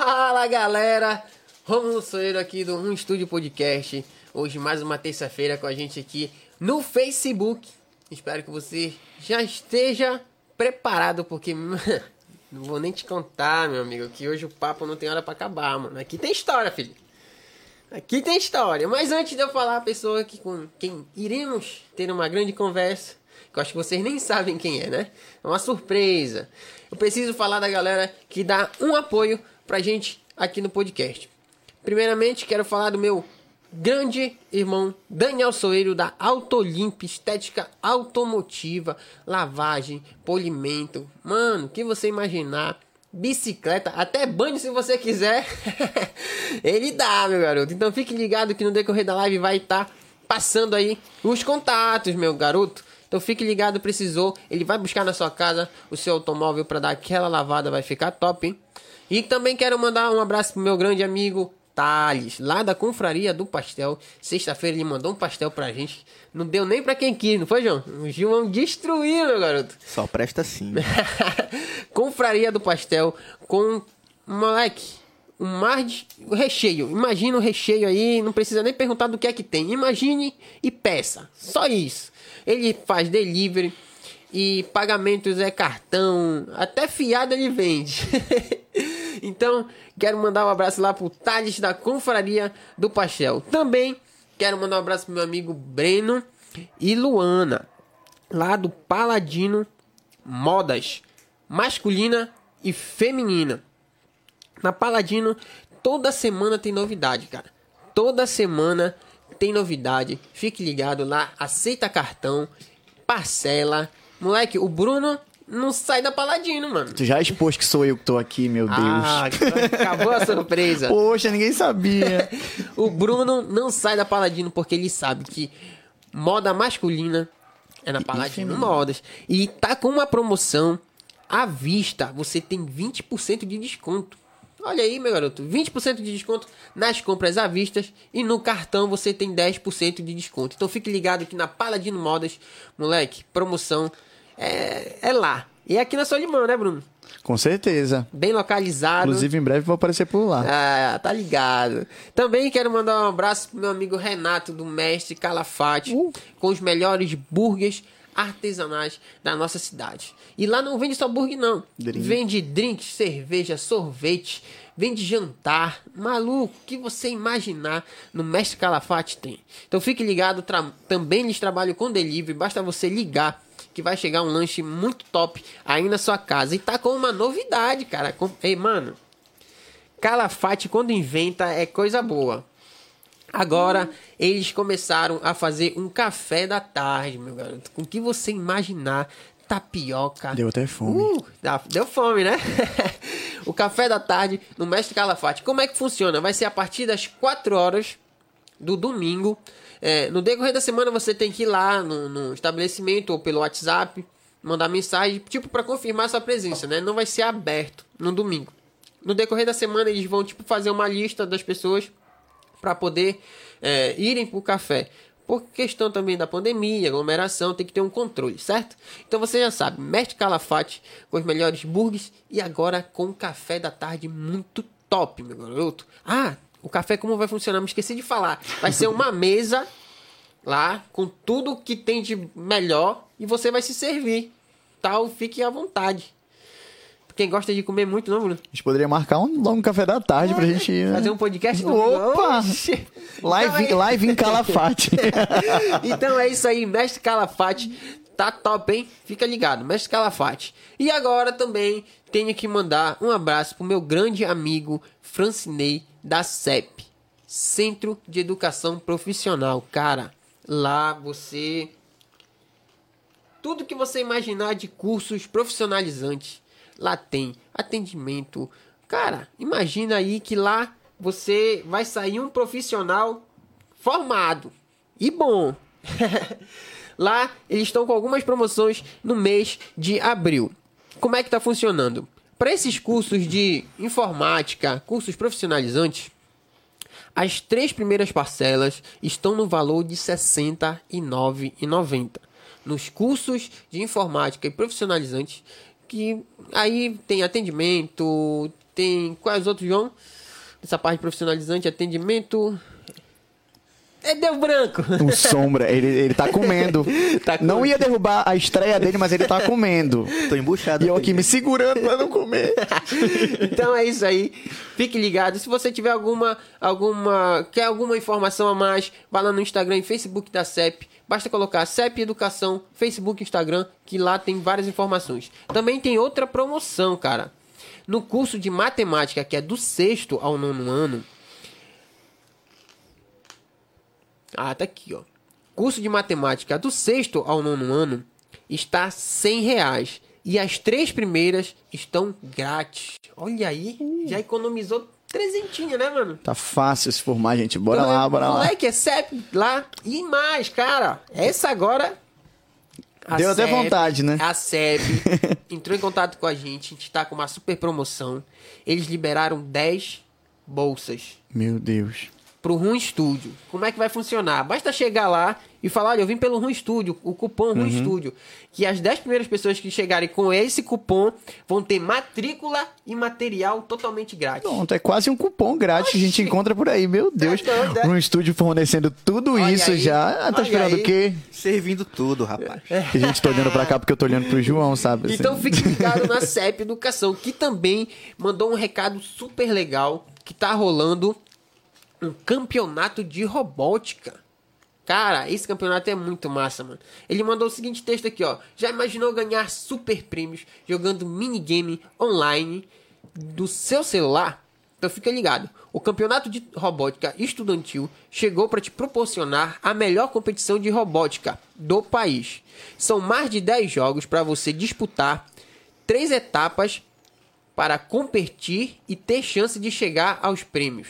Fala galera, Romulo Soeiro aqui do Um Estúdio Podcast. Hoje mais uma terça-feira com a gente aqui no Facebook. Espero que você já esteja preparado porque mano, não vou nem te contar, meu amigo, que hoje o papo não tem hora pra acabar, mano. Aqui tem história, filho. Aqui tem história. Mas antes de eu falar a pessoa que com quem iremos ter uma grande conversa, que eu acho que vocês nem sabem quem é, né? É uma surpresa. Eu preciso falar da galera que dá um apoio pra gente aqui no podcast. Primeiramente, quero falar do meu grande irmão Daniel Soeiro da Autolimp Estética Automotiva, lavagem, polimento, mano, o que você imaginar, bicicleta, até banho se você quiser. Ele dá, meu garoto. Então fique ligado que no decorrer da live vai tá estar passando aí os contatos, meu garoto. Então fique ligado, precisou. Ele vai buscar na sua casa o seu automóvel para dar aquela lavada, vai ficar top, hein? E também quero mandar um abraço pro meu grande amigo Thales, lá da Confraria do Pastel. Sexta-feira ele mandou um pastel pra gente. Não deu nem pra quem quis, não foi, João? O João destruiu, meu garoto. Só presta sim. Confraria do Pastel com, moleque, um mar de o recheio. Imagina o recheio aí, não precisa nem perguntar do que é que tem. Imagine e peça. Só isso. Ele faz delivery e pagamentos é cartão, até fiado ele vende. então, quero mandar um abraço lá pro Thales da Confraria do Pastel. Também quero mandar um abraço pro meu amigo Breno e Luana, lá do Paladino Modas masculina e feminina. Na Paladino, toda semana tem novidade, cara. Toda semana tem novidade. Fique ligado lá, aceita cartão, parcela. Moleque, o Bruno não sai da Paladino, mano. Tu já expôs que sou eu que tô aqui, meu Deus. Ah, acabou a surpresa. Poxa, ninguém sabia. O Bruno não sai da Paladino porque ele sabe que moda masculina é na Paladino feminina. Modas. E tá com uma promoção à vista. Você tem 20% de desconto. Olha aí, meu garoto. 20% de desconto nas compras à vista e no cartão você tem 10% de desconto. Então fique ligado aqui na Paladino Modas. Moleque, promoção é, é lá. E é aqui na Solimão, né, Bruno? Com certeza. Bem localizado. Inclusive, em breve vou aparecer por lá. Ah, tá ligado. Também quero mandar um abraço pro meu amigo Renato, do Mestre Calafate, com os melhores burgers artesanais da nossa cidade. E lá não vende só burger, não. Drink. Vende drinks, cerveja, sorvete, vende jantar. Maluco, o que você imaginar no Mestre Calafate tem. Então fique ligado, tra- também eles trabalham com delivery, basta você ligar que vai chegar um lanche muito top aí na sua casa. E tá com uma novidade, cara. Com- Ei, mano, Calafate, quando inventa, é coisa boa. Agora, eles começaram a fazer um café da tarde, meu garoto. Com o que você imaginar, tapioca. Deu até fome. Uh, dá- deu fome, né? o café da tarde no Mestre Calafate. Como é que funciona? Vai ser a partir das 4 horas do domingo. É, no decorrer da semana você tem que ir lá no, no estabelecimento ou pelo WhatsApp, mandar mensagem, tipo, para confirmar sua presença, né? Não vai ser aberto no domingo. No decorrer da semana eles vão, tipo, fazer uma lista das pessoas para poder é, irem pro café. Por questão também da pandemia, aglomeração, tem que ter um controle, certo? Então você já sabe, Mestre Calafate com os melhores burgers e agora com um café da tarde muito top, meu garoto. Ah, o café como vai funcionar? Me esqueci de falar. Vai ser uma mesa lá com tudo que tem de melhor e você vai se servir. Tal, fique à vontade. Quem gosta de comer muito, não, Bruno? A gente poderia marcar um longo café da tarde pra gente ir. né? Fazer um podcast do Opa! Oxi! Live, Então é- live em Calafate. então é isso aí, Mestre Calafate. Tá top, hein? Fica ligado, Mestre Calafate. E agora também tenho que mandar um abraço pro meu grande amigo Francinei da CEP, Centro de Educação Profissional. Cara, lá você tudo que você imaginar de cursos profissionalizantes, lá tem atendimento. Cara, imagina aí que lá você vai sair um profissional formado e bom. lá eles estão com algumas promoções no mês de abril. Como é que tá funcionando? Para esses cursos de informática, cursos profissionalizantes, as três primeiras parcelas estão no valor de R$ 69,90. Nos cursos de informática e profissionalizantes, que aí tem atendimento, Tem quais outros, João? Essa parte profissionalizante, atendimento. É deu branco. O Um Sombra, ele, ele tá comendo. Tá Não comendo. ia derrubar a estreia dele, mas ele tá comendo. Tô embuchado. E eu né? aqui me segurando pra não comer. Então é isso aí. Fique ligado. Se você tiver alguma alguma quer alguma informação a mais, vá lá no Instagram e Facebook da CEP. Basta colocar CEP Educação, Facebook, Instagram, que lá tem várias informações. Também tem outra promoção, cara. No curso de matemática, que é do sexto ao nono ano, Ah, tá aqui, ó. Curso de matemática do sexto ao nono ano está R$ 100 reais. E as três primeiras estão grátis. Olha aí, já economizou trezentinha, né, mano? Tá fácil se formar, gente. Bora lá, bora lá. Moleque, é CEP lá e mais, cara. Essa agora... a Deu até vontade, né? A CEP entrou em contato com a gente. A gente tá com uma super promoção. Eles liberaram 10 bolsas Meu Deus. pro Rum Studio. Como é que vai funcionar? Basta chegar lá e falar, olha, eu vim pelo Rum Studio, o cupom Rum Studio, que as 10 primeiras pessoas que chegarem com esse cupom vão ter matrícula e material totalmente grátis. Pronto, é quase um cupom grátis que a gente encontra por aí. Meu Deus. doido, é? Um estúdio fornecendo tudo Olha isso aí, já. Ah, tá olha esperando aí. É. o quê? Servindo tudo, rapaz. Que a gente tá olhando pra cá porque eu tô olhando pro João, sabe? assim. Então fique ligado na CEP Educação, que também mandou um recado super legal, que tá rolando um campeonato de robótica. Cara, esse campeonato é muito massa, mano. Ele mandou o seguinte texto aqui, ó. Já imaginou ganhar super prêmios jogando minigame online do seu celular? Então fica ligado. O campeonato de robótica estudantil chegou para te proporcionar a melhor competição de robótica do país. São mais de 10 jogos para você disputar, três etapas para competir e ter chance de chegar aos prêmios.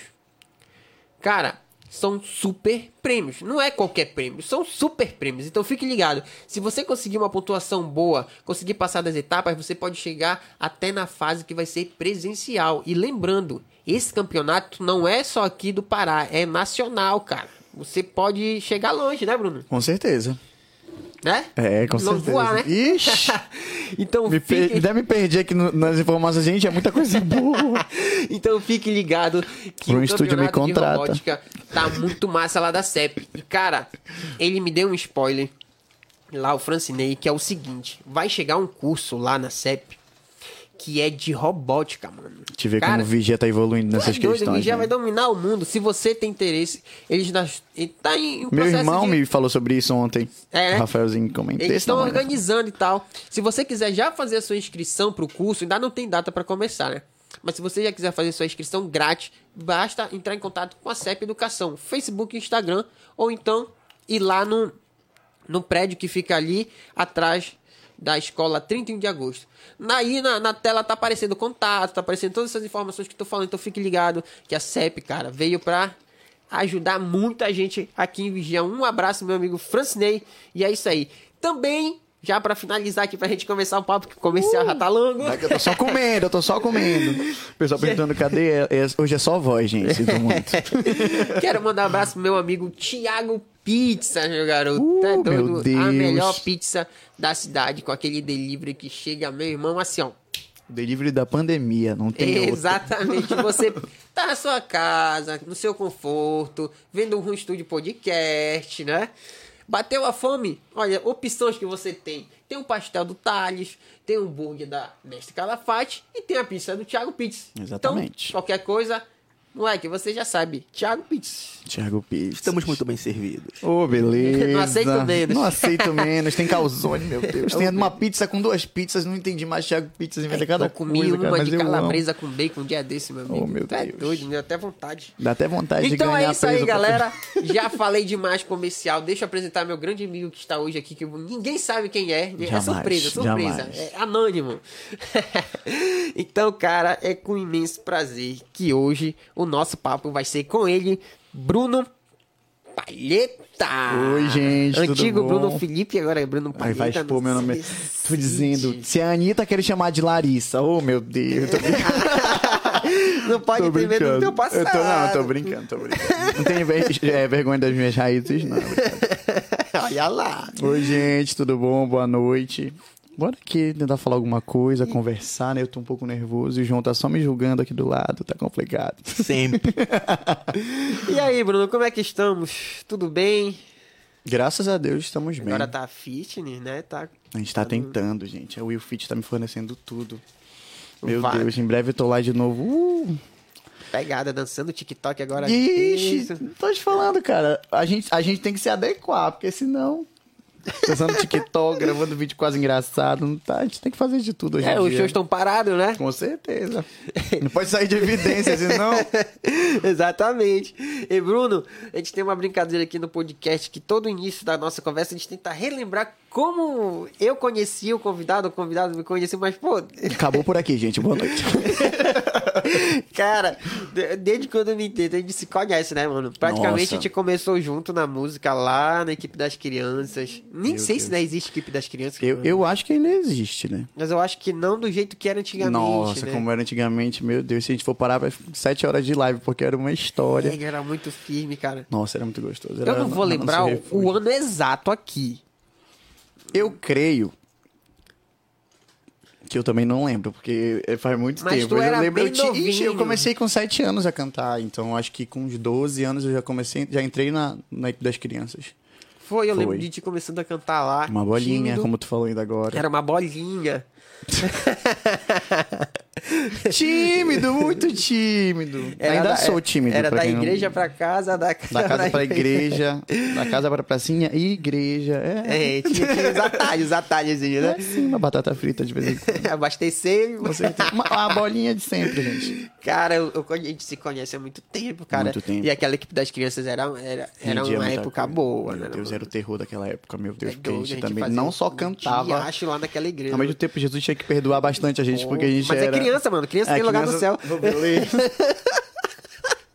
Cara, são super prêmios. Não é qualquer prêmio, são super prêmios. Então fique ligado. Se você conseguir uma pontuação boa, conseguir passar das etapas, você pode chegar até na fase que vai ser presencial. E lembrando, esse campeonato não é só aqui do Pará, é nacional, cara. Você pode chegar longe, né, Bruno? Com certeza. Né? É, com Longe certeza. Voar, né? Ixi! então Me per... fique... Até me perdi aqui no- nas informações, gente. É muita coisa boa. Então fique ligado que Pro o estúdio me campeonato de contrata. robótica tá muito massa lá da CEP. E cara, ele me deu um spoiler lá, o Francinei, que é o seguinte: vai chegar um curso lá na CEP que é de robótica, mano. Te ver Cara, como o Vigia tá evoluindo tu é nessas doido, o questões. Vigia né? vai dominar o mundo. Se você tem interesse, eles nas- ele tá em, em Meu processo irmão de- me falou sobre isso ontem. É, né? Rafaelzinho comentei. Eles estão organizando e tal. Se você quiser já fazer a sua inscrição pro curso, ainda não tem data para começar, né? Mas se você já quiser fazer sua inscrição grátis, basta entrar em contato com a CEP Educação, Facebook, Instagram, ou então ir lá no, no prédio que fica ali atrás da escola 31 de agosto. Aí na, na tela tá aparecendo o contato, tá aparecendo todas essas informações que eu tô falando, então fique ligado que a CEP, cara, veio pra ajudar muita gente aqui em Vigia. Um abraço, meu amigo Francinei, e é isso aí. Também, já pra finalizar aqui, pra gente começar o papo, que o comercial Uh! já tá longo. Eu tô só comendo, eu tô só comendo. O pessoal perguntando cadê. É- é- Hoje é só voz, gente. Sinto muito. Quero mandar um abraço pro meu amigo Thiago Pizza, meu garoto. Uh, Tá doido? meu Deus. A melhor pizza da cidade, com aquele delivery que chega, meu irmão, assim, ó. Delivery da pandemia, não tem outro. Exatamente. Você tá na sua casa, no seu conforto, vendo um estúdio podcast, né? Bateu a fome? Olha, opções que você tem. Tem o pastel do Thales, tem o hambúrguer da Mestre Calafate e tem a pizza do Thiago Pizza. Exatamente. Então, qualquer coisa, moleque, você já sabe. Thiago Pizza. Thiago Pires. Estamos muito bem servidos. Ô, beleza. Não aceito menos. Não aceito menos. Tem calzone, meu Deus. Tem uma pizza com duas pizzas. Não entendi mais Thiago Pizzas inventa cada Eu comi coisa, uma cara, mas de eu amo. Oh, calabresa com bacon um dia desse, meu amigo. meu Tu é Deus. doido, me deu até vontade. Dá até vontade Tá de Então ganhar é isso aí, preso pra- galera. Já falei demais comercial. Deixa eu apresentar meu grande amigo que está hoje aqui, que ninguém sabe quem é. é Jamais, surpresa, surpresa. jamais. É anônimo. então, cara, é com imenso prazer que hoje o nosso papo vai ser com ele, Bruno Palheta. Oi, gente, tudo Antigo bom? Bruno Felipe, agora é Bruno Aí Palheta. vai expor no meu nome. Cid. Tô dizendo, se a Anitta querer chamar de Larissa, ô meu Deus, eu tô, Não pode tô ter medo brincando. do teu passado. Eu tô, não, eu tô brincando, tô brincando. Não tem ver- é, vergonha das minhas raízes, não. Olha lá. Oi, gente, tudo bom? Boa noite. Bora aqui tentar falar alguma coisa, conversar, né? Eu tô um pouco nervoso e o João tá só me julgando aqui do lado, tá complicado. Sempre. E aí, Bruno, como é que estamos? Tudo bem? Graças a Deus estamos bem. Agora tá fitness, né? Tá... A gente tá no- tentando, gente. A Will Fit tá me fornecendo tudo. Meu Vai. Deus, em breve eu tô lá de novo. Uh! Pegada, dançando TikTok agora. Ixi, Isso. tô te falando, cara. A gente, a gente tem que se adequar, porque senão. Pensando TikTok, gravando vídeo quase engraçado, não tá? A gente tem que fazer de tudo hoje. É, em os dia. shows estão parados, né? Com certeza. Não pode sair de evidência, senão. Exatamente. E Bruno, a gente tem uma brincadeira aqui no podcast que todo início da nossa conversa a gente tenta relembrar como eu conheci o convidado, o convidado me conheceu, mas pô, Acabou por aqui, gente. Boa noite. cara, de- desde quando eu me entendo, a gente se conhece, né, mano? Praticamente Nossa. a gente começou junto na música lá na equipe das crianças. Nem Meu sei se Deus. ainda existe equipe das crianças. Eu, eu acho que ainda existe, né? Mas eu acho que não do jeito que era antigamente, Nossa, né? como era antigamente, meu Deus. Se a gente for parar, vai sete horas de live, porque era uma história. É, Era muito firme, cara. Nossa, era muito gostoso. Eu não vou lembrar o- o ano. ano exato aqui. Eu creio. Que eu também não lembro, porque é, faz muito Mas tempo. tu era eu lembro, bem eu, tinha- Ixi, eu novinho. comecei com 7 anos a cantar, então acho que com uns 12 anos eu já comecei, já entrei na, na equipe das crianças. Foi, eu Foi. lembro de ti começando a cantar lá. Uma bolinha, tímido. como tu falou ainda agora. Era uma bolinha. Tímido, muito tímido. Era ainda da- é, sou tímido. Era pra da quem não- igreja pra casa, da casa, Da casa pra igreja, da casa pra pracinha e igreja. É, É, tinha, tinha os atalhos, os atalhos, é né? assim, uma batata frita de vez em quando. Abastecer. Com certeza. Uma, uma bolinha de sempre, gente. Cara, eu- eu- a gente se conhece há muito tempo, cara. Muito tempo. E aquela equipe das crianças era, era, era Rendia uma muita época coisa. boa, Meu né? Deus, era o terror daquela época, meu Deus. É porque a doido, gente também fazia não um- só um cantava, diacho lá naquela igreja. Ao mesmo tempo, Jesus tinha que perdoar bastante a gente, porque a gente Mas era... é criança, mano. Criança É, tem lugar no céu. criança- Vou ler.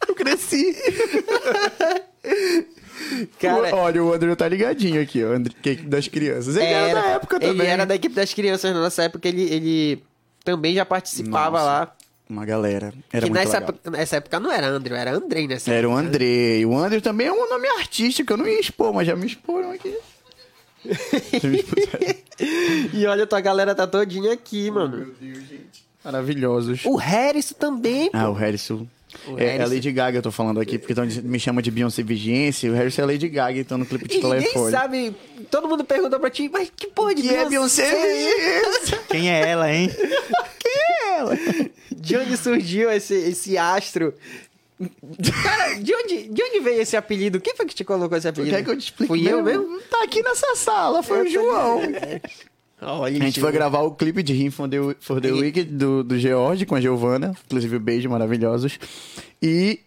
Eu cresci. Cara, Olha, o André tá ligadinho aqui, o André que- das crianças. Ele era, da época ele também. era da equipe das crianças, na nossa época ele, ele também já participava Nossa, lá. Uma galera. Era que muito nessa legal. É, época, nessa época não era André, era Andrei né? nessa Era o época. André. O André também é um nome artístico, eu não ia expor, mas já me exporam aqui. Já me expuseram. E olha, tua galera tá todinha aqui, mano. Maravilhosos. O Harrison também, pô. Ah, o Harrison. O é, é a Harrison. Lady Gaga, eu tô falando aqui, porque tão, me chama de Beyoncé Vigiense. O Harrison é a Lady Gaga, então no clipe de E ninguém telefone. sabe, todo mundo perguntou pra ti, mas que porra de Que é Beyoncé? Quem é ela, hein? é De onde surgiu esse, esse astro? Cara, de onde, de onde veio esse apelido? Quem foi que te colocou esse apelido? Quer é que eu te explique? Fui eu mesmo? Tá aqui nessa sala, foi o João. Olha, A gente foi gravar o clipe de Him for the, for the Wicked do, do George com a Giovana. Inclusive, um beijo, maravilhosos. E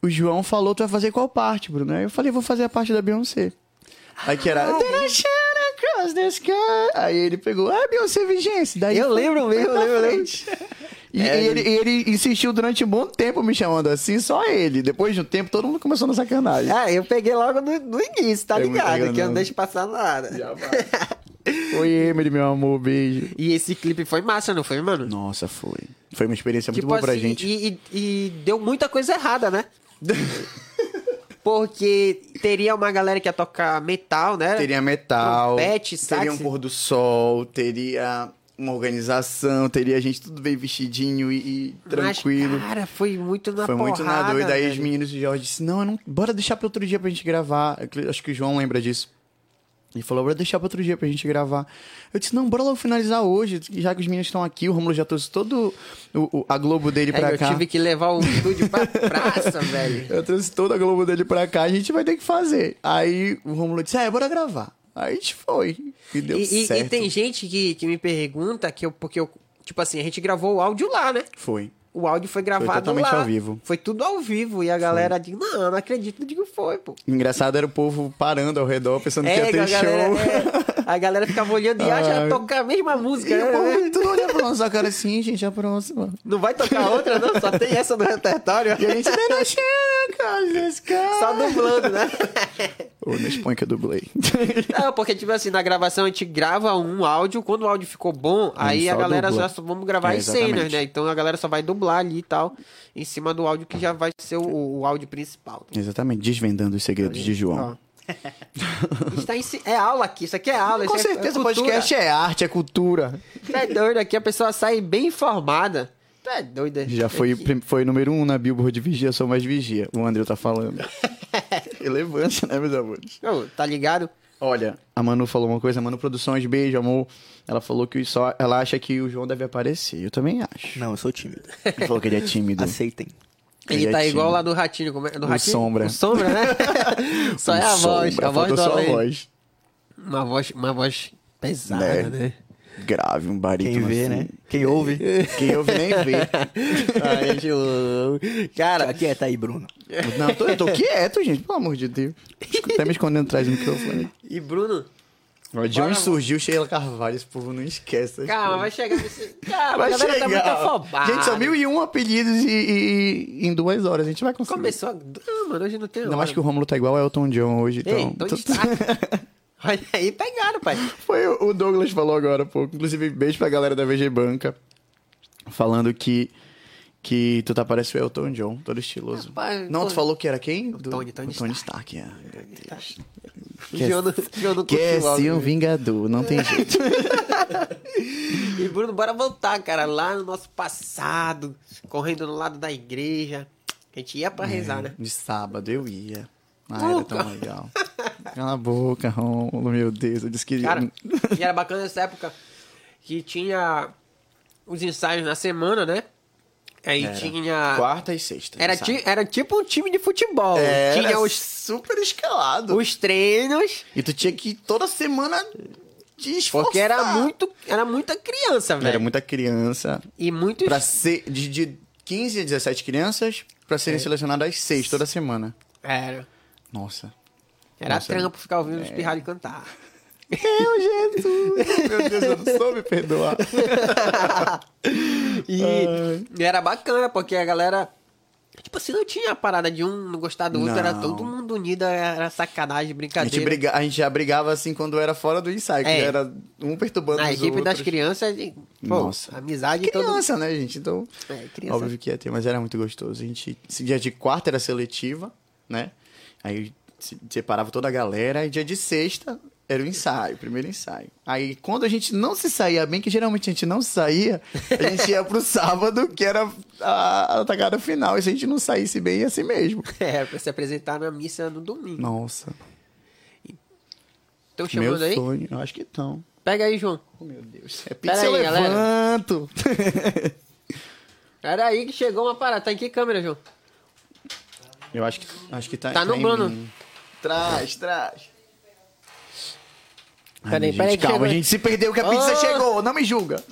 o João falou, tu vai fazer qual parte, Bruno? Aí eu falei, vou fazer a parte da Beyoncé. Aí que era... Ah, "Then I shall across the sky." Aí ele pegou, ah, Beyoncé Vigência. Daí Eu foi- lembro foi mesmo, eu pra lembro, É, eu lembro. frente. E, e ele, e ele insistiu durante um bom tempo me chamando assim, só ele. Depois de um tempo, todo mundo começou na sacanagem. Ah, eu peguei logo no, no início, tá É muito ligado? Que eu não enganado. deixo passar nada. Oi, Emily, meu amor, beijo. E esse clipe foi massa, não foi, mano? Nossa, foi. Foi uma experiência é muito Tipo boa pra assim, gente. E, e- e deu muita coisa errada, né? Porque teria uma galera que ia tocar metal, né? Teria metal, Trompete, teria sax. um pôr do sol, teria uma organização, teria gente tudo bem vestidinho e, e tranquilo. Mas, cara, foi muito na Foi porrada. muito na doida. Aí os velho. meninos de Jorge disseram, não, eu não- bora deixar pra outro dia pra gente gravar. Eu cre- Acho que o João lembra disso. Ele falou, bora deixar pra outro dia pra gente gravar. Eu disse, não, bora logo finalizar hoje, já que os meninos estão aqui, o Romulo já trouxe todo o- o- a Globo dele pra Aí É, eu cá. tive que levar o estúdio pra praça, velho. Eu trouxe toda a Globo dele pra cá, a gente vai ter que fazer. Aí o Romulo disse, ah, é, bora gravar. Aí a gente foi. E deu E, e- e certo. tem gente que, que me pergunta que eu. Porque eu. Tipo assim, a gente gravou o áudio lá, né? Foi. O áudio foi gravado totalmente lá. ao vivo. Foi tudo ao vivo. E a galera diz: Não, eu não acredito. Eu digo: Foi, pô. Engraçado era o povo parando ao redor, pensando que ia a ter galera, show. é, a galera ficava olhando e acha Ah. tocar a mesma música. E o né? povo tudo olhando pra nossa cara assim, gente, a próxima. Não vai tocar outra, não, só tem essa no repertório. E a gente não chega, Só dublando, né? Ou na Espanha que eu dublei. Não, porque, tipo assim, na gravação a gente grava um áudio, quando o áudio ficou bom, aí só a galera dubla. já só vamos gravar É, as cenas, exatamente. né? Então a galera só vai dublar ali e tal, em cima do áudio que já vai ser o, o áudio principal. Exatamente, desvendando os segredos de João. Tá Ó. tá Está em si- É aula aqui, isso aqui é aula. Com isso é- certeza, é cultura. podcast é arte, é cultura. Tu é doido aqui, a pessoa sai bem informada. Tu é doida. né? Já foi, Aqui. prim- foi número um na Billboard de Vigia, sou mais vigia. O André tá falando. Relevância, né, meus amores? Ô, tá ligado? Olha, a Manu falou uma coisa, a Manu Produções, beijo, amor. Ela falou que só, ela acha que o João deve aparecer. Eu também acho. Não, eu sou tímido. Ela falou que ele é tímido. Aceitem. Ele Ele tá é igual tímido. lá do ratinho, como é? Do O ratinho? Sombra. O sombra, né? Só é a voz, Sombra, a voz faltou do só a além. voz. Uma voz, uma voz pesada, É. né? Grave, um barítono Quem vê, assim. né? Quem ouve. Quem ouve nem vê. Ai, João. Cara, Aqui é tá aí, Bruno. Não, tô, eu tô quieto, gente, pelo amor de Deus. Até me escondendo atrás do microfone. e Bruno? De onde surgiu Sheila Carvalho, esse povo não esquece. essas Calma, vai chegar nesse. Calma, a Vai galera tá chegar. muito afobada. Gente, são mil e um apelidos e, e- e em duas horas a gente vai conseguir. Começou a... Não, mano, hoje não tem Não acho que o Romulo tá igual o Elton John hoje, então. Ei, então Tu- destaque. Olha aí, pegaram, pai. Foi o o Douglas falou agora há pouco. Inclusive, beijo pra galera da VG Banca. Falando que. Que tu tá parecendo o Elton John, todo estiloso. Rapaz, não, pô. tu falou que era quem? Do- Tony, Tony o Tony Stark. é. O João não- o João né? não Que é curtiu ser um logo. vingador, não tem jeito. E Bruno, bora voltar, cara, lá no nosso passado, correndo no lado da igreja. que A gente ia pra É. rezar, né? De sábado eu ia. Ah, era tão legal. Cala a boca, Romulo, meu Deus, eu disse que... Cara, e era bacana essa época que tinha os ensaios na semana, né? Aí tinha. Quarta e sexta. Era, sabe? ti- era tipo um time de futebol. Era Tinha os, super escalado. os treinos, E tu tinha que ir toda semana te esforçar. porque era muito. Era muita criança, velho. Era muita criança. E muitos. Pra ser... De, de 15 a 17 crianças pra É. serem selecionadas seis toda semana. Era. Nossa. Era Nossa, é trampo ficar ouvindo os pirralhos cantar. Meu Jesus! Meu Deus, eu não soube perdoar. E e era bacana, porque a galera. Tipo assim, não tinha a parada de um não gostar do outro, era Não. todo mundo unido, era sacanagem, A gente, brincadeira. briga, a gente já brigava assim quando era fora do ensaio, que É. era um perturbando Na os equipe das outros. crianças, e, pô, Nossa. amizade e todo Criança, né, gente? Então, É, criança. óbvio que ia ter, mas era muito gostoso. A gente, esse dia de quarta era seletiva, né? Aí se- separava toda a galera, e dia de sexta era o ensaio, o primeiro ensaio. Aí quando a gente não se saía bem, que geralmente a gente não saía, a gente ia pro sábado, que era a atacada final, e se a gente não saísse bem, ia assim mesmo. É, pra se apresentar na missa no domingo. Nossa, Estão meu chamando aí? sonho. Eu acho que estão. Pega aí, João. Oh, meu Deus. É Pera pizza eu aí, galera. levanto. Era aí que chegou uma parada. Tá em que câmera, João? Eu acho que, acho que tá, Tá no em Bruno. mim. Traz, traz. Ai, Peraí, gente, peraí que Calma, chegou. gente. Se perdeu que a pizza Ah! chegou. Não me julga.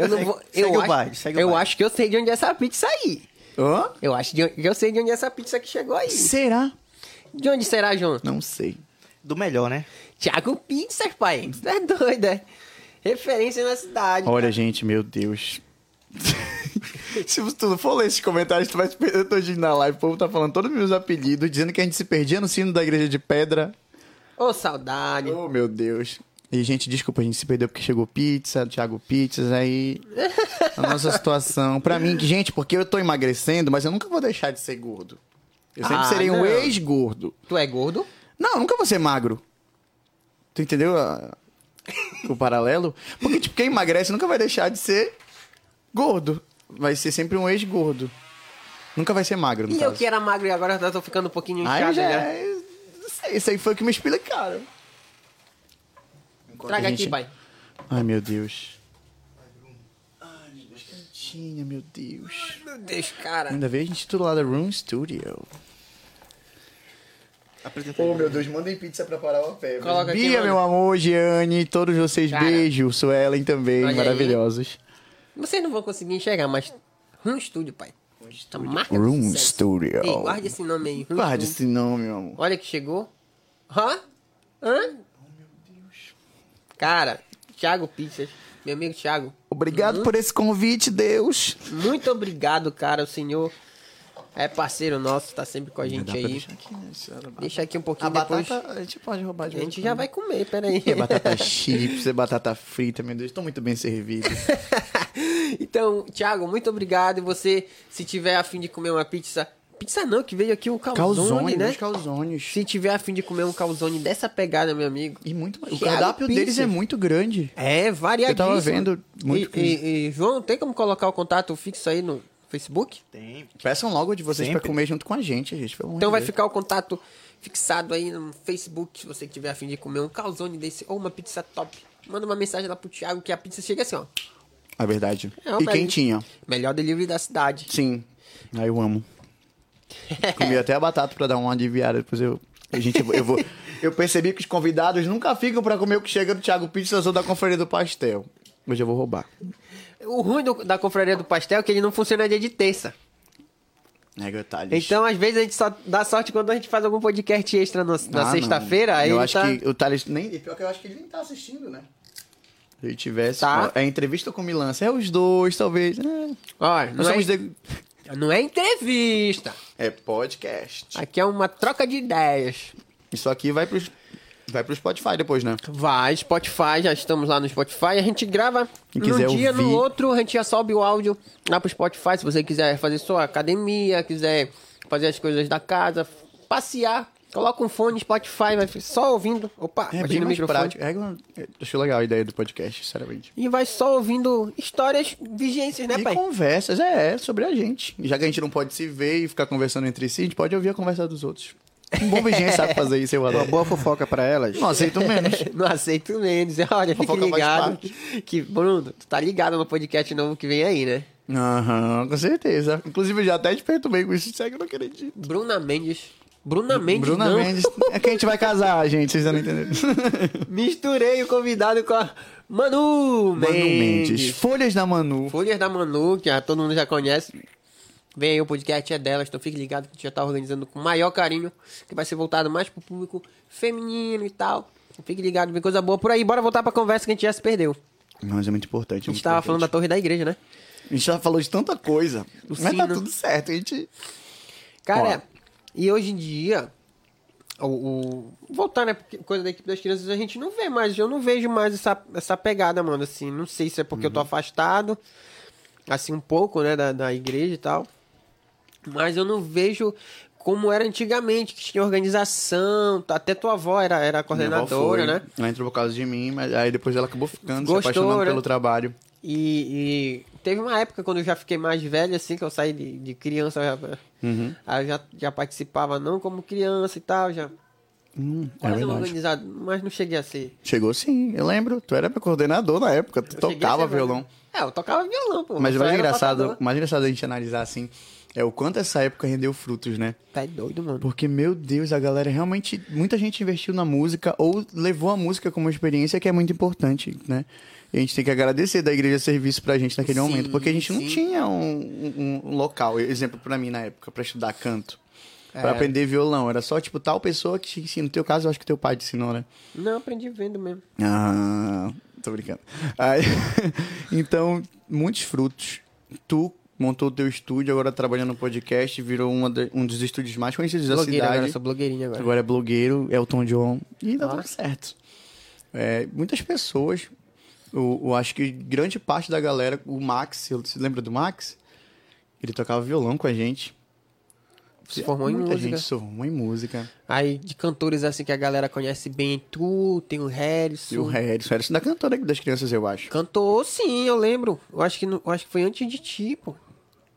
Eu não vou. eu segue o acho, baile, segue o eu baile. acho que eu sei de onde é essa pizza aí. Hã? Eu acho de onde, eu sei de onde é essa pizza que chegou aí. Será? De onde será, João? Não sei. Do melhor, né? Tiago Pizzas, pai. Você é doido, é? Referência na cidade. Olha, gente, meu Deus. se tu não for ler esses comentários, tu vai se perder todinho na live. O povo tá falando todos os meus apelidos, dizendo que a gente se perdia no sino da igreja de pedra. Ô, saudade. Oh, meu Deus. E, gente, desculpa, a gente se perdeu porque chegou pizza, Thiago Pizzas, aí. A nossa situação. Pra mim, que, gente, porque eu tô emagrecendo, mas eu nunca vou deixar de ser gordo. Eu sempre Ah, serei não. um ex-gordo. Tu é gordo? Não, eu nunca vou ser magro. Tu entendeu a- o paralelo? Porque, tipo, quem emagrece nunca vai deixar de ser gordo. Vai ser sempre um ex-gordo. Nunca vai ser magro, no E eu caso. que era magro e agora já tô ficando um pouquinho Aí inchado. né? já. já. é. não sei, Isso aí foi o que me explicaram. Traga a gente- aqui, pai. Ai, meu Deus. Ai, meu Deus, cantinha, meu Deus. Meu Deus, cara. Ainda bem a gente titulada Room Studio. Apresenta Oh, meu Deus, mandem pizza pra parar o pé. Coloca aqui, Bia, mano. meu amor, Giane, todos vocês, Cara. beijo. Suelen também, Olha aí. maravilhosos. Vocês não vão conseguir enxergar, mas Room Studio, pai. Tá marca do Room sucesso. Studio. Ei, guarde esse nome aí. Room Guarde Studio. esse nome, meu amor. Olha que chegou. Hã? Hã? Cara, Thiago Pizzas, meu amigo Thiago, Obrigado Hum? por esse convite, Deus. muito obrigado, cara. O senhor é parceiro nosso, tá sempre com a gente aí. aqui, né? senhora? Deixa aqui um pouquinho A depois. batata a gente pode roubar de A gente volta, já né? vai comer, peraí. É batata chips, é batata frita, meu Deus, tô muito bem servido. então, Thiago, muito obrigado. E você, se tiver a fim de comer uma pizza, pizza não, que veio aqui um calzone, Calzone, né? né? calzones. Se tiver a fim de comer um calzone dessa pegada, meu amigo. E muito mais. O Thiago cardápio Pizza. deles é muito grande. É, variadíssimo. Eu tava vendo muito E, e- e, João, tem como colocar o contato fixo aí no Facebook? Tem. Peçam logo de vocês Sempre. pra comer junto com a gente, gente. Pelo amor Então de vai Deus. ficar o contato fixado aí no Facebook, se você tiver a fim de comer um calzone desse ou uma pizza top. Manda uma mensagem lá pro Thiago que a pizza chega assim, ó. É verdade. É, e mas- quentinha. Melhor delivery da cidade. Sim. Aí eu amo. Comi até a batata pra dar uma aliviada, depois eu... A gente, eu vou... Eu percebi que os convidados nunca ficam pra comer o que chega do Thiago Pizza ou da Conferência do Pastel. Hoje eu vou roubar. O ruim do- da confraria do pastel é que ele não funciona dia de terça. Nega, tá lixo. Então, às vezes, a gente só dá sorte quando a gente faz algum podcast extra na, na Ah, sexta-feira. não. Aí Eu ele acho tá... que o Thales nem. e Pior que eu acho que ele nem tá assistindo, né? Se ele tivesse. Tá. É entrevista com o Milan. Se É os dois, talvez. É. Nós Olha, não, somos. é... de- não é entrevista. É podcast. Aqui é uma troca de ideias. Isso aqui vai pro. Vai pro Spotify depois, né? Vai, Spotify, já estamos lá no Spotify. A gente grava Quem num quiser dia, no ouvir. outro, a gente já sobe o áudio lá pro Spotify. Se você quiser fazer sua academia, quiser fazer as coisas da casa, passear, coloca um fone Spotify, vai só ouvindo. Opa, É bati bem no mais microfone. prático. É, eu eu achei legal a ideia do podcast, sinceramente. E vai só ouvindo histórias vigências, né, E pai? conversas, é, é, sobre a gente. Já que a gente não pode se ver e ficar conversando entre si, a gente pode ouvir a conversa dos outros. Um bom vizinho sabe fazer isso, eu Uma adoro. boa fofoca pra elas. Não aceito menos. Não aceito menos. Olha, fique Fofoca faz ligado. parte. Que, Bruno, tu tá ligado no podcast novo que vem aí, né? Aham, com certeza. Inclusive, eu já até te perturbei com isso, sério, que eu não acredito. Bruna Mendes. Bruna Mendes, Bruna não. Mendes. É que a gente vai casar, gente. Vocês ainda não entenderam. Misturei o convidado com a Manu Manu Mendes. Mendes. Folhas da Manu. Folhas da Manu, que já todo mundo já conhece. Vem aí o podcast é delas, então fique ligado que a gente já tá organizando com o maior carinho, que vai ser voltado mais pro público feminino e tal. Fique ligado, vem coisa boa por aí. Bora voltar pra conversa que a gente já se perdeu. Mas é muito importante. A gente tava falando da torre da igreja, né? A gente já falou de tanta coisa. O mas tá sino. tudo certo. A gente. Cara, Ó. e hoje em dia, o, o- voltar, né? Porque coisa da equipe das crianças a gente não vê mais. Eu não vejo mais essa, essa pegada, mano. Assim, não sei se é porque eu tô afastado, assim, um pouco, né? Da, da igreja e tal. Mas eu não vejo como era antigamente, que tinha organização. tá, Até tua avó era, era coordenadora, né? Ela entrou por causa de mim, mas aí depois ela acabou ficando, Gostou, se apaixonando né? pelo trabalho. E, e teve uma época quando eu já fiquei mais velho, assim, que eu saí de, de criança. eu já- Uhum. Aí eu já, já participava, não como criança e tal, já. Hum, é Quase um verdade. organizado, mas não cheguei a ser. Chegou sim, eu lembro. Tu era meu coordenador na época, tu Eu cheguei a tocava ser, mas- violão. É, eu tocava violão, pô. Mas o só mais era engraçado, tocador. o mais engraçado a gente analisar assim é o quanto essa época rendeu frutos, né? Tá é doido, mano. Porque, meu Deus, a galera realmente. Muita gente investiu na música ou levou a música como uma experiência que é muito importante, né? E a gente tem que agradecer da igreja serviço pra gente naquele Sim, momento, porque a gente sim. não tinha um, um- um local, exemplo pra mim na época, pra estudar canto. É. Pra aprender violão. Era só, tipo, tal pessoa que te ensina. No teu caso, eu acho que teu pai te ensinou, né? Não, aprendi vendo mesmo. Ah, tô brincando. Aí, então, muitos frutos. Tu montou o teu estúdio, agora trabalhando no podcast, virou uma da- um dos estúdios mais conhecidos da Blogueira cidade. agora, sou blogueirinha agora. Agora é blogueiro, Elton John. E dá Ah. tudo certo. É, muitas pessoas, eu, eu acho que grande parte da galera, o Max, você lembra do Max? Ele tocava violão com a gente. Se formou em Muita música. gente se formou em música. Aí, de cantores assim que a galera conhece bem, tu, tem o Harrison. E o Harrison, Harrison da cantora das crianças, eu acho. Cantou, sim, eu lembro. Eu acho que, no- eu acho que foi antes de ti, pô.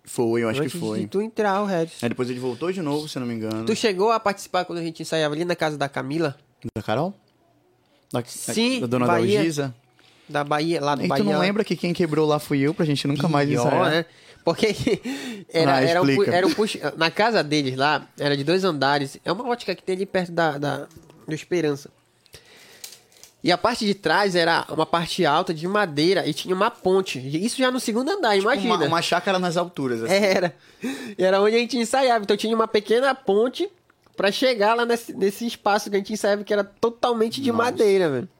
Foi, eu acho antes que foi. de tu entrar, o Harrison. Aí depois ele voltou de novo, se eu não me engano. Tu chegou a participar quando a gente ensaiava ali na casa da Camila, Da Carol? Da, Sim, da dona Bahia. Dalgisa? da Bahia, lá do E Bahia. tu não lembra que quem quebrou lá fui eu pra gente nunca mais Pior, ensaiar? né? Porque era, Ah, era, um, pu- explica. era um puxa- Na casa deles lá, era de dois andares. É uma ótica que tem ali perto da, da, do Esperança. E a parte de trás era uma parte alta de madeira e tinha uma ponte. Isso já no segundo andar, imagina. Tipo É, Uma, uma chácara nas alturas, assim. Era. Era onde a gente ensaiava. Então tinha uma pequena ponte pra chegar lá nesse, nesse espaço que a gente ensaiava, que era totalmente de madeira, velho.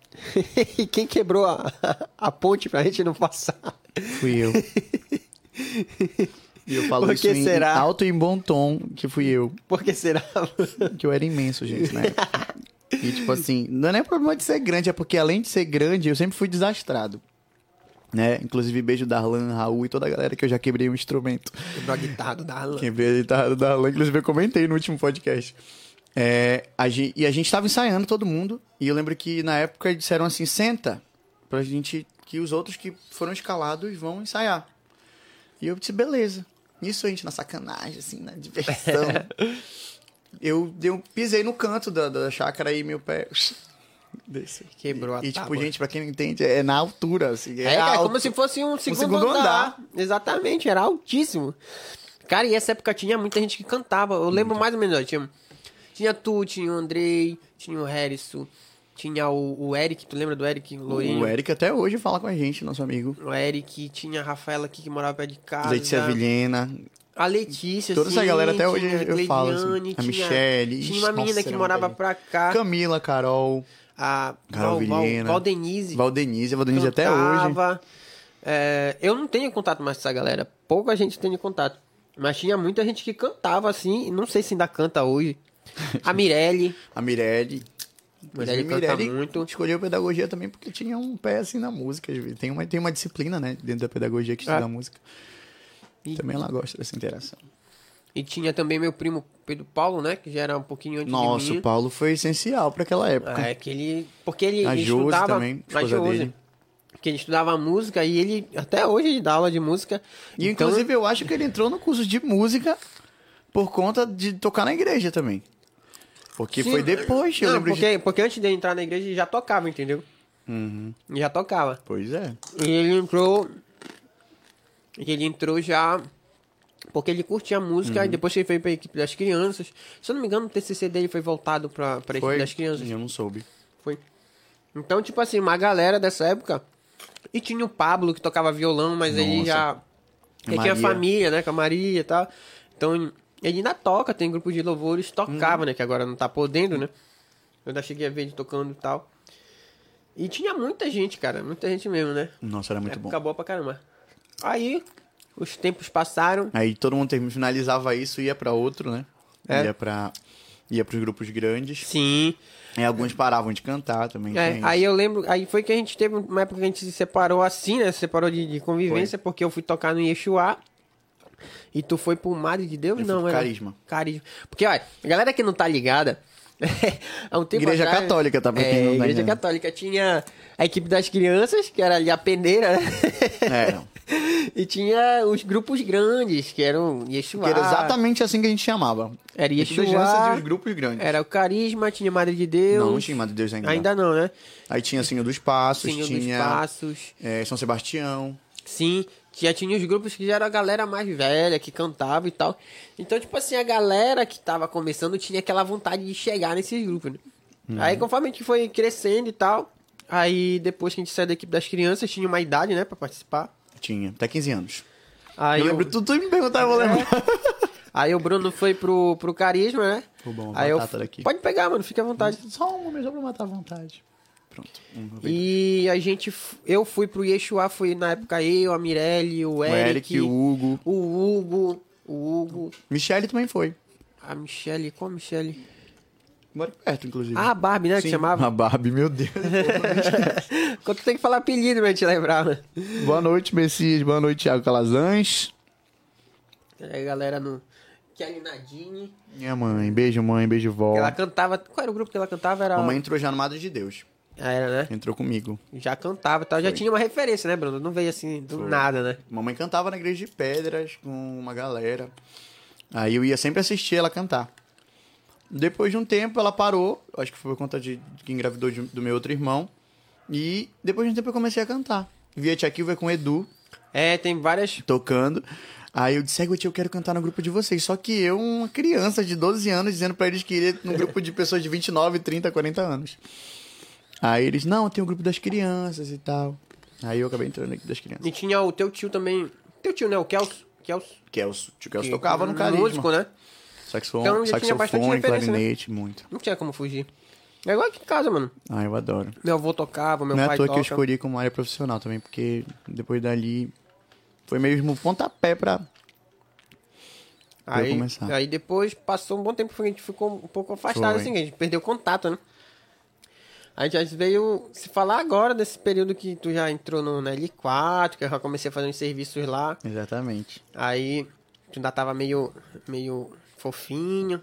E quem quebrou a, a ponte pra gente não passar? Fui eu. e eu falo Por isso que em, será? em alto e em bom tom, que fui eu. Por que será? Que eu era imenso, gente, né? E tipo assim, não é nem problema de ser grande, é porque além de ser grande, eu sempre fui desastrado. Né? Inclusive, beijo Darlan, Raul e toda a galera que eu já quebrei um instrumento. Quebrou a guitarra do Darlan. Quebrei a guitarra do Darlan, tá inclusive eu comentei no último podcast. É, a gen- e a gente tava ensaiando todo mundo, e eu lembro que na época disseram assim, senta, pra gente, que os outros que foram escalados vão ensaiar. E eu disse, beleza. Isso a gente na sacanagem, assim, na diversão. eu, eu pisei no canto da, da chácara e meu pé... Desceu. Quebrou a E tipo, tábua. gente, pra quem não entende, é na altura, assim. É, cara, alto. como se fosse um segundo, segundo andar. andar. Exatamente, era altíssimo. Cara, e essa época tinha muita gente que cantava. Eu lembro mais ou menos, ó, tinha, tinha tu, tinha o Andrei, tinha o Harrison, tinha o, o Eric, tu lembra do Eric? Lourinho. O Eric até hoje fala com a gente, nosso amigo. O Eric, tinha a Rafaela aqui que morava perto de casa. Letícia Vilhena. A Letícia, Toda essa sim, galera até tinha hoje a eu falo, assim, Gleidiane, a tinha- Michele, Tinha ixi, uma menina nossa, que era um morava uma pra cá. Camila, Carol, a Carol Val, Val, Vilhena. Valdenise. Valdenise, a Valdenise até hoje. cantava. É, eu não tenho contato mais com essa galera. Pouca gente tem contato. Mas tinha muita gente que cantava assim. e Não sei se ainda canta hoje. A Mirelle. A Mirelle. Mirelle Inclusive, canta muito. escolheu pedagogia também porque tinha um pé assim na música. às vezes. Tem uma, tem uma disciplina, né, dentro da pedagogia que estuda Ah. música. E- Também ela gosta dessa interação. E tinha também meu primo Pedro Paulo, né? Que já era um pouquinho antes de Nossa, mim. o Paulo foi essencial pra aquela época. É, que ele. Porque ele, A ele Josi estudava. também, a esposa Josi. dele. Porque ele estudava música e ele. Até hoje ele dá aula de música. E Então, inclusive eu acho que ele entrou no curso de música por conta de tocar na igreja também. Porque Sim. foi depois, eu Não, lembro de... porque, porque antes de entrar na igreja ele já tocava, entendeu? Uhum. Ele Já tocava. Pois é. E ele entrou. e Ele entrou já. Porque ele curtia a música, Uhum. e depois que ele foi pra equipe das crianças. Se eu não me engano, o TCC dele foi voltado pra, pra equipe Foi? das crianças. Eu não soube. Foi. Então, tipo assim, uma galera dessa época. E tinha o Pablo que tocava violão, mas ele Nossa. já. E Ele tinha Maria. família, né? Com a Maria e tal. Então, ele ainda toca, tem grupo de louvores, tocava, Uhum. né? Que agora não tá podendo, né? Eu ainda cheguei a ver ele tocando e tal. E tinha muita gente, cara. Muita gente mesmo, né? Nossa, era muito bom. Acabou pra caramba. Aí, os tempos passaram. Aí todo mundo termi- finalizava isso e ia pra outro, né? É. Ia para ia pros grupos grandes. Sim. E alguns paravam de cantar também. É, tinha isso. aí eu lembro, aí foi que a gente teve uma época que a gente se separou assim, né? Se separou de, de convivência, porque eu fui tocar no Yeshua. E tu foi pro Madre de Deus? Eu fui não, pro era- Carisma. Carisma. Porque, olha, a galera que não tá ligada. há um tempo Igreja atrás- Católica, tá? Pra quem é, não tá Igreja entendendo. Católica tinha a equipe das crianças, que era ali a peneira, né? Era. e tinha os grupos grandes, que eram Yeshua. Que era exatamente assim que a gente chamava. É Era As Yeshua. crianças e os grupos grandes. Era o Carisma, tinha Madre de É, Deus. Não, não tinha Madre de Deus ainda. Ainda não, né? Aí tinha Senhor dos Passos, Tinha os tinha passos. é, São Sebastião. Sim, já tinha os grupos que já era a galera mais velha, que cantava e tal. Então, tipo assim, a galera que tava começando tinha aquela vontade de chegar nesses grupos, né? Uhum. Aí, conforme a gente foi crescendo e tal, aí depois que a gente saiu da equipe das crianças, tinha uma idade, né, pra participar. Tinha, até 15 anos. Aí, É. eu lembro, o, tu, tu me perguntava, eu vou lembrar. aí o Bruno foi pro, pro Carisma, né? Vou bom, aí eu, batata daqui. Pode pegar, mano, fica à vontade. Só um momento, só pra matar a vontade. Pronto. Um, vou ver. E a gente, f- eu fui pro Yeshua, fui na época eu, a Mirelle, o o Eric, Eric, o Hugo. o Hugo, o Hugo, Michele também foi. a Michelle, qual a Michelle? Mora perto, inclusive. Ah, a Barbie, né? Que Sim. chamava. A Barbie, meu Deus. Quando tu tem que falar apelido pra te lembrar, né? Boa noite, Messias. Boa noite, Thiago Calazans. Aí a galera no. Kelly Nadine. Minha mãe. Beijo, mãe. Beijo, vó. Ela cantava. Qual era o grupo que ela cantava? Era. Mamãe entrou já no Madre de Deus. Ah, era, né? Entrou comigo. Já cantava e tal. Já tinha uma referência, né, Bruno? Não veio assim do nada, né? Mamãe cantava na Igreja de Pedras com uma galera. Aí eu ia sempre assistir ela cantar. Depois de um tempo, ela parou. Acho que foi por conta de que engravidou de- um, do meu outro irmão. E depois de um tempo, eu comecei a cantar. Via Tia Kilva com o Edu, É, tem várias. tocando. Aí eu disse, Egot, eu quero cantar no grupo de vocês. Só que eu, uma criança de 12 anos, dizendo pra eles que iria num grupo de pessoas de 29, 30, 40 anos. Aí eles, não, tem o grupo das crianças e tal. Aí eu acabei entrando no grupo das crianças. E tinha o teu tio também. Teu tio, né? O Kelso. Kelso. Kelso, é tio Kelso que- tocava no carisma. Músico, né? Saxofone, Então já tinha bastante saxofone referência, clarinete, muito. Não tinha como fugir. É igual aqui em casa, mano. Ah, eu adoro. Meu avô tocava, meu Não é pai à toa toca. que eu escolhi como área profissional também, porque depois dali foi mesmo pontapé pra... pra eu aí, começar. aí depois passou um bom tempo que a gente ficou um pouco afastado, Foi. assim, que a gente perdeu contato, né? A gente, a gente veio se falar agora desse período que tu já entrou no, na L4, que eu já comecei a fazer uns serviços lá. Exatamente. Aí tu ainda tava meio, meio fofinho.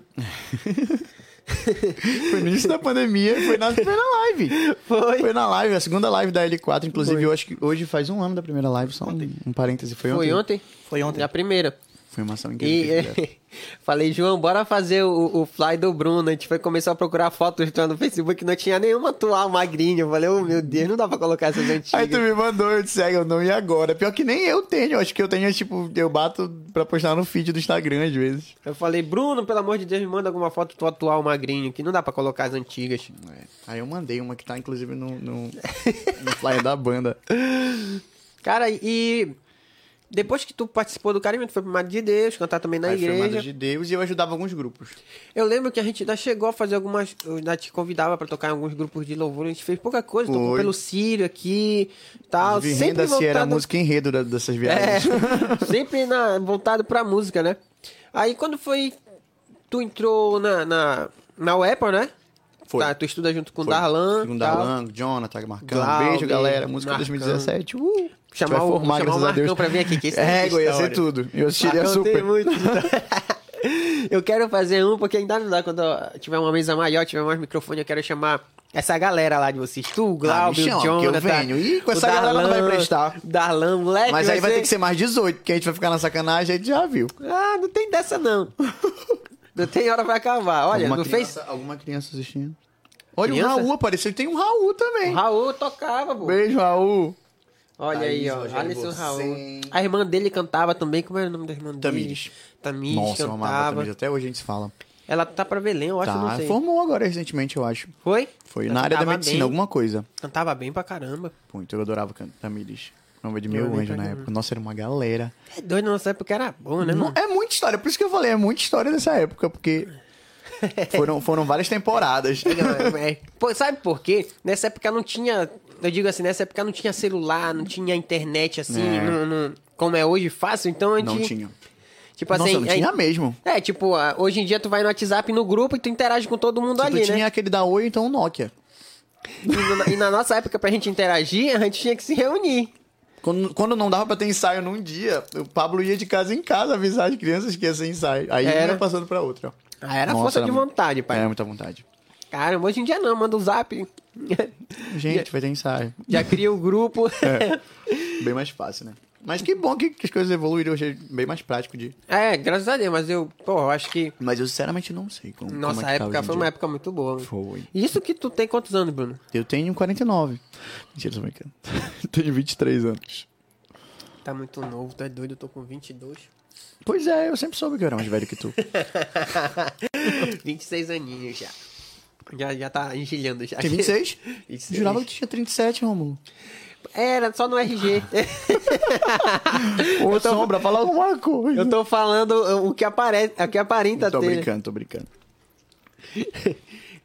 Foi no início da pandemia, foi na, foi na live. Foi. Foi na live, a segunda live da L4. Inclusive, eu acho que hoje faz um ano da primeira live, só um, um parêntese. Foi é. ontem. Foi ontem? Foi ontem. Na primeira. Foi uma ação E incrível. que fizeram. falei, João, bora fazer o, o fly do Bruno. A gente foi começar a procurar fotos tua no Facebook, não tinha nenhuma tua magrinha. Eu falei, oh, meu Deus, não dá pra colocar essas Aí tu antigas. me mandou, eu disse, ah, eu não ia agora. Pior que nem eu tenho, acho que eu tenho, tipo, eu bato pra postar no feed do Instagram às vezes. Eu falei, Bruno, pelo amor de Deus, me manda alguma foto tua atual magrinho, que não dá pra colocar as antigas. É. Aí eu mandei uma que tá, inclusive, no, no, no flyer da banda. Cara, e depois que tu participou do carimento, foi pro Madre de Deus, cantar também na Aí foi igreja. Manda de Deus e eu ajudava alguns grupos. Eu lembro que a gente ainda chegou a fazer algumas. Eu ainda te convidava pra tocar em alguns grupos de louvor, a gente fez pouca coisa, tocou Foi. pelo Sírio aqui tal. Inclusive, Sempre Renda-se era a voltado, música enredo da- dessas é, viagens. sempre na, voltado pra música, né? Aí quando foi. Tu entrou na, na, na UEPA, né? Foi. Tá, tu estuda junto com o Foi. Darlan. Segundo tal. Darlan, Jonathan, Marcão. Glauber, Beijo, galera. Música Marcão. 2017. Uh, Chamar vai o- formar, chamar o graças a Marcão Deus. pra vir aqui, que isso é é, eu ia história. ser tudo. Eu assistiria Marcão tem super. muito. então. eu quero fazer um, porque ainda não dá. Quando tiver uma mesa maior, tiver mais microfone, eu quero chamar essa galera lá de vocês. Tu, o Glauber, o chama, porque Ah, eu Jonathan. venho. Ih, com o essa galera não vai prestar. Darlan, moleque. Mas aí vai ter que ser mais 18, porque a gente vai ficar na sacanagem, a gente já viu. Ah, não tem dessa não. não tem hora pra acabar. Olha, alguma não fez. criança, Alguma criança assistindo. Olha, Criança? o Raul apareceu. Tem um Raul também. O Raul tocava, pô. Beijo, Raul. Olha aí, Thaís, ó. Rogério Alisson Bossen. Raul. A irmã dele cantava também. Como era o nome da irmã dele? Tamires. Tamires Nossa, eu amava cantava. também. Até hoje a gente se fala. Ela tá pra Belém, eu acho, não tá, sei. formou agora recentemente, eu acho. Foi? Foi Ela na área da cantava medicina, bem. alguma coisa. Cantava bem pra caramba. Pô, então eu adorava cantar Tamires. Nova de Eu meu nem anjo na sabia. época. Nossa, era uma galera. É doido, nossa época era bom, né, Não, mano? é muita história, por isso que eu falei, é muita história dessa época, porque foram, foram várias temporadas. Não, é- é. Pô, sabe por quê? Nessa época não tinha. Eu digo assim, nessa época não tinha celular, não tinha internet assim, É. não- não- como é hoje fácil, então a gente. Não tinha. Tipo Nossa, assim. não tinha mesmo. É, tipo, ah, hoje em dia tu vai no WhatsApp no grupo e tu interage com todo mundo Se ali, tu Tipo, tinha né? aquele da Oi, então o Nokia. E, na, e na nossa época, pra gente interagir, a gente tinha que se reunir. Quando, quando não dava pra ter ensaio num dia, o Pablo ia de casa em casa avisar as crianças que ia ser ensaio. Aí Era. ia passando pra outra. Ah, era força de muito- vontade, pai. É, muita vontade. Caramba, hoje em dia não, manda o zap. Gente, vai ter ensaio. Já cria o grupo. É. Bem mais fácil, né? Mas que bom que, que as coisas evoluíram hoje, é bem mais prático de... É, graças a Deus, mas eu, pô, eu acho que Mas eu sinceramente não sei como, como nossa é que tá hoje época em foi dia. uma época muito boa. Foi. Isso que tu tem quantos anos, Bruno? Eu tenho 49. Mentira, tô brincando. tenho 23 anos. Tá muito novo, tá doido, eu tô com 22. Pois é, eu sempre soube que eu era mais velho que tu. 26 aninhos já. Já, já tá engilhando já. Tem 26? 26. Jurava que tu tinha 37, Romulo. Era só no RG. Ô, Sombra, fala um alguma coisa. eu tô falando uh, o que aparece, o que aparenta tô ter. brincando, tô brincando. E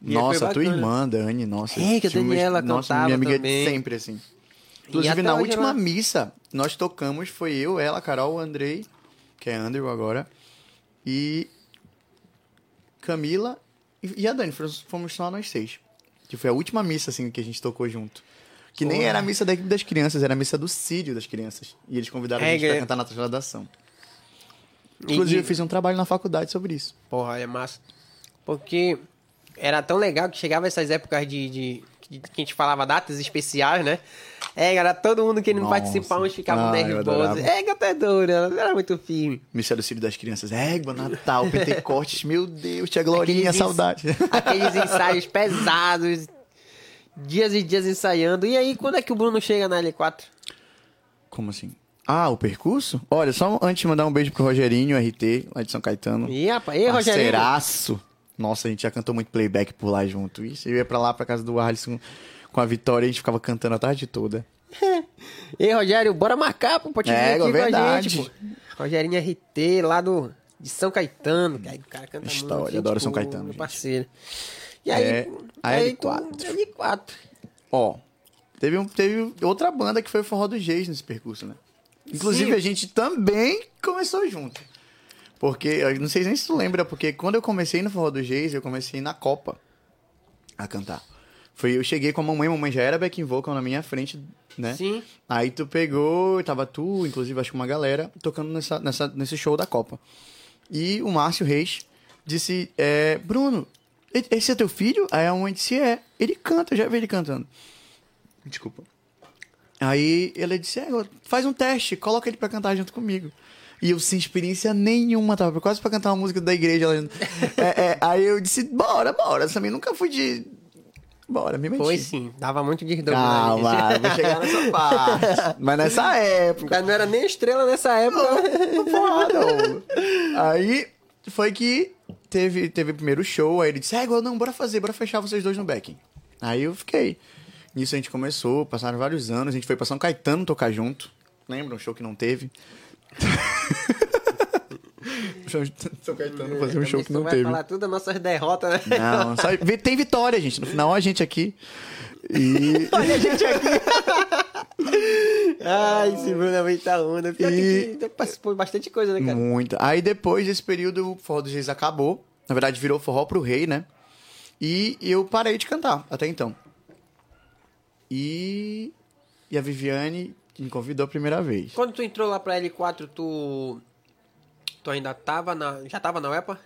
nossa, é, foi tua bacana. irmã, Dani, nossa. É, que a tinha umas- Daniela Nossa, cantava minha amiga também. sempre, assim. até Inclusive, na hoje última ela- missa, nós tocamos, foi eu, ela, a Carol, o Andrei, que é Andrew agora, e Camila e e a Dani, fomos- fomos só nós seis. Que foi a última missa, assim, que a gente tocou junto. Que nem era a missa da equipe das crianças, era a missa do Sírio das crianças. E eles convidaram É, a gente pra que- cantar na trasladação. E- Inclusive, eu fiz um trabalho na faculdade sobre isso. Porra, é massa. Porque era tão legal que chegava essas épocas de, de- de- que a gente falava datas especiais, né? É, era todo mundo querendo Nossa. participar, uns ficavam Ah, eu nervosos. adorava. É, gata é doida, era muito firme. Missa do Sírio das crianças. Égua, Natal, Pentecostes, meu Deus, tia Glorinha, Aqueles ens- saudade. Aqueles ensaios pesados, dias e dias ensaiando. E aí, quando é que o Bruno chega na L4? Como assim? Ah, o percurso? Olha, só antes de mandar um beijo pro Rogerinho, RT, lá de São Caetano. Ih, rapaz, e aí, Rogério? Parceiraço. Nossa, a gente já cantou muito playback por lá junto. Isso, eu ia pra lá, pra casa do Alisson, com a Vitória, a gente ficava cantando a tarde toda. E aí, Rogério, bora marcar, pô, pra te vir É, aqui com verdade. a gente, pô. Rogerinho RT, lá do, de São Caetano, cara, o cara canta História, muito. gente adoro São boa, Caetano, Meu gente. parceiro. E aí, É, a aí tu- L4. L4. Ó, teve, um, teve outra banda que foi o Forró do Geis nesse percurso, né? Inclusive, Sim. a gente também começou junto. Porque, eu não sei nem se tu lembra, porque quando eu comecei no Forró do Geis, eu comecei na Copa a cantar. Foi, eu cheguei com a mamãe, a mamãe já era back vocal na minha frente, né? Sim. Aí tu pegou, tava tu, inclusive acho que uma galera, tocando nessa, nessa, nesse show da Copa. E o Márcio Reis disse, é, Bruno, e- esse é teu filho? Aí a mãe disse, é. Ele canta, eu já vi ele cantando. Desculpa. Aí ele disse, é, faz um teste, coloca ele pra cantar junto comigo. E eu sem experiência nenhuma, tava quase pra cantar uma música da igreja. lá. É, é, aí eu disse, bora, bora, também nunca fui de... Bora, me meti. Foi sim, dava muito de né, Calma, vou chegar nessa parte. Mas nessa época. Não era nem estrela nessa época. Porrada, ô. Aí foi que teve, teve o primeiro show, aí ele disse, é igual, não, bora fazer, bora fechar vocês dois no backing. Aí eu fiquei. Nisso a gente começou, passaram vários anos, a gente foi pra São Caetano tocar junto. Lembra um show que não teve? Show de São Caetano fazer um show que não Então, vai teve. falar tudo das nossas derrotas, né? Não, só- vi- tem vitória, gente. No final a gente aqui. E. Olha a gente aqui. Ai, esse Bruno é muita onda. Pior E- que que participou de bastante coisa, né, cara? Muita. Aí depois desse período, o forró dos reis acabou. Na verdade, virou forró pro rei, né? E eu parei de cantar até então. E, e a Viviane me convidou a primeira vez. Quando tu entrou lá pra L4, tu. Tu ainda tava na. Já tava na UEPA?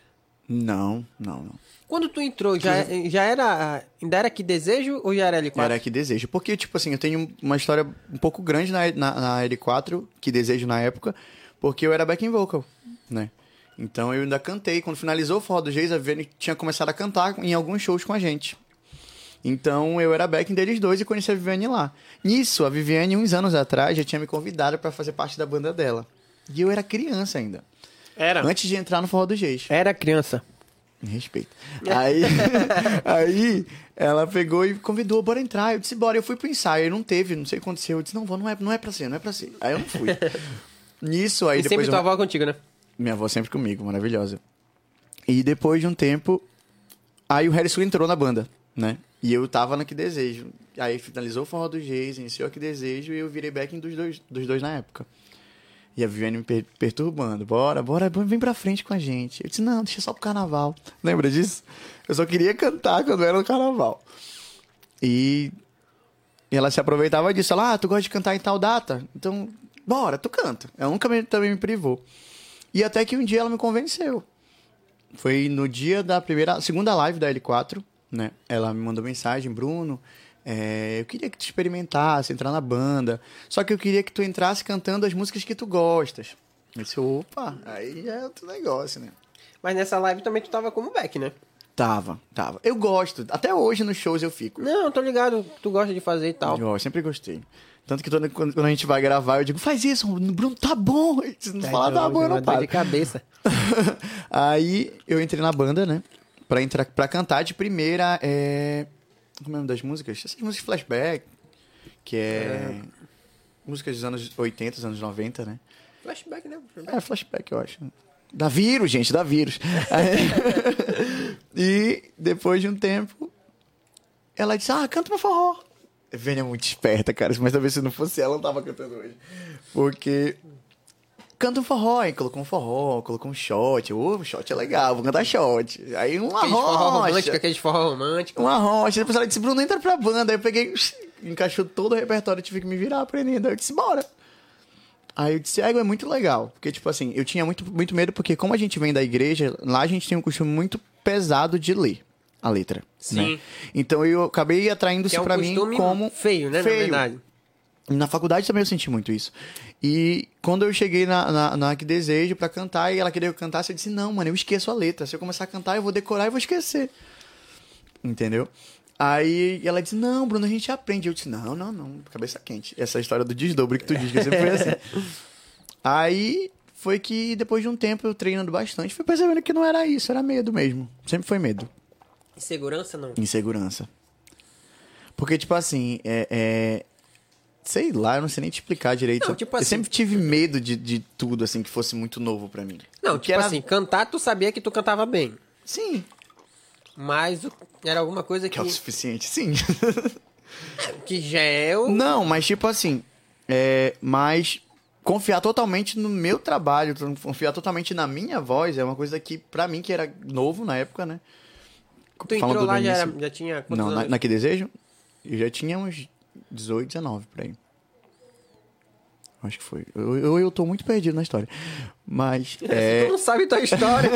Não, não, não. Quando tu entrou, já, Uhum. já era. Ainda era que desejo ou já era L4? Era que desejo. Porque, tipo assim, eu tenho uma história um pouco grande na, na, na L4, que desejo na época, porque eu era backing vocal, né? Então eu ainda cantei. Quando finalizou o Forró dos Reis, a Viviane tinha começado a cantar em alguns shows com a gente. Então eu era backing deles dois e conheci a Viviane lá. Nisso, a Viviane, uns anos atrás, já tinha me convidado pra fazer parte da banda dela. E eu era criança ainda. É. Era. Antes de entrar no Forró dos Reis. Era criança. Me respeita. Aí, aí ela pegou e convidou, bora entrar. Eu disse, bora. Eu fui pro ensaio, aí não teve, não sei o que aconteceu. Eu disse, não, vou, não é, não é pra ser, não é pra ser. Aí eu não fui. Nisso, aí e depois. sempre tua eu- avó contigo, né? Minha avó sempre comigo, maravilhosa. E depois de um tempo, aí o Harrison entrou na banda, né? E eu tava na Que Desejo. Aí finalizou o Forró dos Reis, iniciou a Que Desejo e eu virei backing dos dois, dos dois na época. E a Viviane me per- perturbando. Bora, bora, bora, vem pra frente com a gente. Eu disse, não, deixa só pro carnaval. Lembra disso? Eu só queria cantar quando era no carnaval. E e ela se aproveitava disso. Ela, ah, tu gosta de cantar em tal data? Então, bora, tu canta. Ela nunca me- também me privou. E até que um dia ela me convenceu. Foi no dia da primeira, segunda live da L4, né? Ela me mandou mensagem, Bruno, é, eu queria que tu experimentasse, entrar na banda. Só que eu queria que tu entrasse cantando as músicas que tu gostas. Eu disse, opa, aí já é outro negócio, né? Mas nessa live também tu tava como back, né? Tava, tava. Eu gosto. Até hoje nos shows eu fico. Não, tô ligado, tu gosta de fazer e tal. Eu, eu sempre gostei. Tanto que toda- quando, quando a gente vai gravar, eu digo, faz isso, Bruno, tá bom. Se não falar, tá bom, eu não dor de para. cabeça. Aí eu entrei na banda, né? Pra, entrar, pra cantar de primeira. É... Como é o nome das músicas? Essas músicas de flashback, que é. Músicas dos anos 80, dos anos 90, né? Flashback, né? Flashback. É, flashback, eu acho. Dá vírus, gente, dá vírus. Aí- e depois de um tempo, ela disse: Ah, canta meu forró. Vênia é muito esperta, cara, mas talvez se não fosse ela, eu não tava cantando hoje. Porque. Canta um forró, aí colocou um forró, colocou um shot. Ô, shot é legal, vou cantar shot. Aí uma Aqueles é forró romântico, rocha. aqueles forró romântico. Uma rocha. Depois ela disse: Bruno, entra pra banda. Aí eu peguei, encaixou todo o repertório, tive que me virar aprendendo. Aí eu disse: Bora. Aí eu disse, ego é muito legal. Porque, tipo assim, eu tinha muito, muito medo, porque como a gente vem da igreja, lá a gente tem um costume muito pesado de ler a letra. Sim. né? Então eu acabei atraindo-se Que é um pra mim costume como. feio, né? Na verdade. Na faculdade também eu senti muito isso. E quando eu cheguei na, na, na Que Desejo pra cantar e ela queria que eu cantasse, eu disse: Não, mano, eu esqueço a letra. Se eu começar a cantar, eu vou decorar e vou esquecer. Entendeu? Aí ela disse: Não, Bruno, a gente aprende. Eu disse: Não, não, não, cabeça quente. Essa história do desdobro que tu diz que sempre foi assim. Aí foi que depois de um tempo eu treinando bastante, fui percebendo que não era isso, era medo mesmo. Sempre foi medo. Insegurança, não. Insegurança. Porque, tipo assim, é, é- Sei lá, eu não sei nem te explicar direito. Não, tipo eu assim- sempre tive medo de, de tudo, assim, que fosse muito novo pra mim. Não, Porque tipo assim, cantar tu sabia que tu cantava bem. Sim. Mas o- era alguma coisa que, Que é o suficiente, sim. que já é o... não, mas tipo assim. É, mas confiar totalmente no meu trabalho, confiar totalmente na minha voz, é uma coisa que, pra mim, que era novo na época, né? Tu Falando entrou do lá, já, início. era- já tinha quantos Não, na, anos? na Que Desejo? Eu já tinha uns 18, 19 por aí. Acho que foi. Eu, eu, eu tô muito perdido na história. Mas. Tu É, não sabe tua história.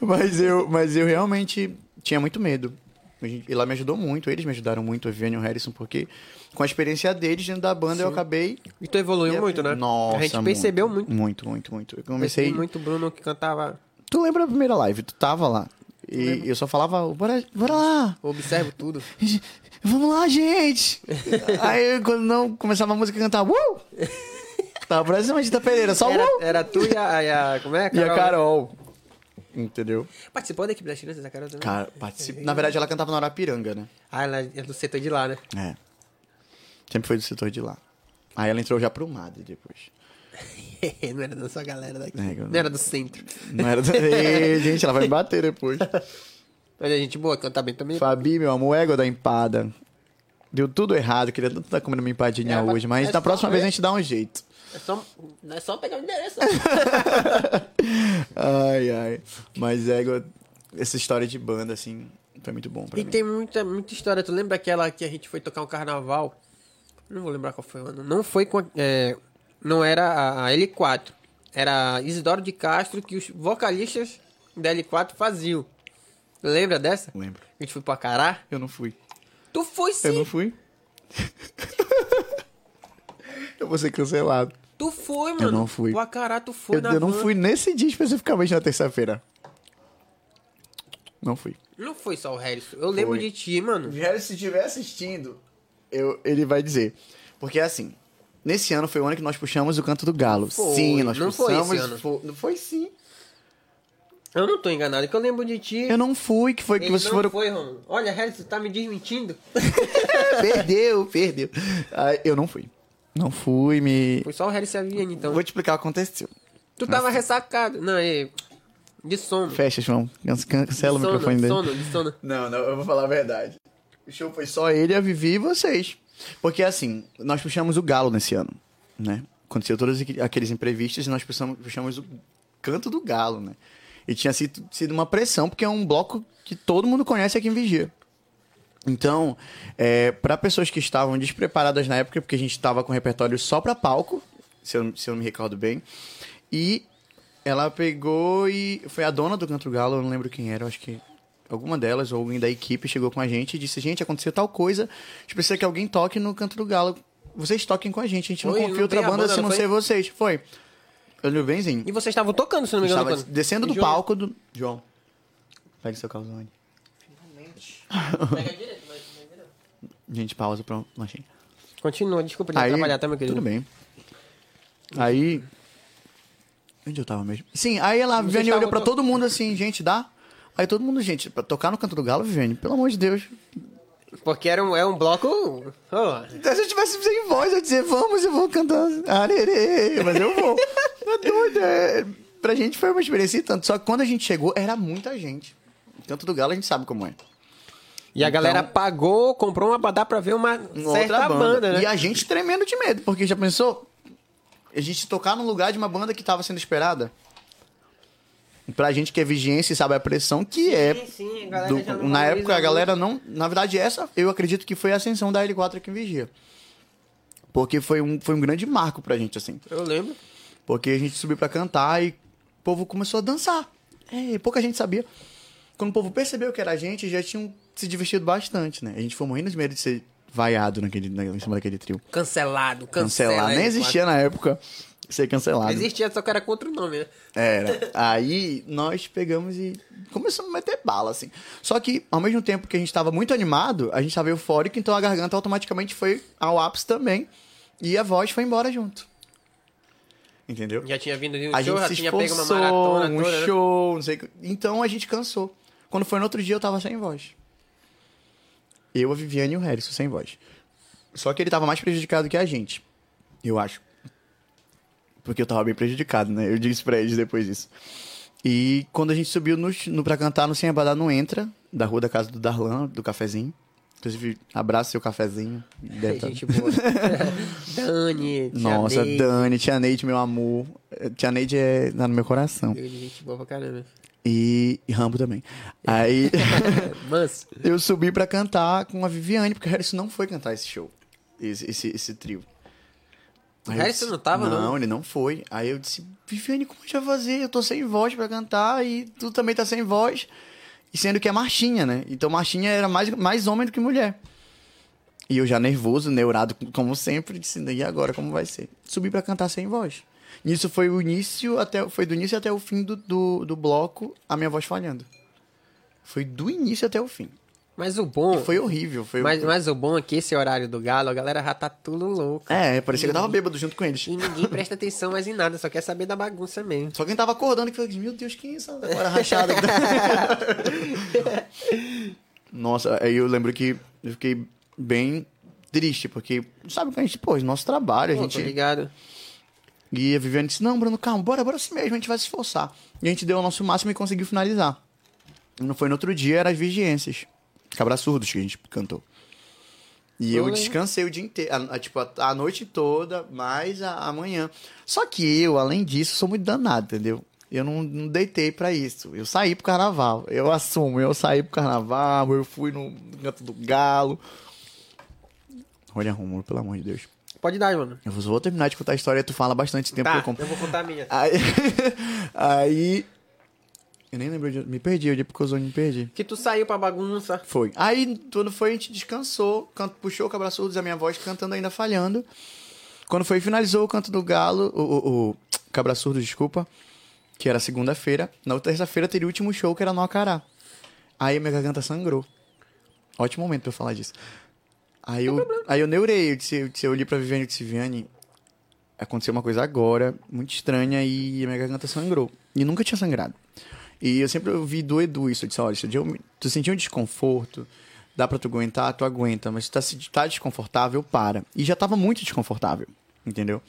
mas, eu, mas eu realmente tinha muito medo. A gente- E lá me ajudou muito, eles me ajudaram muito, a Viviane e o Harrison, porque com a experiência deles dentro da banda eu acabei. é E tu evoluiu muito, né? Nossa, A gente percebeu muito. Muito, muito, muito. Eu comecei. muito o Bruno que cantava Tu lembra a primeira live? Tu tava lá. E eu só falava, bora, bora lá! Observo Tudo. Vamos lá, gente! Aí quando não começava a música eu cantava, uh! Tava parecendo a Dita Pereira, só Era, uh! era tu e a, e a- Como é? E a né? Carol. Entendeu? Participou da equipe das crianças, a Carol também? Cara, participa... Na verdade, ela cantava na Arapiranga, né? Ah, ela é do setor de lá, né? É. Sempre foi do setor de lá. Aí ela entrou já pro MAD depois. não era da sua galera daqui. É, eu- não era do centro. Não era da... Ei, gente, ela vai me bater depois. Mas a gente boa, canta bem também. Fabi, meu amor, égua da empada. Deu tudo errado, queria tanto estar comendo uma empadinha É, mas- hoje, mas é na só próxima ver. vez a gente dá um jeito. É só, não é só pegar o endereço. Ai, ai. Mas égua, essa história de banda, assim, foi muito bom pra e mim. tem muita, muita história. Tu lembra aquela que a gente foi tocar um carnaval? Não vou lembrar qual foi o ano. Não foi com. a- é, não era a, a L4. Era a Isidoro de Castro que os vocalistas da L4 faziam. Lembra dessa? Lembro. A gente foi pra Cará? Eu não fui. Tu foi Eu sim! não fui? eu vou ser cancelado. Tu foi, mano. não fui. Pra Cará, tu foi Eu, na eu não van. fui nesse dia especificamente na terça-feira. Não fui. Não foi só o Harrison. Eu lembro Foi. de ti, mano. Jair, se estiver assistindo, eu- ele vai dizer. Porque assim, nesse ano foi o ano que nós puxamos o canto do galo. Foi, sim, nós não foi esse puxamos. ano. fo- Não foi sim. Eu não tô enganado, que eu lembro de ti. Eu não fui, que foi que Ele vocês não foram. foi, Romulo. Olha, Harrison, tá me desmentindo. perdeu, perdeu. Ah, eu não fui. Não fui, me. Foi só o Harrison e a Viviane, então. Vou te explicar o que aconteceu. Tu tava ressacado. Não, é... De sono. Fecha, João. Can- de Cancela o sono, microfone de dele. sono, de sono. Não, não, eu vou falar a verdade. O show foi só ele, a Vivi e vocês. Porque assim, nós puxamos o galo nesse ano, né? Aconteceu todos aqu- aqueles imprevistos e nós puxamos, puxamos o canto do galo, né? E tinha sido, sido uma pressão, porque é um bloco que todo mundo conhece aqui em Vigia. Então, para pessoas que estavam despreparadas na época, porque a gente estava com repertório só para palco, se eu, se eu me recordo bem, e ela pegou e foi a dona do Canto do Galo, eu não lembro quem era, acho que alguma delas ou alguém da equipe chegou com a gente e disse: "Gente, aconteceu tal coisa, a gente precisa que alguém toque no Canto do Galo. Vocês toquem com a gente, a gente Foi, não confia em não tem outra a banda banda, se não não foi? ser vocês". Foi. Olhou benzinho. E vocês estavam tocando, se não me engano. Estava quando? descendo do João, palco do João. Pega seu calzone. pega direito, vai, vai direito. Gente, pausa pra um lanchinho. Continua, desculpa de atrapalhar, tá, meu querido? Tudo bem. Aí. Onde eu tava mesmo? Sim, aí ela, a Viviane estavam olhou pra to- todo mundo assim, gente, dá? Aí todo mundo, gente, pra tocar no canto do galo, Viviane, pelo amor de Deus. Porque era um, é um bloco... Oh, Se eu tivesse sem voz, eu ia dizer, vamos, eu vou cantar arerê, mas eu vou. é doido, é... Pra gente foi uma experiência e tanto. Só que quando a gente chegou, era muita gente. O canto do galo a gente sabe como é. e a galera pagou, comprou uma badá pra ver uma, uma certa outra banda. né? E a gente tremendo de medo, porque já pensou? A gente tocar num lugar de uma banda que tava sendo esperada? Pra gente que é vigência e sabe a pressão que é. sim, a galera do- já não na valoriza época a galera não. Na verdade, essa eu acredito que foi a ascensão da L4 aqui em Vigia. Porque foi um, foi um grande marco pra gente, assim. Eu lembro. Porque a gente subiu pra cantar e o povo começou a dançar. É, pouca gente sabia. Quando o povo percebeu que era a gente, já tinham se divertido bastante, né? A gente foi morrendo de medo de ser vaiado naquele, na, em cima daquele trio. Cancelado, cancelado. Cancelar. Nem existia na época ser cancelado. Existia, só que era contra o nome, né? Era. Aí nós pegamos e começamos a meter bala, assim. Só que, ao mesmo tempo que a gente tava muito animado, a gente tava eufórico, então a garganta automaticamente foi ao ápice também. E a voz foi embora junto. Entendeu? Já tinha vindo de um a show, gente já se tinha pego uma esforçou, maratona um toda, né? show, não sei o que. Então a gente cansou. Quando foi no outro dia, eu tava sem voz. Eu, a Viviane e o Harrison sem voz. Só que ele tava mais prejudicado que a gente. Eu acho. Porque eu tava bem prejudicado, né? Eu disse pra eles depois disso. E quando a gente subiu no, no pra cantar no Sem Abadá Não Entra, da rua da casa do Darlan, do cafezinho. Inclusive, abraça seu cafezinho. Deve tá- Gente boa. Dani, tia Nossa, Neide, Dani, tia Neide, meu amor. Tia Neide é, tá no meu coração. Gente boa pra caramba. E, e Rambo também. Aí Manso. eu subi pra cantar com a Viviane, porque o Harrison não foi cantar esse show, esse, esse, esse trio. O Aí eu Harrison disse, não tava, não? Não, ele não foi. Aí eu disse, Viviane, como a gente vai fazer? Eu tô sem voz pra cantar e tu também tá sem voz. E sendo que é marchinha, né? Então marchinha era mais, mais homem do que mulher. E eu já nervoso, neurado, como sempre, disse, e agora, como vai ser? Subi pra cantar sem voz. Nisso foi o início, até, foi do início até o fim do, do, do bloco, a minha voz falhando. Foi do início até o fim. Mas o bom. Foi horrível, foi Mas, mas o bom é que esse horário do galo, a galera já tá tudo louca. É, parecia que eu tava bêbado junto com eles. E ninguém presta atenção mais em nada, só quer saber da bagunça mesmo. Só quem tava acordando que falou, meu Deus, quem é essa hora rachada? Nossa, aí eu lembro que eu fiquei bem triste, porque sabe que a gente, pô, é nosso trabalho, a Pô, tô gente... ligado. E a Viviane disse, não, Bruno, calma, bora, bora assim mesmo, a gente vai se esforçar. E a gente deu o nosso máximo e conseguiu finalizar. Não foi no outro dia, eram as vigências. Cabra surdos que a gente cantou. E eu Foi. descansei o dia inteiro, a- a- tipo, a, a noite toda, mais a, a manhã. Só que eu, além disso, sou muito danado, entendeu? Eu não, não deitei pra isso. Eu saí pro carnaval. Eu assumo, eu saí pro carnaval, eu fui no canto do galo. Olha, Romulo, pelo amor de Deus. Pode dar, mano. Eu vou terminar de contar a história, tu fala bastante tempo Tá, que eu compro. eu vou contar a minha. Aí, aí- Eu nem lembro onde. eu- Me perdi, eu olhei pro Cozone e me perdi. Que tu saiu pra bagunça. Foi. Aí, quando foi, a gente descansou, canto, puxou o cabraçudos, a minha voz cantando ainda falhando. Quando foi, finalizou o canto do galo, o, o, o cabraçudo, desculpa, que era segunda-feira. Na outra terça-feira teria o último show, que era no Acará. Aí minha garganta sangrou. Ótimo momento pra eu falar disso. Aí eu, aí eu neurei, eu, disse, eu, disse, eu olhei pra Viviane e disse, Viviane, aconteceu uma coisa agora, muito estranha, e a minha garganta sangrou. E nunca tinha sangrado. E eu sempre ouvi do Edu isso, eu disse, olha, se eu- tu sentiu um desconforto, dá pra tu aguentar, tu aguenta, mas se tá, se tá desconfortável, para. E já tava muito desconfortável, entendeu?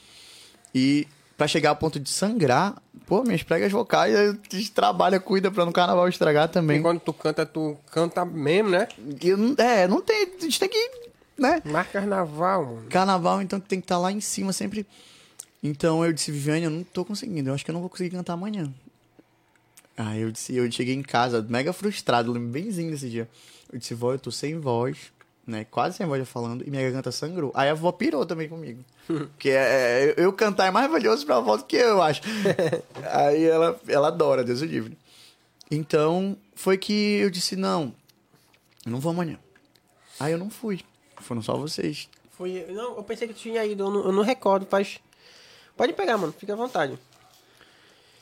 E pra chegar ao ponto de sangrar, pô, minhas pregas vocais, eu te- trabalha, cuida pra no carnaval estragar E também. quando tu canta, tu canta mesmo, né? E eu não- é, não tem, a gente tem que, né? Mar carnaval, mano. Carnaval, então, que tem que estar lá em cima sempre. Então eu disse, Viviane, eu não tô conseguindo, eu acho que eu não vou conseguir cantar amanhã. Aí eu disse, eu cheguei em casa mega frustrado, lembro benzinho desse dia. Eu disse, vó, eu tô sem voz, né? Quase sem voz já falando, e minha garganta sangrou. Aí a vó pirou também comigo. Porque é, é, eu cantar é mais valioso pra vó do que eu, eu acho. Aí ela, ela adora, Deus o livre. Então, foi que eu disse, não, eu não vou amanhã. Aí eu não fui. Foram só vocês. Foi. Não, eu pensei que tu tinha ido, eu não, eu não recordo, faz. Pode pegar, mano, fica à vontade.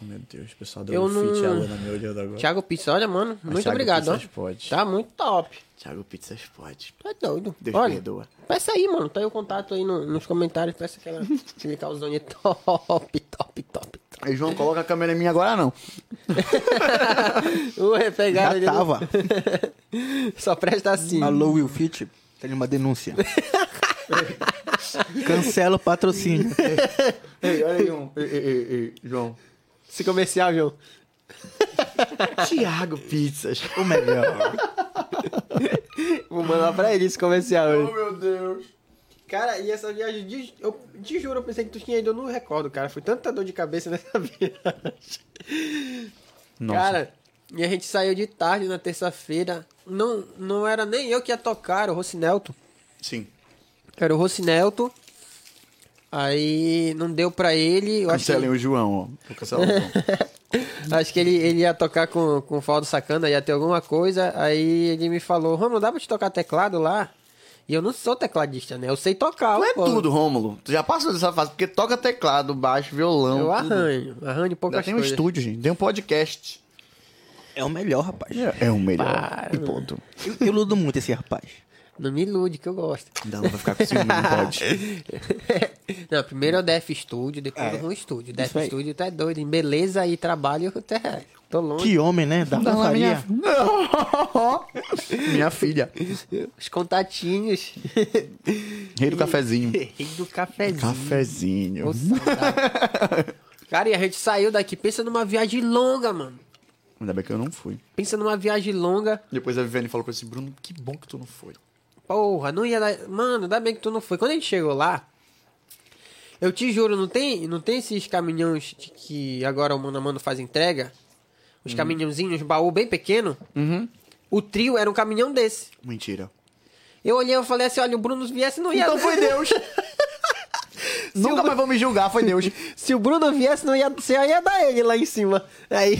Meu Deus, o pessoal Eu deu um fit, não- a Luana me olhando agora. Thiago Pizza, olha, mano, muito Thiago obrigado, Pizzas ó. pode. Tá muito top. Thiago Pizzas pode. Tu é doido. Deus olha, perdoa. peça aí, mano, tá aí o contato aí no- nos comentários, peça aquela chimicalzone um top, top, top, top. Aí, João, coloca a câmera em mim agora, não. Ué, Já pegaram ele. tava. Só presta assim. Alô, Wilfit. Tem uma denúncia. Cancela o patrocínio. Ei, olha aí, João. Ei, ei, ei, ei, João. Esse comercial, João. Thiago Pizzas. O melhor. Vou mandar pra ele esse comercial. Oh, velho. meu Deus. Cara, e essa viagem, de- eu te juro, eu pensei que tu tinha ido, eu não recordo, cara. Foi tanta dor de cabeça nessa viagem. Nossa. Cara, e a gente saiu de tarde na terça-feira. Não, não era nem eu que ia tocar, era o Rocinelto. Sim. Era o Rocinelto. Aí não deu pra ele. Eu acho que, Cancelem o João, ó. Cancelem o João. acho que ele, ele ia tocar com, com o Faldo Sacana, ia ter alguma coisa. Aí ele me falou, Romulo, dá pra te tocar teclado lá? E eu não sou tecladista, né? Eu sei tocar. Tu é pô. tudo, Rômulo. Tu já passou dessa fase, porque toca teclado, baixo, violão. Eu tudo. arranho, arranho poucas Ainda tem um coisas. estúdio, gente. Tem um podcast. É o melhor, rapaz. É o melhor. Para, e ponto. Eu, eu ludo muito esse rapaz. Não me ilude, que eu gosto. Ainda não vai ficar com ciúme, não pode. Não, primeiro é o Def Studio, depois é. o Room Studio. Def Studio tá doido, em beleza e trabalho eu até tô longe. Que homem, né? Da Dá lá Maria. minha... minha filha. Os contatinhos. Rei do cafezinho. Rei do cafezinho. Cafezinho. Ô, saudade. Cara, e a gente saiu daqui, pensa numa viagem longa, mano. Ainda bem que eu não fui. Pensa numa viagem longa. Depois a Viviane falou pra esse Bruno, que bom que tu não foi. Porra, não ia dar. Mano, ainda bem que tu não foi. Quando a gente chegou lá, eu te juro, não tem, não tem esses caminhões de que agora o mano a mano faz entrega? Uhum. Os caminhãozinhos, um baú bem pequeno. O trio era um caminhão desse. Mentira. Eu olhei e falei assim: olha, o Bruno viesse não ia. Então foi Deus. Nunca mais vão me julgar, foi Deus. Se o Bruno viesse, não ia, você ia dar ele lá em cima. Aí,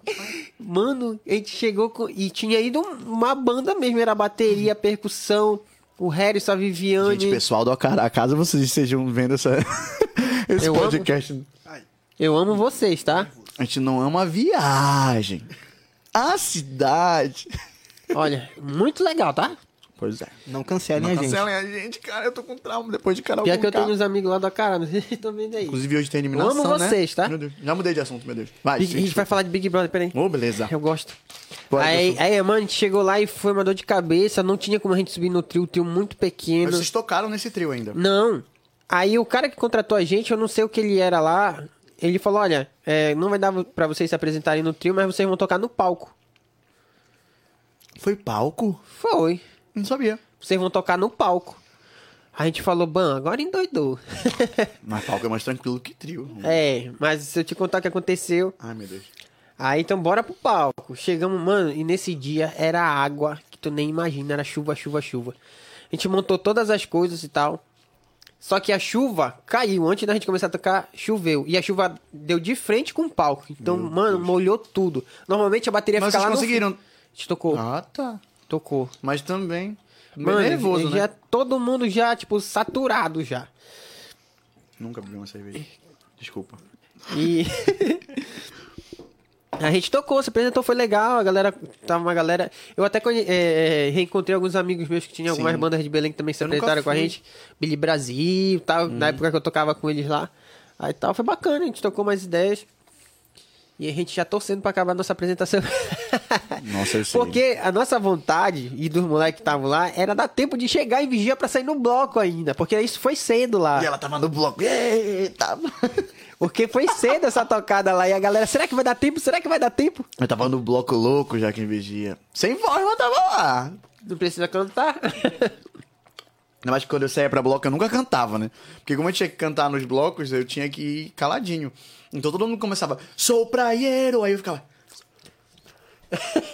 mano, a gente chegou com- e tinha ido uma banda mesmo, era bateria, percussão, o Harrison, a Viviane. Gente, pessoal do Acara- acaso vocês estejam vendo essa... esse Eu amo. podcast. Eu amo vocês, tá? A gente não ama a viagem. A cidade. Olha, muito legal, tá? Pois é. Não cancelem Não a gente. cancelem a gente, cara. Eu tô com trauma depois de Carol Pior que eu Conká. tenho uns amigos lá da cara, vocês estão vendo aí. Inclusive hoje tem eliminação, Eu amo né? vocês, tá? Meu Deus, já mudei de assunto, meu Deus. Vai, Big- a gente vai falar de Big Brother, peraí. Ô, beleza. Eu gosto. Pode, aí, Anderson. aí, mano, a gente chegou lá e foi uma dor de cabeça. Não tinha como a gente subir no trio, o trio muito pequeno. Mas Vocês tocaram nesse trio ainda. Não. Aí o cara que contratou a gente, eu não sei o que ele era lá. Ele falou: olha, é, não vai dar pra vocês se apresentarem no trio, mas vocês vão tocar no palco. Foi palco? Foi. Não sabia. Vocês vão tocar no palco. A gente falou, Ban, agora endoidou. Mas palco é mais tranquilo que trio. é, mas se eu te contar o que aconteceu. Ai, meu Deus. Aí então bora pro palco. Chegamos, mano, e nesse dia era água que tu nem imagina, era chuva, chuva, chuva. A gente montou todas as coisas e tal. Só que a chuva caiu. Antes da gente começar a tocar, choveu. E a chuva deu de frente com o palco. Então, mano, molhou tudo. Normalmente a bateria Mas fica lá vocês conseguiram. no... A gente tocou, Ah, tá. tocou. Mas também. Mano, Bem nervoso, né? já, todo mundo já, tipo, saturado já. Nunca bebi uma cerveja. Desculpa. E. A gente tocou, se apresentou, foi legal, a galera, tava uma galera... Eu até conhe- eh, eh, reencontrei alguns amigos meus que tinham Sim. algumas bandas de Belém que também se Eu nunca apresentaram com a fui. Hum. gente. Billy Brasil e tal, na época que eu tocava com eles lá. Aí tal, foi bacana, a gente tocou mais ideias. E a gente já torcendo pra acabar a nossa apresentação. Nossa, eu sei. Porque a nossa vontade, e dos moleques que estavam lá, era dar tempo de chegar e vigiar pra sair no bloco ainda. Porque isso foi cedo lá. Ah. E ela tava no bloco. Eita. Porque foi cedo essa tocada lá e a galera, será que vai dar tempo? Será que vai dar tempo? Eu tava no bloco louco já que em vigia. Sem voz, mas tava lá. Não precisa cantar. Ainda mais que quando eu saía pra bloco, eu nunca cantava, né? Porque como eu tinha que cantar nos blocos, eu tinha que ir caladinho. Então todo mundo começava, sou praieiro, aí eu ficava...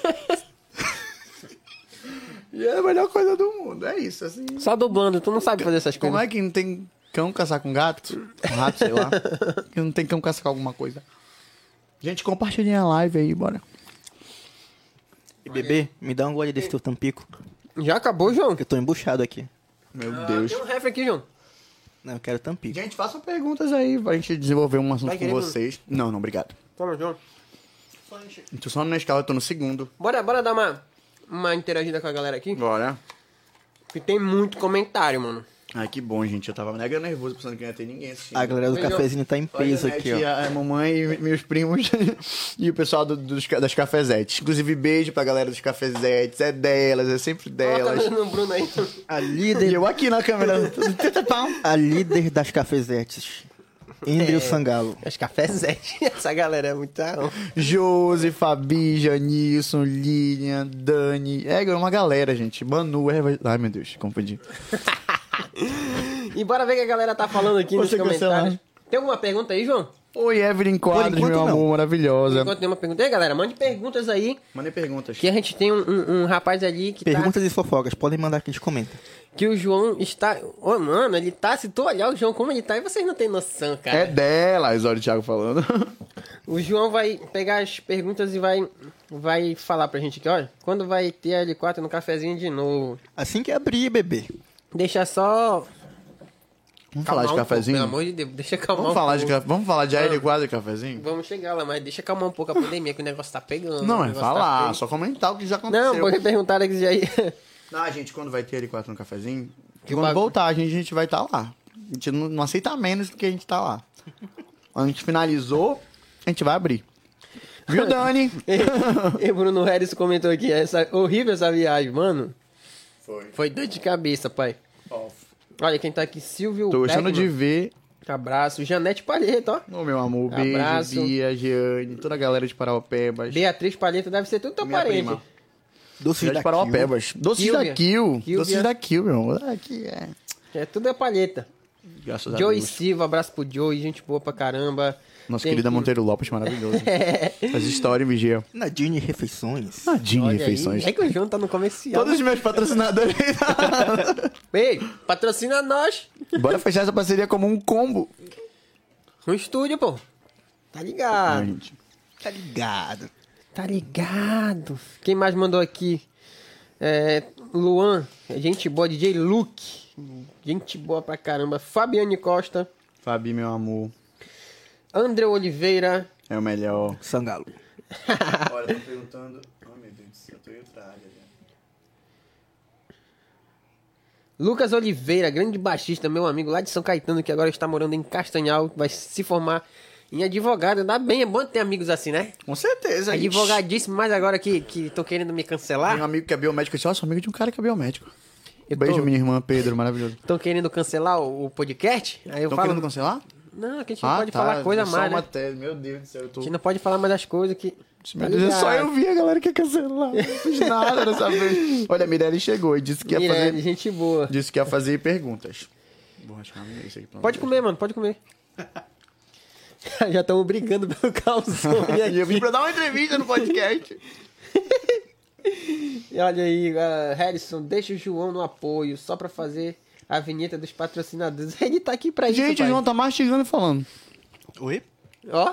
e é a melhor coisa do mundo, é isso, assim... Só dublando, tu não sabe fazer essas Como coisas. é que não tem cão caçar com gato? Com Um rato, sei lá. que não tem cão caçar com alguma coisa. Gente, compartilhem a live aí, bora. E bebê, me dá um gole desse teu tampico. Já acabou, João? Eu tô embuchado aqui. Meu Deus. Tem um ref aqui, João. Não, eu quero tampico. Gente, façam perguntas aí pra gente desenvolver um assunto Vai com querer, vocês. Não, não, obrigado. Toma, João. Eu tô só na escala, eu tô no segundo. Bora, bora dar uma, uma interagida com a galera aqui. Bora. Porque tem muito comentário, mano. Ai, que bom, gente. Eu tava mega nervoso pensando que não ia ter ninguém assistindo. A Ah, galera do Melhor. cafezinho tá em Olha, peso né, aqui, tia, ó. A mamãe e meus primos e o pessoal do- dos, ca- das cafezetes. Inclusive, beijo pra galera dos cafezetes. É delas, é sempre Ela delas. tá dando Bruno aí. A E líder, eu aqui na câmera. Tenta pau. a líder das cafezetes. Andrew Sangalo. As cafezete. Essa galera é muito... Josi, Fabi, Janilson, Lilian, Dani. É, é uma galera, gente. Manu, Eva. Ai, meu Deus, confundi. E bora ver o que a galera tá falando aqui nos Você comentários. Tem alguma pergunta aí, João? Oi, Evelyn Quadros, enquanto, meu não. amor, maravilhosa. Enquanto tem uma pergunta aí, galera, mande perguntas aí. Mandei perguntas. Que a gente tem um, um- um rapaz ali que tá... Perguntas e fofocas, podem mandar que a gente comenta. Que o João está. Ô, mano, ele tá. Se tu olhar o João como ele tá, aí vocês não tem noção, cara. É delas, olha o Thiago falando. O João vai pegar as perguntas e vai. Vai falar pra gente aqui, olha. Quando vai ter a L4 no cafezinho de novo? Assim que abrir, bebê. Deixa só. Vamos falar calmar de um cafezinho? pouco, pelo amor de Deus, deixa calmar Vamos um falar de, pouco. ca- vamos falar de Aire Quadro e cafezinho? Vamos chegar lá, mas deixa calmar um pouco a pandemia, que o negócio tá pegando. o Não, é negócio tá falar, feio. só comentar o que já aconteceu. Não, porque perguntaram que já ia. Ah, gente, quando vai ter L4 no cafezinho? Que quando bagu- voltar, a gente, a gente vai estar lá. A gente não, não aceita menos do que a gente tá lá. A gente finalizou, a gente vai abrir. Viu, Dani? e Bruno Harris comentou aqui, essa, horrível essa viagem, mano. Foi. Foi dor de cabeça, pai. Olha quem tá aqui, Silvio Tô gostando de Beckman. ver, Abraço. Janete Palheta, ó. ô meu amor, beijo, Abraço. Bia, Jeane, toda a galera de Paraopebas. Beatriz Palheta deve ser tudo teu Minha parente. prima. Doces Galera da de Paraopebas. Doces Kilvia. da Kill. Kilvia. Doces da Kill, meu amor. Aqui é. É tudo é Palheta. Graças a Joey Deus. Silva, abraço pro Joey, gente boa pra caramba. Nosso Tem querido que- Monteiro Lopes, maravilhoso. É. Faz história em vigia. Nadine Refeições. Nadine, Olha aí, refeições. É que o João tá no comercial. Todos os meus patrocinadores. Ei, patrocina nós. Bora fechar essa parceria como um combo. Um estúdio, pô. Tá ligado? Ah. gente. Tá ligado. Tá ligado. Quem mais mandou aqui? É, Luan, é gente boa, DJ Luke. Gente boa pra caramba. Fabiane Costa, Fabi, meu amor, André Oliveira. é o melhor. Sangalo. Olha, tô perguntando. Ai, meu Deus, do céu, tô em outra área. já. Lucas Oliveira, grande baixista, meu amigo lá de São Caetano, que agora está morando em Castanhal, vai se formar em advogado. Dá bem, é bom ter amigos assim, né? Com certeza, Advogadíssimo, mas agora que estão querendo me Tem um cancelar, amigo que é biomédico. Eu disse, ó, sou amigo de um cara que é biomédico. Eu Beijo, tô- minha irmã Pedro, maravilhoso. estão querendo cancelar o, o podcast. Aí eu Estão falo, querendo cancelar? Ah, tá. não, que a gente não pode falar coisa a só mais, uma né? tese. Meu Deus do céu, eu tô... A gente não pode falar mais das coisas que... Meu Deus, Tá só ligado? eu vi a galera que ia cancelar. Não fiz nada dessa vez. Olha, a Mirelle chegou e disse que ia Mirelle, fazer... né? gente boa. Disse que ia fazer perguntas. Vou achar uma isso aqui. pra- Pode comer, mano, pode comer. Já estamos brigando pelo calzone E eu vim aqui. pra dar uma entrevista no podcast. E Olha aí, ah, Harrison, deixa o João no apoio, só pra fazer a vinheta dos patrocinadores. Ele tá aqui pra isso, Gente, o pai. João tá mastigando e falando. Oi? Ó,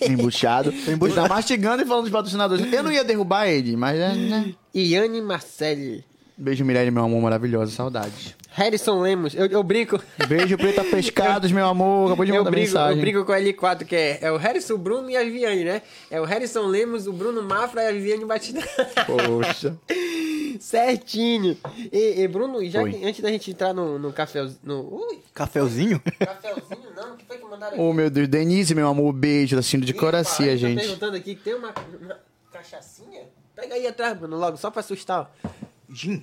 Embuchado. Ele tá mastigando e falando dos patrocinadores. Eu não ia derrubar ele, mas... né, Né? Iane Marcelli. Beijo, Mirelle, meu amor, maravilhosa. Saudades. Harrison Lemos, eu, eu brinco. Beijo, Preta Pescados, meu amor. Acabou de Eu mandar brigo, eu mensagem. brigo com a L4, que é, é o Harrison, o Bruno e a Viviane, né? É o Harrison Lemos, o Bruno Mafra e a Viviane Batida. Poxa. Certinho. E, e, Bruno, já Oi. que- antes da gente entrar no, no cafezinho. No, ui, Caféuzinho? cafezinho não, o que foi que mandaram aqui? Ô, meu Deus. Denise, meu amor, beijo. Tá assistindo de Ih, pai, coracia, tá gente. perguntando aqui que tem uma, uma cachaçinha? Pega aí atrás, Bruno, logo, só pra assustar. ó. Gin.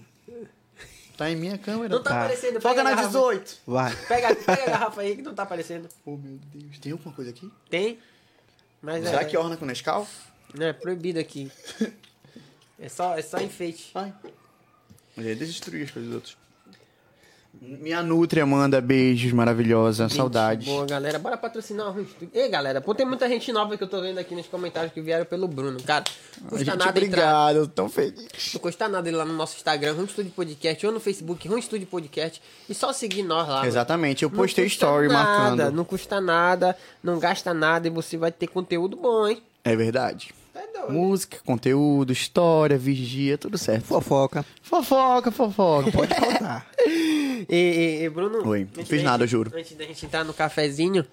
Tá em minha câmera. Não tá, aparecendo. Foca pega a na garrafa. 18. Vai. Pega, pega a garrafa aí que não tá aparecendo. Ô, meu Deus. Tem alguma coisa aqui? Tem? Mas Será é, que orna com Nescau? não, é proibido aqui. É só, é só enfeite. Ai. Mulher, destruir as coisas dos outros. Minha Nutria manda beijos, maravilhosa. Saudades. Boa, galera. Bora patrocinar o estúdio. Ei, galera, pô, tem muita gente nova que eu tô vendo aqui nos comentários que vieram pelo Bruno. Cara, não custa nada entrar. obrigado, eu tô tão feliz. Não custa nada ir lá no nosso Instagram, Rum Studio Podcast, ou no Facebook, Rum Studio Podcast, e só seguir nós lá. mano. Exatamente, eu Não postei custa story nada, marcando. Não custa nada, não gasta nada e você vai ter conteúdo bom, hein? É verdade. Tá doido. Música, conteúdo, história, vigia, tudo certo. Fofoca. Fofoca, fofoca. Pode faltar. E, e- e, Bruno. Oi, antes não da fiz nada, gente- eu juro. Antes da gente entrar no cafezinho,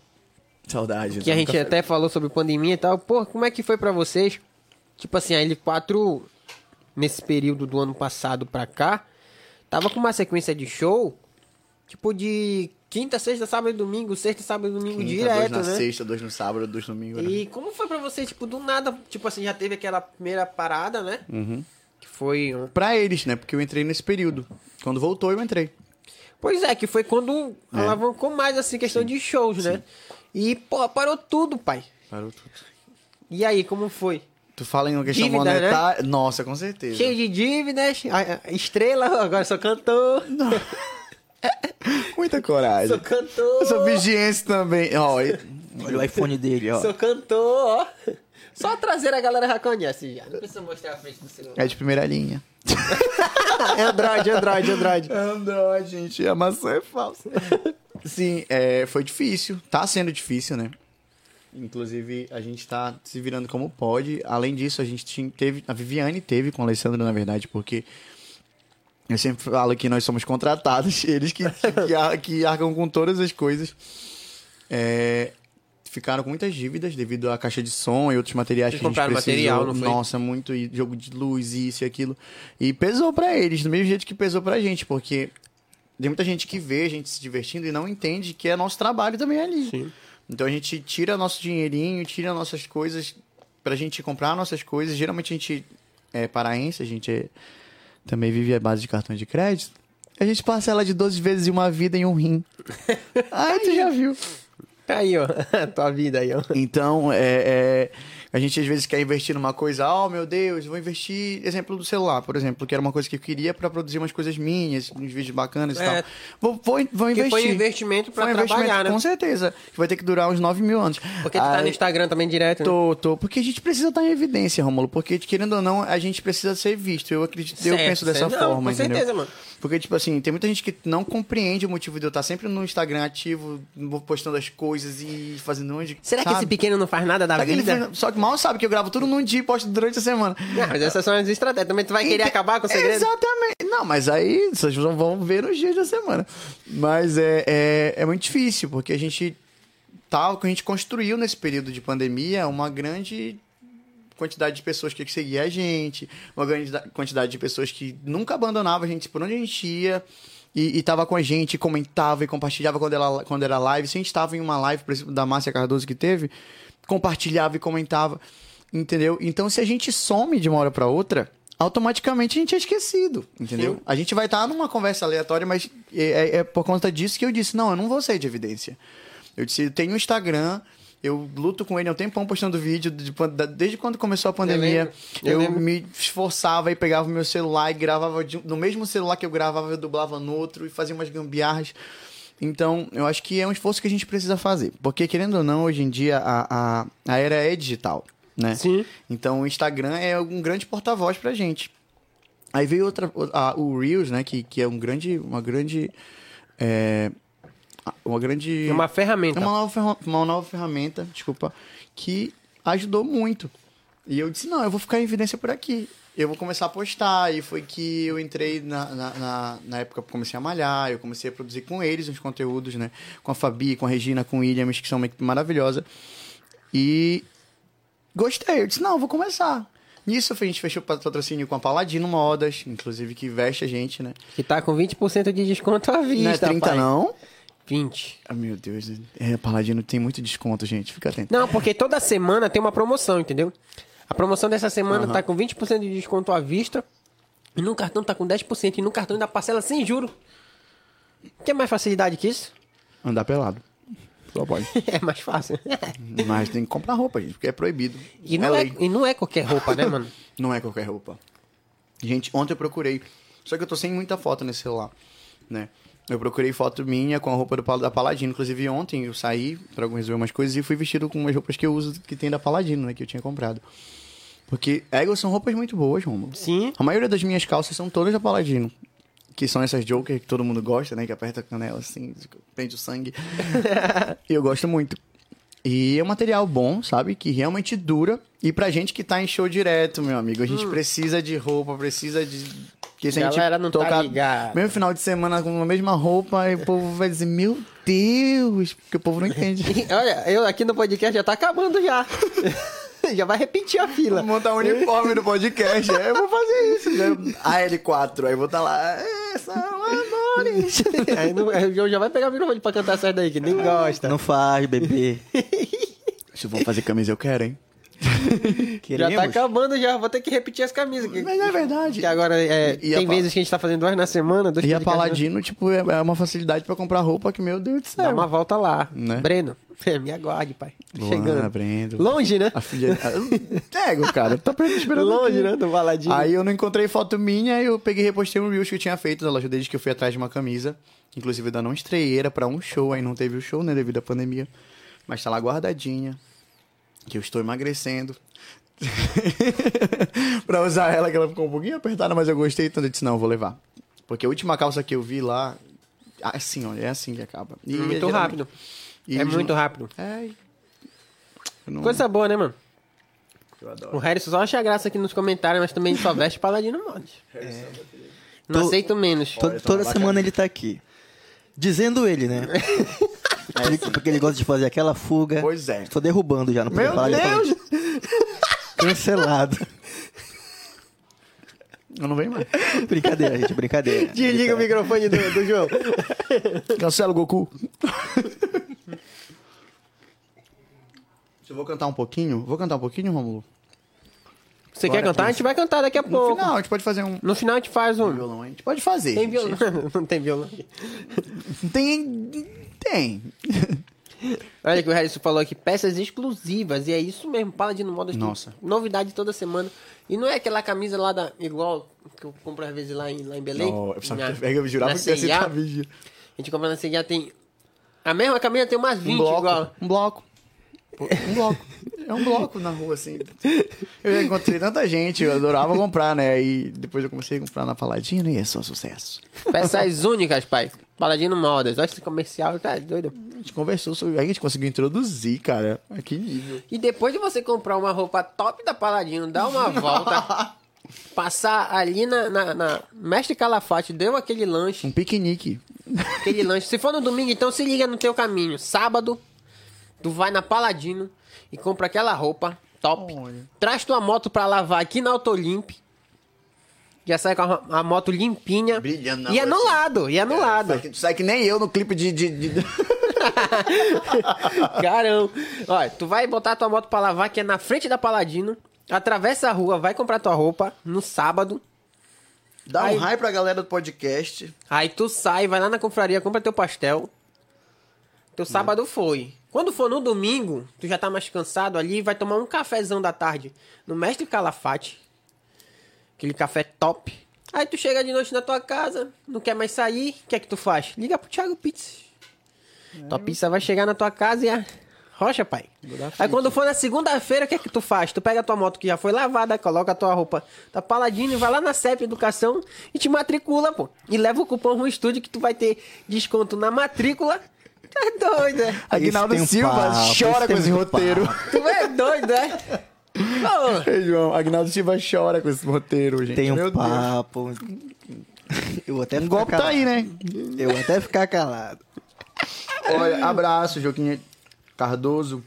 Saudades. que a gente até falou sobre pandemia e tal, pô, como é que foi pra vocês? Tipo assim, a L4, nesse período do ano passado pra cá, tava com uma sequência de show, tipo de quinta, sexta, sábado e domingo, sexta, sábado e domingo direto, dois na né? sexta, dois no sábado, dois no domingo. né? E como foi pra você, tipo, do nada, tipo assim, já teve aquela primeira parada, né? Que foi. um- Pra eles, né? Porque eu entrei nesse período. Quando voltou, eu entrei. Pois é, que foi quando alavancou mais, assim, questão de shows, né? E, pô, parou tudo, pai. Parou tudo. E aí, como foi? Tu fala em uma questão Dívida, né? monetária. Nossa, com certeza. Cheio de dívidas, a- a- estrela, agora sou cantor. Muita coragem. Sou cantor. Eu sou vigiense também. Ó, e- Olha o iPhone dele, ó. Sou cantor, ó. Só a traseira a galera já conhece já. Não precisa mostrar a frente do celular. é de primeira linha. É Andrade, Andrade, Andrade. Android, gente. A maçã é falsa. Sim, é, foi difícil. Tá sendo difícil, né? Inclusive, a gente tá se virando como pode. Além disso, a gente tinha- teve. A Viviane teve com o Alessandro, na verdade, porque. Eu sempre falo que nós somos contratados, eles que, que, ar- que arcam com todas as coisas. É, ficaram com muitas dívidas devido à caixa de som e outros materiais Vocês que a gente compraram precisou. material, não foi? Nossa, muito e jogo de luz, isso e aquilo. E pesou pra eles, do mesmo jeito que pesou pra gente, porque tem muita gente que vê a gente se divertindo e não entende que é nosso trabalho também ali. Então a gente tira nosso dinheirinho, tira nossas coisas pra gente comprar nossas coisas. Geralmente a gente é paraense, a gente é- também vive à base de cartão de crédito. A gente parcela de 12 vezes uma vida em um rim. Ai, tu já viu. Tá aí, ó. Tua vida aí, ó. Então, é, é, A gente às vezes quer investir numa coisa, oh meu Deus, vou investir. Exemplo do celular, por exemplo, que era uma coisa que eu queria pra produzir umas coisas minhas, uns vídeos bacanas É. e tal. Vou, vou, vou Que investir. foi um investimento pra Foi um investimento, trabalhar, né? Com certeza. Que vai ter que durar uns 9 mil anos. Porque tu tá Aí- no Instagram também direto. né? Tô, tô. Porque a gente precisa estar em evidência, Romulo. Porque, querendo ou não, a gente precisa ser visto. Eu acredito, eu Certo, penso dessa certo. Não, com forma, entendeu? certeza, mano. Porque, tipo assim, tem muita gente que não compreende o motivo de eu estar sempre no Instagram ativo, postando as coisas e fazendo onde. Será que esse pequeno não faz nada da Será que ele vida? fez- Só que mal sabe que eu gravo tudo num dia e posto durante a semana. Não, mas essas são as estratégias. Também tu vai querer Ente- acabar com o segredo? Exatamente. Não, mas aí vocês vão- vão ver nos dias da semana. Mas é, é, é muito difícil, porque a gente tá, o que a gente construiu nesse período de pandemia uma grande quantidade de pessoas que seguia a gente, uma grande da- quantidade de pessoas que nunca abandonava a gente tipo, por onde a gente ia. E, e tava com a gente, comentava e compartilhava quando era, quando era live. Se a gente tava em uma live, por exemplo, da Márcia Cardoso que teve, compartilhava e comentava. Entendeu? Então, se a gente some de uma hora pra outra, automaticamente a gente é esquecido. Entendeu? A gente vai estar numa conversa aleatória, mas é, é- é por conta disso que eu disse: não, eu não vou sair de evidência. Eu disse, eu tenho um Instagram, eu luto com ele há um tempão postando vídeo, de pan- da- desde quando começou a pandemia. Eu Eu, lembro. me esforçava e pegava o meu celular e gravava de- no mesmo celular que eu gravava, eu dublava no outro e fazia umas gambiarras. Então, eu acho que é um esforço que a gente precisa fazer. Porque, querendo ou não, hoje em dia a, a, a era é digital, né? Sim. Então, o Instagram é um grande porta-voz pra gente. Aí veio outra, o- a- o Reels, né? Que, que é um grande, uma grande... é, uma grande... É uma ferramenta. É uma nova, ferra- uma nova ferramenta, desculpa, que ajudou muito. E eu disse, não, eu vou ficar em evidência por aqui. Eu vou começar a postar. E foi que eu entrei na, na, na, na época que eu comecei a malhar, eu comecei a produzir com eles uns conteúdos, né? Com a Fabi, com a Regina, com o Williams, que são uma equipe maravilhosa. E gostei. Eu disse, não, eu vou começar. Nisso a gente fechou o patrocínio com a Paladino Modas, inclusive que veste a gente, né? Que tá com 20% de desconto à vista, não é 30 rapaz. não? 20. Ah, meu Deus. É, a Paladino tem muito desconto, gente. Fica atento. Não, porque toda semana tem uma promoção, entendeu? A promoção dessa semana tá com 20% de desconto à vista. E no cartão tá com 10%. E no cartão ainda parcela sem juro. Quer mais facilidade que isso? Andar pelado. Só pode. É mais fácil. Mas tem que comprar roupa, gente, porque é proibido. E não, é, lei. e não é qualquer roupa, né, mano? Não é qualquer roupa. Gente, ontem eu procurei. Só que eu tô sem muita foto nesse celular, né? Eu procurei foto minha com a roupa do, Pal- da Paladino. Inclusive, ontem eu saí pra resolver umas coisas e fui vestido com umas roupas que eu uso, que tem da Paladino, né? Que eu tinha comprado. Porque, Ego, são roupas muito boas, Romulo. Sim. A maioria das minhas calças são todas da Paladino. Que são essas Joker que todo mundo gosta, né? Que aperta a canela assim, prende o sangue. e eu gosto muito. E é um material bom, sabe? Que realmente dura. E pra gente que tá em show direto, meu amigo, a gente precisa de roupa, precisa de. Porque se Galera a gente não tá tocar ligada. mesmo final de semana com a mesma roupa, aí o povo vai dizer, meu Deus, porque o povo não entende. E, olha, eu aqui no podcast já tá acabando já. já vai repetir a fila. montar um uniforme no podcast. É, eu vou fazer isso. né? A L4, aí vou tá lá. "É, são amores." Aí não- aí o João já vai pegar o microfone pra cantar essa daí, que Ah, nem gosta. Não faz, bebê. Se vão fazer camisa, eu quero, hein? Já Queremos? tá acabando já, vou ter que repetir as camisas. Que, Mas é verdade. que agora é, E a tem pa- vezes que a gente tá fazendo duas na semana, dois E a podcasts na- Paladino, tipo, é é uma facilidade pra comprar roupa que, meu Deus do Dá céu. uma volta lá. Né? Breno, é, me aguarde, pai. Tô Luana, Chegando. Breno. Longe, né? A filha. Pego, cara. Tá pra- esperando. Longe, aqui. né? Do baladinho. Aí eu não encontrei foto minha, eu peguei e repostei um Reels que eu tinha feito da loja desde que eu fui atrás de uma camisa. Inclusive, eu ainda não estreiei, era pra um show, aí não teve o show, né, devido à pandemia. Mas tá lá guardadinha, que eu estou emagrecendo. pra usar ela, que ela ficou um pouquinho apertada, mas eu gostei, então eu disse, não, eu vou levar. Porque a última calça que eu vi lá, assim, olha, é assim que acaba. E é Hum, muito geralmente- rápido. e é de- muito rápido. É. Eu não- Coisa boa, né, mano? eu adoro. O Harrison só acha graça aqui nos comentários, mas também só veste paladino mods. Não Tô- aceito menos. Toda, toda semana ele tá aqui. Dizendo ele, né? É Ele- porque ele gosta de fazer aquela fuga. Pois é. Tô derrubando já, não podia Meu falar de Deus! política. Cancelado. Eu não venho mais. brincadeira, gente, brincadeira. Desliga o microfone do, do João. Cancela o Goku. Se eu vou cantar um pouquinho, vou cantar um pouquinho, Romulo? Você Bora, quer cantar? A gente vai cantar daqui a pouco. No final, a gente pode fazer um No final a gente faz um. violão, a gente pode fazer. Tem gente. violão? Não tem violão. Tem. Tem. Olha que o Harrison falou aqui, peças exclusivas. E é isso mesmo, Paladino Modas. tem Nossa. Novidade toda semana. E não é aquela camisa lá da. igual que eu compro às vezes lá em, lá em Belém. Não, eu pensava Na- que- eu jurava na que ia C&A. citar vídeo. A gente compra na CIA tem. A mesma camisa tem umas 20 Um bloco. igual. Um bloco. Um bloco. É um bloco na rua, assim. Eu já encontrei tanta gente, eu adorava comprar, né? E depois eu comecei a comprar na Paladino e é só sucesso. Peças únicas, pai. Paladino Modas. Olha esse comercial, tá doido. A gente conversou sobre. A gente conseguiu introduzir, cara. A que nível. E depois de você comprar uma roupa top da Paladino, dá uma volta, passar ali na, na, na- Mestre Calafate, deu aquele lanche, Um piquenique. aquele lanche. Se for no domingo, então se liga no teu caminho. Sábado, tu vai na Paladino e compra aquela roupa top. Olha. Traz tua moto pra lavar aqui na Autolimp. Já sai com a, a moto limpinha. Brilhando na E é rua, no assim. lado, e é no lado. Sai que, sai que nem eu no clipe de. de- de- Caramba. Olha, tu vai botar tua moto pra lavar, que é na frente da Paladino. Atravessa a rua, vai comprar tua roupa no sábado. Dá Aí- um raio pra galera do podcast. Aí tu sai, vai lá na confraria, compra teu pastel. Teu sábado foi. Quando for no domingo, tu já tá mais cansado ali, vai tomar um cafezão da tarde no Mestre Calafate. Aquele café top. Aí tu chega de noite na tua casa, não quer mais sair, o que é que tu faz? Liga pro Thiago Pizza. Tua pizza vai chegar na tua casa e a... Rocha, pai. Aí quando for na segunda-feira, o que é que tu faz? Tu pega a tua moto que já foi lavada, coloca a tua roupa da Paladino e vai lá na CEP Educação e te matricula, pô. E leva o cupom Ruim Estúdio que tu vai ter desconto na matrícula. Tu é doido, é? Aguinaldo tem um Silva papo, chora esse com tem esse muito roteiro. Tu é doido, é? Pô, Ei, João, Agnaldo Silva chora com esse roteiro, gente. Tem um Meu Deus. papo. Eu até Um ficar golpe tá calado. aí, né? Eu até ficar calado. Olha, abraço, Joaquim Cardoso.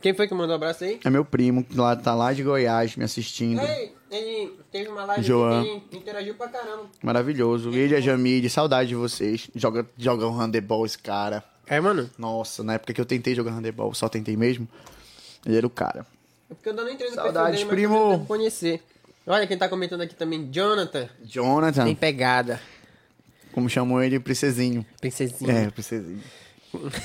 Quem foi que mandou um abraço aí? É meu primo, que lá, tá lá de Goiás me assistindo. Ei, ele teve uma live aqui João. que ele interagiu pra caramba. Maravilhoso. Ele e a Jamile, saudade de vocês. Joga, joga um handebol esse cara. É, mano. Nossa, na época que eu tentei jogar handebol, só tentei mesmo. Ele era o cara. É porque eu ainda não entrei no Saudades, perfil dele, mas primo. eu tento conhecer. Olha quem tá comentando aqui também, Jonathan. Jonathan, Tem pegada. como chamam ele, princesinho. Princesinha. É, princesinho.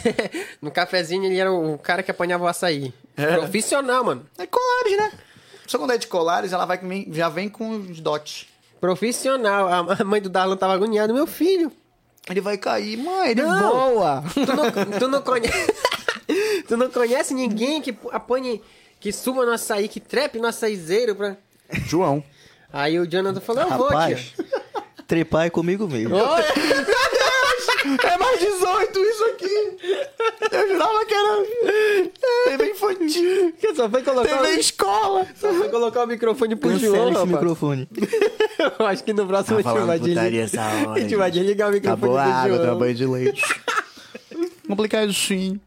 no cafezinho ele era o cara que apanhava o açaí. Profissional, mano. É colares, né? Só quando é de colares, ela vai com- já vem com os dotes. Profissional. A- A mãe do Darlan tava agoniada. Meu filho, Ele vai cair. Mãe, ele Não. boa. tu não, tu não conhece... tu não conhece ninguém que apanhe... Que suba no açaí, que trepe no açaizeiro pra... João. Aí o Jonathan falou, eu vou, Rapaz, tia. trepar é comigo mesmo. Oi. É mais 18 isso aqui. Eu jurava que era TV infantil. Que só foi colocar... TV escola. Só foi colocar o microfone pro João, Cancela esse rapaz. microfone. Eu acho que no Tá próximo a gente vai desligar. A gente vai desligar o microfone Acabou a do Tá água, João. deu banho de leite. Complicado sim.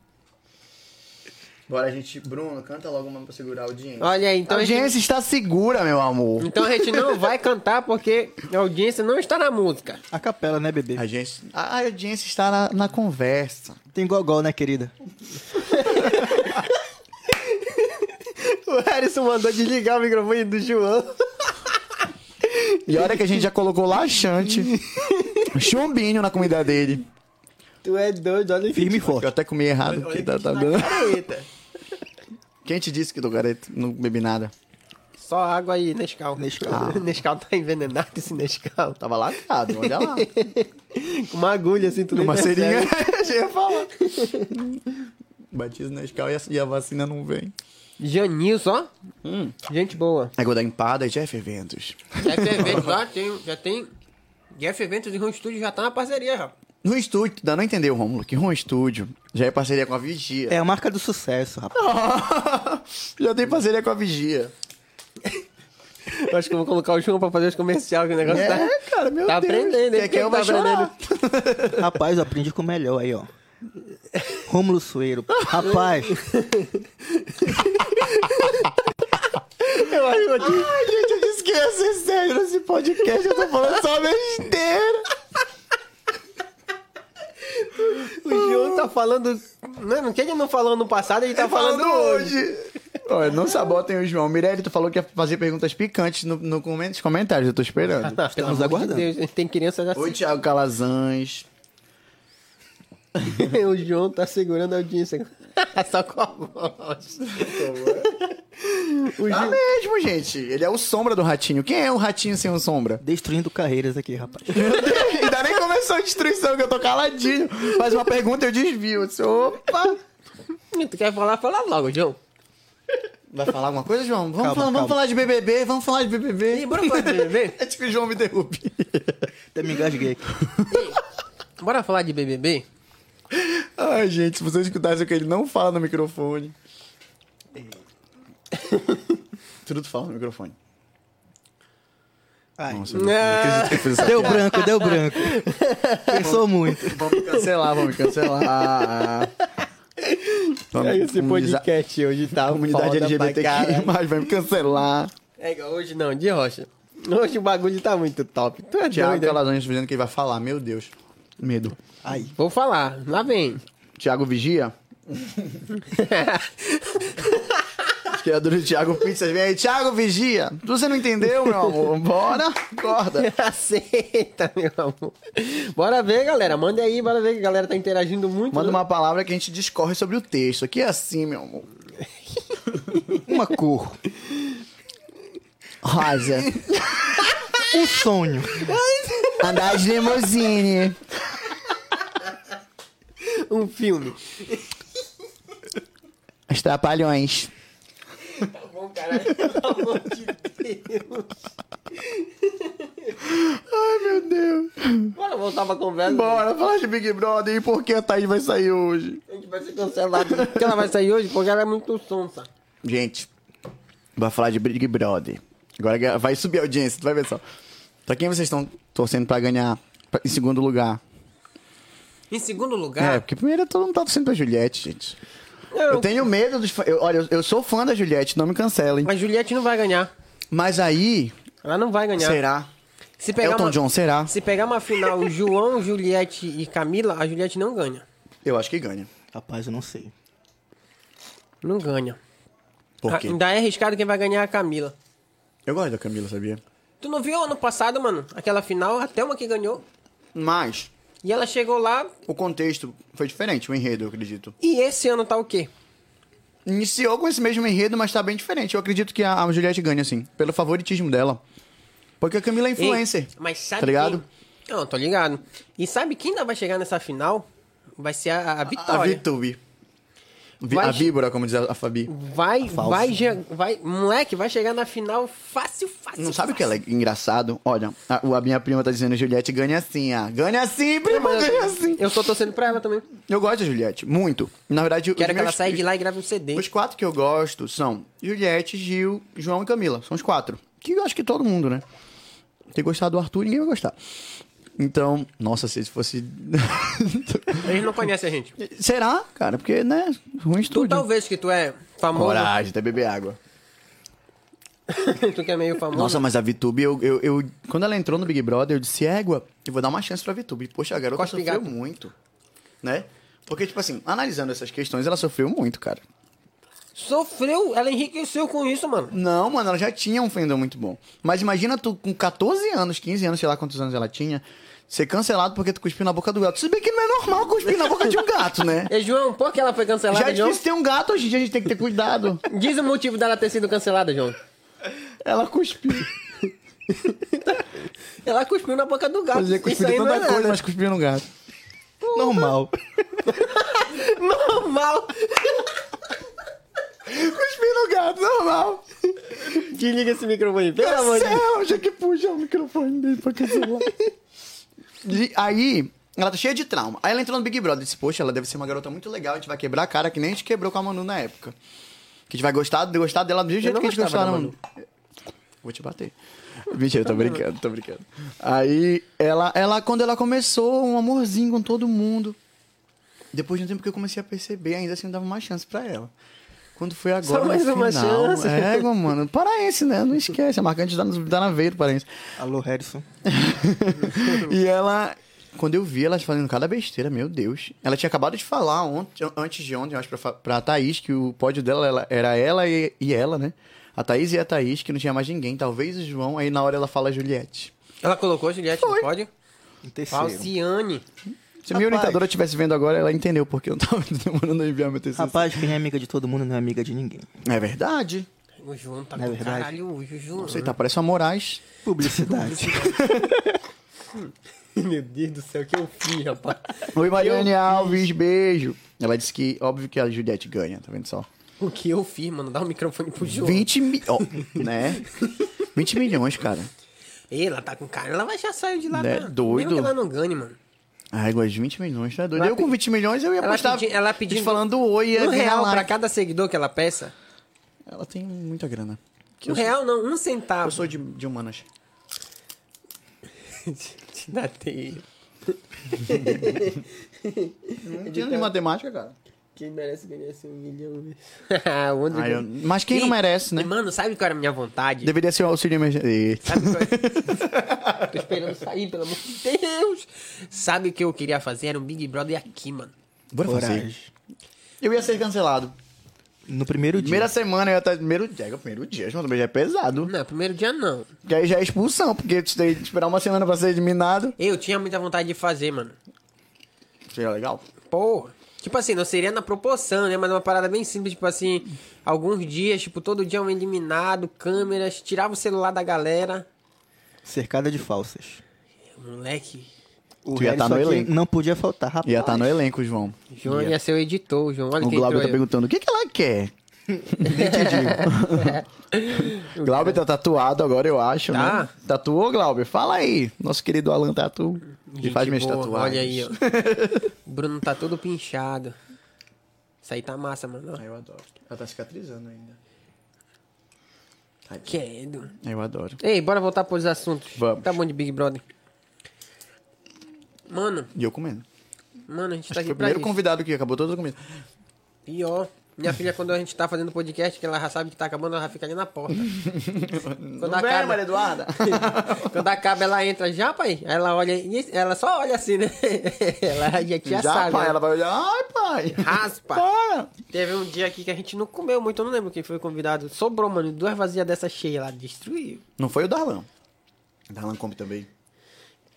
Bora, gente. Bruno, canta logo uma pra segurar a audiência. Olha aí, a então a, gente, audiência está segura, meu amor. então a gente não vai cantar porque a audiência não está na música. A capela, né, bebê? A audiência, a audiência está na, na conversa. Tem gogol, né, querida? O Harrison mandou desligar o microfone do João. E olha que a gente já colocou laxante, chumbinho na comida dele. Tu é doido, olha Firme e forte. Eu até comi errado, porque tá, tá dando... Quem te disse que do garoto não bebi nada? Só água aí, Nescau. Nescau. Nescau tá envenenado esse Nescau. Tá Tava lacrado, olha lá. com uma agulha assim, tu nem Uma percebe. seringa. Já ia falar. Batizo na escala e a- e a vacina não vem. Janilson, ó. Gente boa. É da empada e Jeff Eventos. Jeff Eventos lá tem, é já tem... é Jeff Eventos e Home Studio já tá na parceria, rapaz. No estúdio, tu ainda não entendeu, Romulo, que Ron Estúdio já é parceria com a Vigia. É a marca do sucesso, rapaz. já tem parceria com a Vigia. Eu acho que eu vou colocar o João pra fazer os comercial, que o negócio tá... É, cara, meu tá Deus. aprendendo, hein? Quer que eu tá vá chorar? Rapaz, eu aprendi com o melhor aí, ó. Rômulo Sueiro. Rapaz, Eu acho que eu vou te- Ai, gente, eu disse que ia ser sério nesse podcast, eu tô falando só besteira. O João tá falando. Mano, o que ele não falou no passado, ele tá falando, hoje. Olha, não sabotem o João. Mirelli, tu falou que ia fazer perguntas picantes no, no comen- nos comentários, eu tô esperando. Tá, Pelo amor de aguardando. Deus, tem crianças assim. Oi, Thiago Calazans. o João tá segurando a audiência. Só com a voz. Tá mesmo, gente. Ele é o sombra do ratinho. Quem é o ratinho sem o sombra? Destruindo carreiras aqui, rapaz. Ainda nem começou a destruição, que eu tô caladinho. Faz uma pergunta, eu desvio. Eu disse, Opa! Tu quer falar? Fala logo, João. Vai falar alguma coisa, João? Vamos, Calma, falar, calma. vamos falar de BBB, vamos falar de BBB. E bora falar de BBB? Antes que o João me derrube. Até me engasguei aqui. Bora falar de BBB? Ai, gente, se vocês escutassem o que ele não fala no microfone. Tudo tu fala no microfone. Ai, Nossa, eu não acredito que eu fiz essa deu branco, deu branco. Pensou muito. Vamos me cancelar, vamos me cancelar. Vamos Esse comunizar- podcast hoje tá A comunidade foda pra LGBTQ, caralho. mas vai me cancelar. É igual hoje não, de rocha. Hoje o bagulho tá muito top. Tu é Tiago doido. né? Calazans dizendo que ele vai falar, meu Deus. Medo. Ai, Vou falar, lá vem. Tiago Vigia? Os criadores é de Tiago Pizzas vem aí. Tiago Vigia, você não entendeu, meu amor? Bora, acorda. Aceita, meu amor. Bora ver, galera. Manda aí, bora ver que a galera tá interagindo muito. Manda uma palavra que a gente discorre sobre o texto. Aqui é assim, meu amor. uma cor. Rosa. Um sonho. Andar de limusine. um filme. Os trapalhões. Bom, caralho, pelo amor de Deus. Meu Deus. Bora voltar pra conversa. Bora, falar de Big Brother e por que a Thaís vai sair hoje. A gente vai ser cancelado. Porque ela vai sair hoje porque ela é muito sonsa. Gente, vai falar de Big Brother. Agora vai subir a audiência, tu vai ver só. Pra quem vocês estão torcendo pra ganhar pra- em segundo lugar? Em segundo É, lugar, porque primeiro todo mundo tá torcendo pra Juliette, gente. É, Eu, eu- tenho medo dos. fã- Eu, olha, eu, eu sou fã da Juliette, não me cancelem. a Juliette não vai ganhar. Mas aí. Ela não vai ganhar. Será? Se É. pegar Elton uma... John, será? Se pegar uma final João, Juliette e Camila, a Juliette não ganha. Eu acho que ganha. Rapaz, eu não sei. Não ganha. Por quê? Ainda é arriscado quem vai ganhar é a Camila. Eu gosto da Camila, sabia? Tu não viu ano passado, mano? Aquela final, até uma que ganhou. Mas E ela chegou lá o contexto foi diferente, o enredo, eu acredito. e esse ano tá o quê? Iniciou com esse mesmo enredo, mas tá bem diferente. Eu acredito que a, a Juliette ganha, assim, pelo favoritismo dela. Porque a Camila é Ei, influencer. mas sabe Tá ligado? quem- Não, tô ligado. E sabe quem ainda vai chegar nessa final? Vai ser a, a A Vitória. VTube. Vi- Vai- A víbora, como diz a a Fabi. vai, vai, ge- vai, moleque, vai chegar na final fácil, fácil. Não sabe o que fácil. é engraçado? Olha, a, o- a minha prima tá dizendo Juliette ganha assim, ah. Ganha assim, prima, ganha assim. Eu tô torcendo pra ela também. Eu gosto da Juliette, muito. Na verdade, Quero os que ela meus- saia de lá e grave um CD. Os quatro que eu gosto são Juliette, Gil, João e Camila. São os quatro. Que eu acho que todo mundo, né? Ter gostado do Arthur, ninguém vai gostar. Então, nossa, se fosse. Eles não conhecem a gente. Será, cara? Porque, né? Ruim Tu estúdio. talvez que tu é famoso, Coragem, até beber água. tu que é meio famoso. Nossa, mas a VTube, eu, eu, eu- Quando ela entrou no Big Brother, eu disse, "É, égua, eu vou dar uma chance pra VTube. Poxa, a garota Cospe sofreu gato. muito. Né? Porque, tipo assim, analisando essas questões, ela sofreu muito, cara. Sofreu, ela enriqueceu com isso, mano. Não, mano, ela já tinha um fandom muito bom. Mas imagina tu com 14 anos, 15 anos, sei lá quantos anos ela tinha, ser cancelado porque tu cuspiu na boca do gato. Se bem que não é normal cuspir na boca de um gato, né? E João, por que ela foi cancelada, Já é João? difícil ter um gato, hoje em dia a gente tem que ter cuidado. Diz o motivo dela ter sido cancelada, João. Ela cuspiu. Ela cuspiu na boca do gato. Podia Isso cuspir de aí não é tanta coisa, nada. mas cuspiu no gato. Normal. Normal. Cuspir no gato, normal. Desliga esse microfone, pelo amor de Deus. céu, já que puxa o microfone dele pra cancelar. E aí, ela tá cheia de trauma. Aí ela entrou no Big Brother e disse, poxa, ela deve ser uma garota muito legal, a gente vai quebrar a cara que nem a gente quebrou com a Manu na época. Que a gente vai gostar, gostar dela do mesmo jeito não que a gente gostava da gostava na Manu. Vou te bater. Mentira, tô brincando, tô brincando. Aí, ela, ela, quando ela começou, um amorzinho com todo mundo. Depois de um tempo que eu comecei a perceber, ainda assim eu dava uma chance pra ela. Quando foi agora, no mais uma final, chance. É, mano, paraense, né? Não esquece, a marcante dá, dá na veia do paraense. Alô, Harrison. e ela, quando eu vi ela fazendo cada besteira, meu Deus. Ela tinha acabado de falar ontem, antes de ontem, eu acho, pra, fa- pra Thaís, que o pódio dela ela- era ela e, e ela, né? A Thaís e a Thaís, que não tinha mais ninguém, talvez o João, aí na hora ela fala Juliette. Ela colocou Juliette, não pode? Em terceiro. Falciane. Se minha Rapaz. orientadora estivesse vendo agora, ela entendeu porque eu não tava demorando a enviar meu TCC. Rapaz, quem é amiga de todo mundo não é amiga de ninguém. É verdade. O João tá Não é com verdade? caralho hoje, o João. Você tá parecendo a Moraes. Publicidade. Meu Deus do céu, que eu fiz, rapaz. Oi, Mariane Alves, beijo. Ela disse que, óbvio que a Juliette ganha, tá vendo só? O que eu fiz, mano? Dá o microfone pro João. 20 mi... ó, né? 20 milhões, cara. Ei, ela tá com cara, ela vai já saiu de lá. É, tá? doido. Mesmo que ela não ganhe, mano. Ai, Ah, gosto de 20 milhões, tá doido? Ela eu com pedi- 20 milhões eu ia Ela, postar. pedi, ela pedindo Falando oi, ia um ganhar real like. pra cada seguidor que ela peça. Ela tem muita grana. Um real não, um centavo. Eu sou de, de humanas. Te dá teia. Hum, Não entendo de então. matemática, cara. Quem merece ganhar esse um milhão? Ah, o Wonder Ah, eu- Woman. Mas quem não E- merece, né? e, Mano, sabe qual era a minha vontade? Deveria ser o auxílio emergencial. Sabe qual- Tô esperando sair, pelo amor de Deus. Sabe o que eu queria fazer? Era um Big Brother aqui, mano. Bora fazer. Coragem. Eu ia ser cancelado. No primeiro dia. Primeira semana eu ia estar. Primeiro dia, é o primeiro dia, João, também já é pesado. Não, primeiro dia não. Que aí já é expulsão, porque tu tem que esperar uma semana pra ser eliminado. Eu tinha muita vontade de fazer, mano. Seria legal. Pô. Tipo assim, não seria na proporção, né? Mas uma parada bem simples, tipo assim, alguns dias, tipo, todo dia um eliminado, câmeras, tirava o celular da galera. Cercada de falsas. Moleque, O Tu ia tá no reality só que elenco. Não podia faltar, rapaz. Ia tá estar no elenco, João. João ia ser o editor, João. Olha O quem Glauber tá entrou aí. perguntando o que, que ela quer. Nem te digo. Glauber tá tatuado agora, eu acho, Tá. né? Tatuou, Glauber? Fala aí. Nosso querido Alan Tatu. Que Gente faz minhas boa, tatuagens. Olha aí, ó. O Bruno tá todo pinchado. Isso aí tá massa, mano. ó. eu adoro. Ela tá cicatrizando ainda. Quedo. Eu adoro. Ei, bora voltar pros assuntos. Vamos. Tá bom de Big Brother. Mano, E eu comendo. mano, a gente tá Acho que aqui foi o pra primeiro isso. convidado que acabou toda a comida. Pior. Minha filha, quando a gente tá fazendo podcast, que ela já sabe que tá acabando, ela já fica ali na porta. Quando Não vem, Maria Eduarda. Quando acaba, ela entra já, pai. Aí Ela olha, e ela só olha assim, né? Ela já, já sabe. pai, né? ela vai olhar. Ai, pai. Raspa. Para. Teve um dia aqui que a gente não comeu muito, eu não lembro quem foi convidado. Sobrou, mano, duas vasilhas dessa cheia lá, destruiu. Não foi o Darlan. O Darlan come também.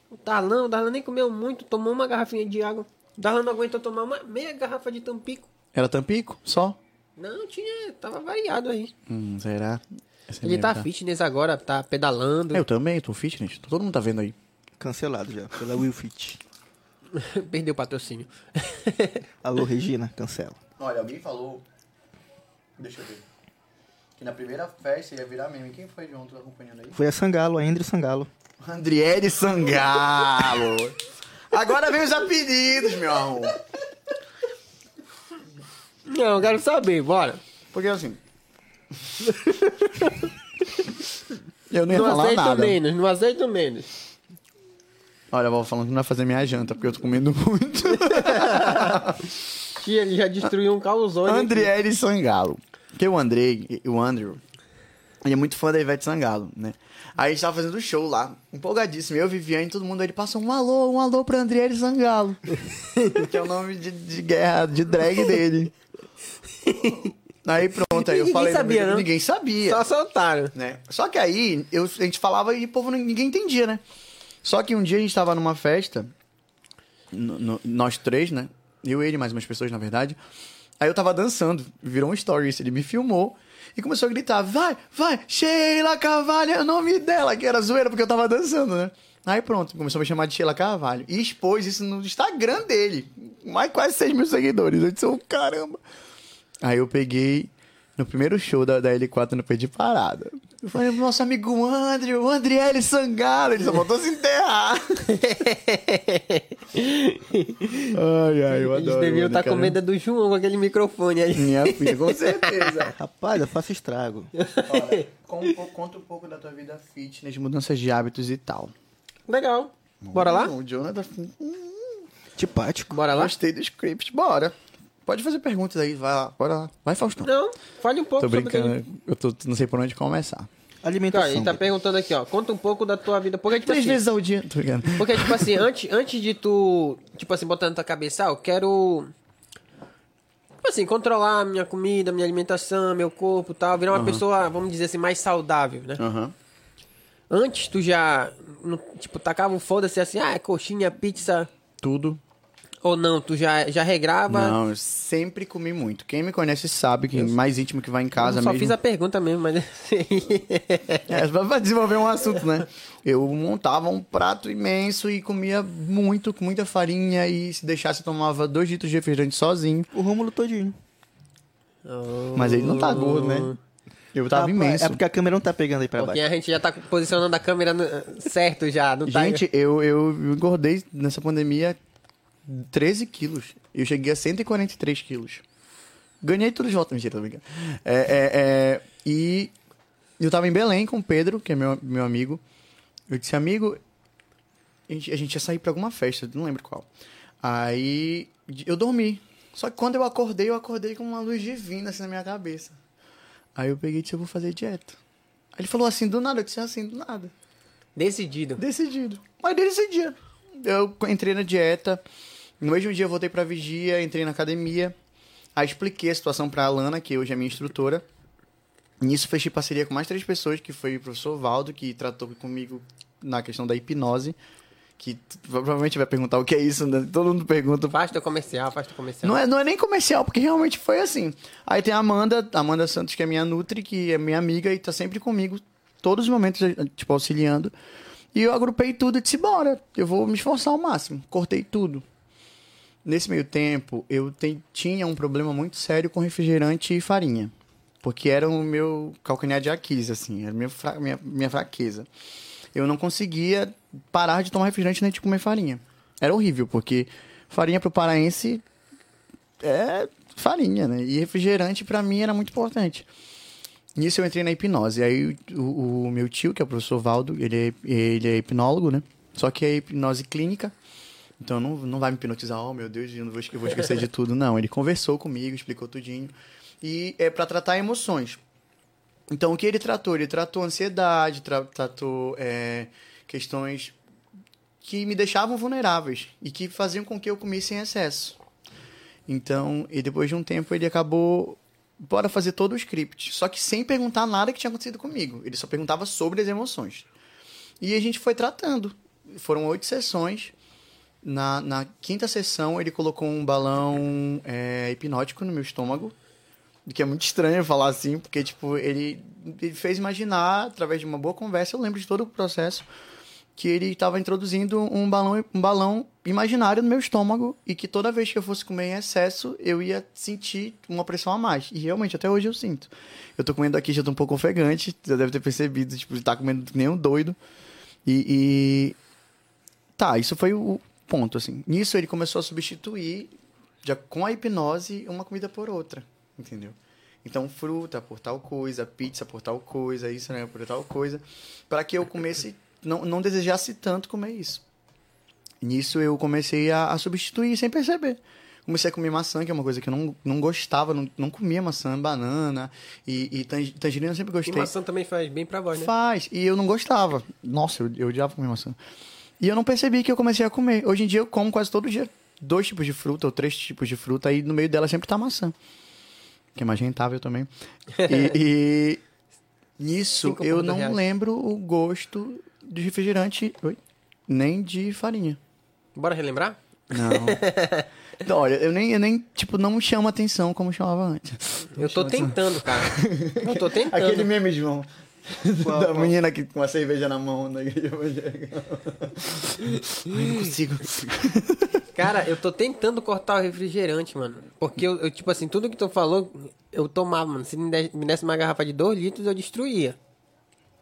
O Darlan, o Darlan nem comeu muito, tomou uma garrafinha de água. O Darlan não aguentou tomar uma meia garrafa de tampico. Era Tampico? Só? Não, tinha, tava variado aí. Hum, será? Essa é Ele minha tá vida. fitness agora, tá pedalando. É, Eu também, tô fitness. Todo mundo tá vendo aí. Cancelado já, pela Wilfit. Perdeu o patrocínio. Alô, Regina, cancela. Olha, alguém falou. Deixa eu ver. Que na primeira festa ia virar meme. Quem foi de ontem acompanhando aí? Foi a Sangalo, a Andrew Sangalo. Andriele Sangalo. Agora vem os apelidos, meu amor. Não, eu quero saber, bora. Porque assim. eu não ia Não falar aceito nada. menos, não aceito menos. Olha, eu vou falando que não vai fazer minha janta, porque eu tô comendo muito. Que ele já destruiu um calzone. aqui. Andriele Sangalo. Porque o Andrei, o Andrew, ele é muito fã da Ivete Sangalo, né? Aí a gente tava fazendo show lá, empolgadíssimo. Eu, Viviane, todo mundo, aí ele passou um alô, um alô pra Andriele Sangalo. que é o nome de, de guerra, de drag dele. Aí pronto, aí eu Ninguém falei... no sabia, vídeo, não? Ninguém sabia Só soltaram. né? Só que aí eu- a gente falava e o povo nin- ninguém entendia, né? Só que um dia a gente tava numa festa, no- no- nós três, né? Eu, ele, e mais umas pessoas, na verdade. Aí eu tava dançando, virou um stories, ele me filmou e começou a gritar: vai, vai, Sheila Carvalho, é o nome dela, que era zoeira porque eu tava dançando, né? Aí pronto, começou a me chamar de Sheila Carvalho. E expôs isso no Instagram dele. Mais quase 6 mil seguidores. Eu disse, oh, caramba. Aí eu peguei no primeiro show da, da L4 no pé de parada. Eu falei pro nosso amigo André, o Andriele Sangalo, ele só faltou se enterrar. ai, ai, eu adoro. Eles o deviam André, estar com cara. medo do João com aquele microfone ali. Minha filha, com certeza. Rapaz, eu faço estrago. Olha, conta um pouco da tua vida fitness, mudanças de hábitos e tal. Legal. Bora lá? O Jonathan, hum, Tipático. Bora lá? gostei do script, bora. Pode fazer perguntas aí, vai lá, bora lá. Vai, Faustão. Não, fale um pouco Tô sobre o que a gente- brincando, eu tô, não sei por onde começar. Cara, Alimentação. ele tá Pedro. perguntando aqui, ó. Conta um pouco da tua vida. Porque, tipo Três assim, vezes ao dia, tô brincando. porque, tipo assim antes, antes de tu, tipo assim, botar na tua cabeça, ah, eu quero. Tipo assim, controlar a minha comida, minha alimentação, meu corpo e tal. Virar uma pessoa, vamos dizer assim, mais saudável, né? Aham. Antes tu já, no- tipo, tacava um foda-se assim, ah, é coxinha, pizza. Tudo. Ou não, tu já, já regrava? Não, eu sempre comi muito. Quem me conhece sabe que mais íntimo que vai em Eu casa só mesmo. fiz a pergunta mesmo, mas... assim. É, pra pra desenvolver um assunto, né? Eu montava um prato imenso e comia muito, com muita farinha. E se deixasse, eu tomava dois litros de refrigerante sozinho. O Rômulo todinho. Mas ele não Oh. tá gordo, né? Eu tava Rapaz, imenso. É porque a câmera não tá pegando aí pra Porque baixo. a gente já tá posicionando a câmera no- certo já, não tá... Gente, eu, eu engordei nessa pandemia 13 quilos. Eu cheguei a 143 quilos. Ganhei tudo de volta, mentira, tô brincando. É, é, é, e eu tava em Belém com o Pedro, que é meu, meu amigo. Eu disse, amigo, a gente, a gente ia sair pra alguma festa, não lembro qual. Aí de- eu dormi. Só que quando eu acordei, eu acordei com uma luz divina assim na minha cabeça. Aí eu peguei e disse, eu vou fazer dieta. Aí ele falou assim, do nada, eu disse assim, do nada. Decidido. Decidido. Mas desde esse dia. Eu entrei na dieta. No mesmo dia eu voltei pra vigia, entrei na academia. Aí expliquei a situação pra Alana, que hoje é minha instrutora. Nisso fechei parceria com mais três pessoas, que foi o professor Valdo, que tratou comigo na questão da hipnose. Que t- provavelmente vai perguntar o que é isso, né? Todo mundo pergunta. Faz teu comercial, faz teu comercial. Não é, não é nem comercial, porque realmente foi assim. Aí tem a Amanda, Amanda Santos, que é minha Nutri, que é minha amiga e tá sempre comigo, todos os momentos, eh, tipo, auxiliando. E eu agrupei tudo e disse: bora, eu vou me esforçar ao máximo. Cortei tudo. Nesse meio tempo, eu ten- tinha um problema muito sério com refrigerante e farinha. Porque era o meu calcanhar de Aquiles, assim, era minha, fra- minha, minha fraqueza. Eu não conseguia parar de tomar refrigerante nem de comer farinha. Era horrível, porque farinha pro paraense é farinha, né? E refrigerante pra mim era muito importante. Nisso eu entrei na hipnose. Aí o, o meu tio, que é o professor Valdo, ele é, ele é hipnólogo, né? Só que é hipnose clínica. Então não, não vai me hipnotizar, oh meu Deus, eu não vou, esque- eu vou esquecer de tudo. Não, ele conversou comigo, explicou tudinho. E é pra tratar emoções. Então o que ele tratou? Ele tratou ansiedade, tra- tratou é, questões que me deixavam vulneráveis e que faziam com que eu comesse em excesso. Então, e depois de um tempo ele acabou. Bora fazer todo o script. Só que sem perguntar nada que tinha acontecido comigo. Ele só perguntava sobre as emoções. E a gente foi tratando. Foram oito sessões. Na, na quinta sessão, ele colocou um balão é, hipnótico no meu estômago. O que é muito estranho falar assim, porque, tipo, ele, ele fez imaginar, através de uma boa conversa, eu lembro de todo o processo, que ele estava introduzindo um balão, um balão imaginário no meu estômago e que toda vez que eu fosse comer em excesso, eu ia sentir uma pressão a mais. E realmente, até hoje eu sinto. Eu tô comendo aqui, já tô um pouco ofegante, já deve ter percebido, tipo, de tá comendo que nem um doido. E, e- Tá, isso foi o ponto, assim. Nisso ele começou a substituir, já com a hipnose, uma comida por outra, entendeu? Então, fruta por tal coisa, pizza por tal coisa, isso, né, por tal coisa, para que eu comesse, não, não desejasse tanto comer isso. Nisso eu comecei a, a substituir sem perceber. Comecei a comer maçã, que é uma coisa que eu não, não gostava, não, não comia maçã, banana e, e tangi- tangerina eu sempre E gostei. maçã também faz bem pra voz, né? Faz. E eu não gostava. Nossa, eu, eu odiava comer maçã. E eu não percebi que eu comecei a comer. Hoje em dia eu como quase todo dia dois tipos de fruta ou três tipos de fruta e no meio dela sempre tá maçã. Que é mais rentável também. E, e nisso Cinco eu por dois não reais. lembro o gosto de refrigerante oi, nem de farinha. Bora relembrar? Não. Olha, eu nem, eu nem, tipo, não chama atenção como chamava antes. Eu tô tentando, cara. Eu tô tentando. Aquele meme, João. Qual, da qual? menina que, com a cerveja na mão. Né? Ai, não consigo. Tipo, Cara, eu tô tentando cortar o refrigerante, mano. Porque eu, eu, tipo assim, tudo que tu falou, eu tomava, mano. Se me de- me desse uma garrafa de 2 litros, eu destruía.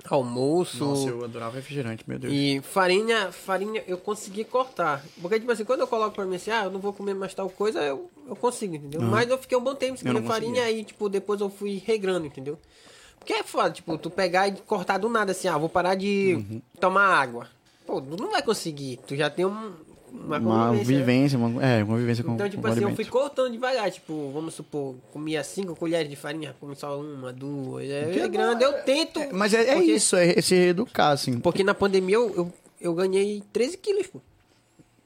Almoço. Nossa, eu adorava refrigerante, meu Deus. E farinha, farinha eu consegui cortar. Porque, tipo assim, quando eu coloco pra mim assim, ah, eu não vou comer mais tal coisa, eu, eu consigo, entendeu? Mas eu fiquei um bom tempo sem Eu não comer farinha aí, tipo, depois eu fui regrando, entendeu? Porque é foda, tipo, tu pegar e cortar do nada assim, ah, vou parar de Uhum. tomar água. Pô, tu não vai conseguir. Tu já tem um, uma, Uma convivência, né? vivência, uma, é, uma vivência com Então, tipo com assim, eu alimento. fui cortando devagar. Tipo, vamos supor, comia cinco colheres de farinha, comi só uma, duas. É, Que é grande, eu tento. É, Mas é, é porque- isso, é, é se reeducar, assim. Porque na pandemia eu, eu, eu ganhei 13 quilos, pô.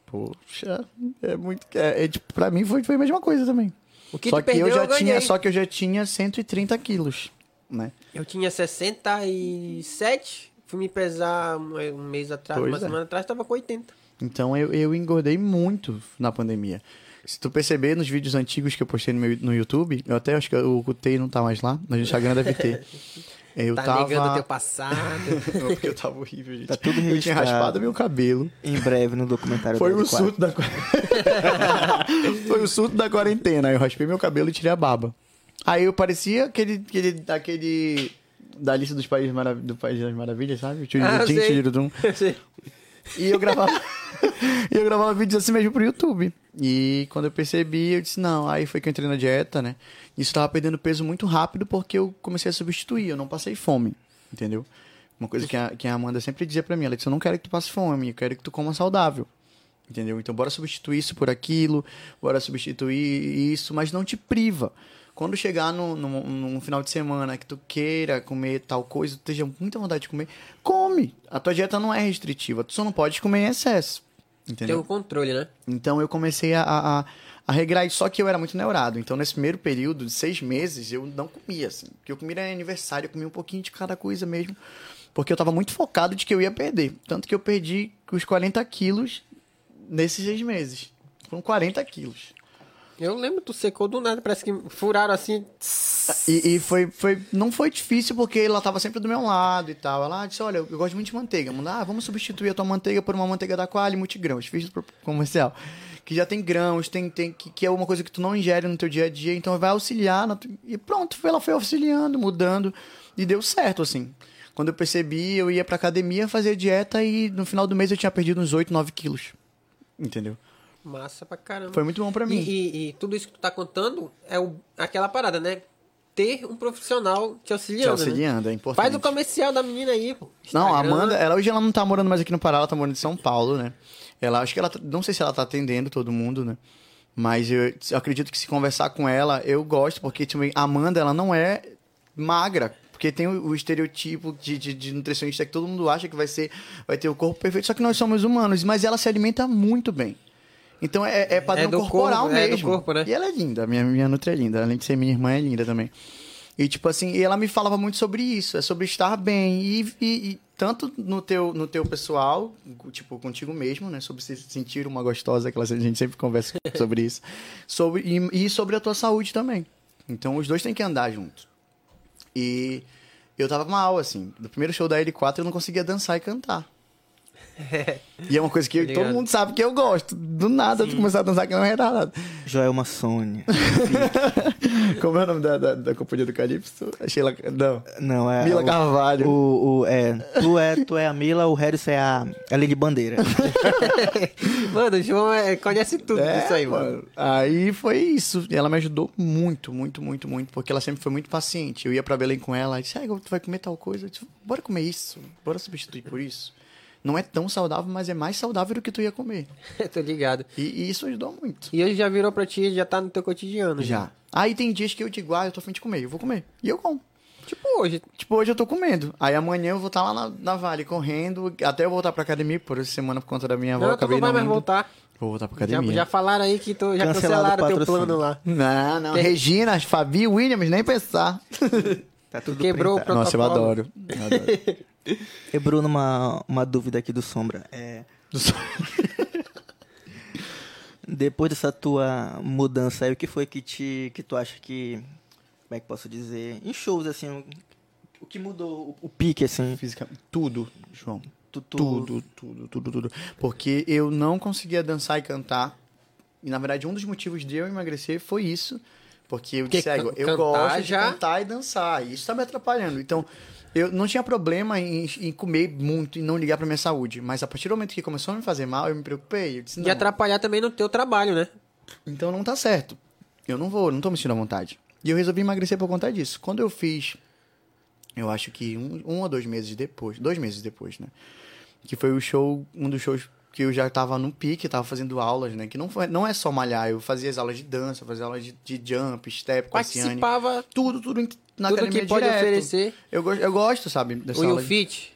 Poxa, é muito. É, é, tipo, pra mim foi, foi a mesma coisa também. O que só tu que perdeu, eu já eu ganhei. tinha, só que eu já tinha 130 quilos, né? Eu tinha 67, fui me pesar um um mês atrás, Pois uma é. semana atrás, tava com 80. Então eu, eu engordei muito na pandemia. Se tu perceber nos vídeos antigos que eu postei no, meu, no YouTube, eu até acho que eu ocultei e não tá mais lá, mas no Instagram deve ter. Eu Tá tava. negando teu passado. Não, porque eu tava horrível, gente. Tá tudo Eu tinha registrado. raspado meu cabelo. Em breve no documentário Foi um do o L4. surto da qua- Foi o surto da quarentena. Eu raspei meu cabelo e tirei a baba. Aí eu parecia aquele aquele, aquele da lista dos países marav... do país das maravilhas, sabe? Ah, Tchurirutim, sei. tchurirutum. E eu gravava E eu gravava vídeos assim mesmo pro YouTube. E quando eu percebi, eu disse não, aí foi que eu entrei na dieta, né? Isso eu tava perdendo peso muito rápido porque eu comecei a substituir, eu não passei fome, entendeu? Uma coisa que a, que a Amanda sempre dizia pra mim, ela disse, eu não quero que tu passe fome, eu quero que tu coma saudável. Entendeu? Então, bora substituir isso por aquilo, bora substituir isso, mas não te priva. Quando chegar no, no, num final de semana que tu queira comer tal coisa, tu esteja com muita vontade de comer, come! A tua dieta não é restritiva, tu só não pode comer em excesso. Tem Entendeu? um controle, né? Então eu comecei a, a, a- a regrar isso, só que eu era muito neurado. Então nesse primeiro período de seis meses eu não comia, assim. Porque eu comia em aniversário, eu comia um pouquinho de cada coisa mesmo. Porque eu tava muito focado de que eu ia perder. Tanto que eu perdi os 40 quilos nesses seis meses. Foram 40 quilos. Eu lembro, tu secou do nada, parece que furaram assim. E, e foi, foi, não foi difícil porque ela tava sempre do meu lado e tal. Ela disse: Olha, eu eu gosto muito de manteiga. Eu mandei, ah, vamos substituir a tua manteiga por uma manteiga da Qualy multigrãos. Fiz pro comercial. Que já tem grãos, tem, tem, que, que é uma coisa que tu não ingere no teu dia a dia. Então vai auxiliar. na tu- E pronto, ela foi auxiliando, mudando. E deu certo, assim. Quando eu percebi, eu ia pra academia fazer dieta e no final do mês eu tinha perdido uns 8, 9 quilos. Entendeu? Massa pra caramba. Foi muito bom pra E- mim. E, e tudo isso que tu tá contando é o- aquela parada, né? Ter um profissional te auxiliando. Te né? auxiliando, é importante. Faz o comercial da menina aí, pô. Não, a Instagram. Amanda, ela hoje ela não tá morando mais aqui no Pará, ela tá morando em São Paulo, né? Ela acho que ela tá- não sei se ela tá atendendo todo mundo, né? Mas eu, eu acredito que se conversar com ela, eu gosto, porque também a Amanda ela não é magra. Porque tem o, o estereotipo de, de- de nutricionista que todo mundo acha que vai ser, vai ter o corpo perfeito, só que nós somos humanos, mas ela se alimenta muito bem. Então é, é padrão É do corporal corpo, é do mesmo. corpo, né? E ela é linda, minha, minha Nutri é linda. Além de ser minha irmã, é linda também. E tipo assim, e ela me falava muito sobre isso, é sobre estar bem. E, e- e tanto no teu, no teu pessoal, tipo, contigo mesmo, né? Sobre se sentir uma gostosa, aquela a gente sempre conversa sobre isso. Sobre, e, e sobre a tua saúde também. Então os dois têm que andar juntos. E eu tava mal, assim. No primeiro show da L4 eu não conseguia dançar e cantar. e é uma coisa que eu- todo ligado. mundo sabe que eu gosto. Do nada tu começar a dançar que não é nada. Joelma Sônia. Como é o nome da, da, da companhia do Calypso? A Sheila. Não. Não, é. Mila o- Carvalho. O, o- é, tu, é, tu é a Mila, o Harris é a, a Lili Bandeira. Mano, o João é- conhece tudo É, disso aí, mano. Aí foi isso. E Ela me ajudou muito, muito, muito, muito. Porque ela sempre foi muito paciente. Eu ia pra Belém com ela. e disse, ah, tu vai comer tal coisa? Eu disse, bora comer isso. Bora substituir por isso. Não é tão saudável, mas é mais saudável do que tu ia comer. Tô ligado. E, e isso ajudou muito. E hoje já virou pra ti, já tá no teu cotidiano. né? Já. Aí tem dias que eu digo, ah, eu tô afim de comer. Eu vou comer. E eu como. Tipo hoje. Tipo, hoje eu tô comendo. Aí amanhã eu vou estar lá na, na Vale correndo, até eu voltar pra academia, por essa semana por conta da minha avó, Não, tu acabei não vai mais indo. voltar. Vou voltar pra Já, academia. já falaram aí que tu, já Cancelado cancelaram o teu patrocínio. plano lá. Não, não. Tem- Regina, Fabi, Williams, nem pensar. Tá tudo Quebrou o printado. pro- Nossa, eu Protocolo. adoro. Eu adoro. E Bruno, uma, uma dúvida aqui do Sombra. É, Do so- depois dessa tua mudança aí, o que foi que, te, que tu acha que. Como é que posso dizer? Em shows, assim. o- O que mudou o, o pique, assim? Física, tudo, João. Tu- tu- Tudo, tudo, tudo, tudo. Porque eu não conseguia dançar e cantar. E na verdade, um dos motivos de eu emagrecer foi isso. Porque eu Porque disse, "Ah, Igor, can- eu cantar gosto já- de cantar e dançar. E isso tá me atrapalhando. Então, eu não tinha problema em, em comer muito e não ligar pra minha saúde. Mas a partir do momento que começou a me fazer mal, eu me preocupei. Eu disse, E "Não, atrapalhar também no teu trabalho, né? Então não tá certo. Eu não vou, não tô me sentindo à vontade. E eu resolvi emagrecer por conta disso. Quando eu fiz, eu acho que um, um ou dois meses depois, dois meses depois, né? Que foi o show, um dos shows que eu já tava no pique, tava fazendo aulas, né? Que não, foi, não é só malhar, eu fazia as aulas de dança, fazia aulas de, de jump, step, com a Ciane. Participava Tudo, tudo em- na tudo academia que pode direto. oferecer. Eu, go- eu gosto, sabe, dessa O aula de- YouFit.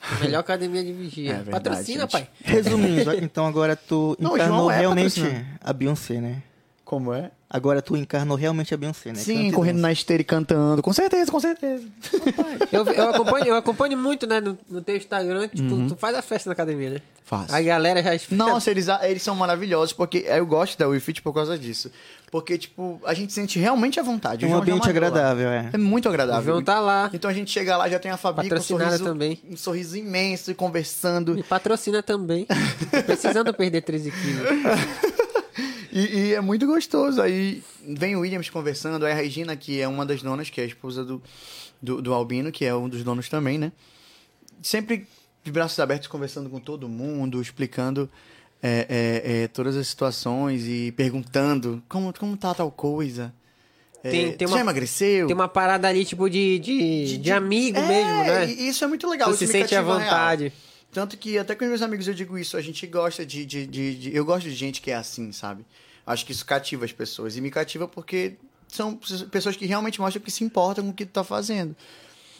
a Melhor academia de vigia. É verdade, Patrocina, gente. pai. Resumindo, então agora tu Não, encarnou João é realmente patrocinado. a Beyoncé, né? Como é? Agora tu encarnou realmente a Beyoncé, né? Sim, Canta e correndo dança. na esteira e cantando. Com certeza, com certeza. Eu, eu acompanho, eu acompanho muito, né, no, no teu Instagram, tipo, Uhum. tu faz a festa na academia, né? Faço. A galera já espera. Nossa, eles, eles são maravilhosos, porque eu gosto da WeFit por causa disso. Porque, tipo, a gente sente realmente a vontade. É O um João já ambiente mandou lá. agradável, é. É muito agradável. O João tá lá. Então a gente chega lá, já tem a Fabi com um Patrocinada sorriso, também. um sorriso imenso e conversando. Me patrocina também. Tô precisando perder 13 quilos. E, e é muito gostoso. Aí vem o Williams conversando, aí a Regina, que é uma das donas, que é a esposa do, do, do Albino, que é um dos donos também, né? Sempre de braços abertos, conversando com todo mundo, explicando é, é, é, todas as situações e perguntando como, como tá tal coisa. É, Tem- tem "Tu uma- já emagreceu? Tem uma parada ali, tipo, de, de, de, amigo É, mesmo, né? e Isso é muito legal. Tu isso se me sente à cativa é real. vontade. Tanto que até com os meus amigos eu digo isso, a gente gosta de, de, de, de- Eu gosto de gente que é assim, sabe? Acho que isso cativa as pessoas. E me cativa porque são pessoas que realmente mostram que se importam com o que tu tá fazendo.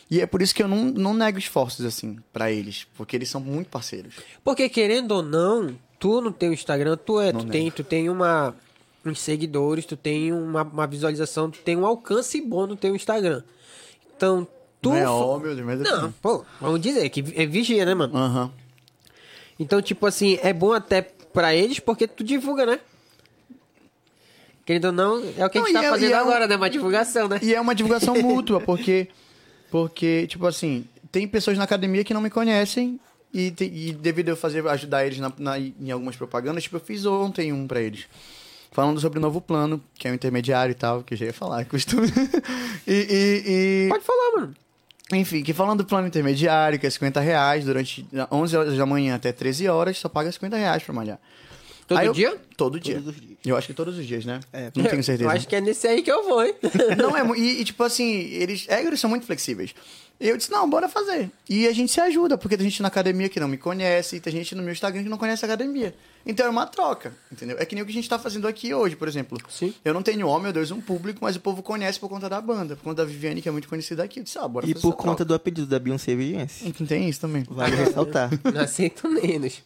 E é por isso que eu não, não nego esforços, assim, pra eles. Porque eles são muito parceiros. Porque querendo ou não, tu no teu Instagram, tu é, Não tu nego. tem, tu tem uma uns seguidores, tu tem uma, uma visualização, tu tem um alcance bom no teu Instagram. Então, tu não é fa- homem, meu Deus, mas... assim. Não, pô, vamos dizer que é vigia, né, mano? Aham. Então, tipo assim, é bom até pra eles porque tu divulga, né? Querendo ou não, é o que Não, a gente e tá é- fazendo e é um- agora, né? Uma divulgação, né? E é uma divulgação mútua, porque, porque, tipo assim, tem pessoas na academia que não me conhecem e, tem- e devido a eu fazer, ajudar eles na- na- em algumas propagandas, tipo, eu fiz ontem um pra eles. Falando sobre o novo plano, que é o intermediário e tal, que eu já ia falar, costume. e, e, e- Pode falar, mano. enfim, que falando do plano intermediário, que é 50 reais, durante 11 horas da manhã até 13 horas, só paga 50 reais pra malhar. Todo Aí eu- dia? todo dia? Todos os dias. Eu acho que todos os dias, né? Não tenho certeza. Eu acho que é nesse aí que eu vou, hein? Não é, mu- e, e, tipo assim, eles, é, eles são muito flexíveis. E eu disse, não, bora fazer. E a gente se ajuda, porque tem gente na academia que não me conhece, e tem gente no meu Instagram que não conhece a academia. Então é uma troca, entendeu? É que nem o que a gente tá fazendo aqui hoje, por exemplo. Sim. Eu não tenho homem, eu deus um público, mas o povo conhece por conta da banda, por conta da Viviane, que é muito conhecida aqui. Eu disse, ah, bora E fazer por essa conta troca. do apelido da Beyoncé Viviense. do... Tem isso também. Vale ressaltar. Não aceito menos.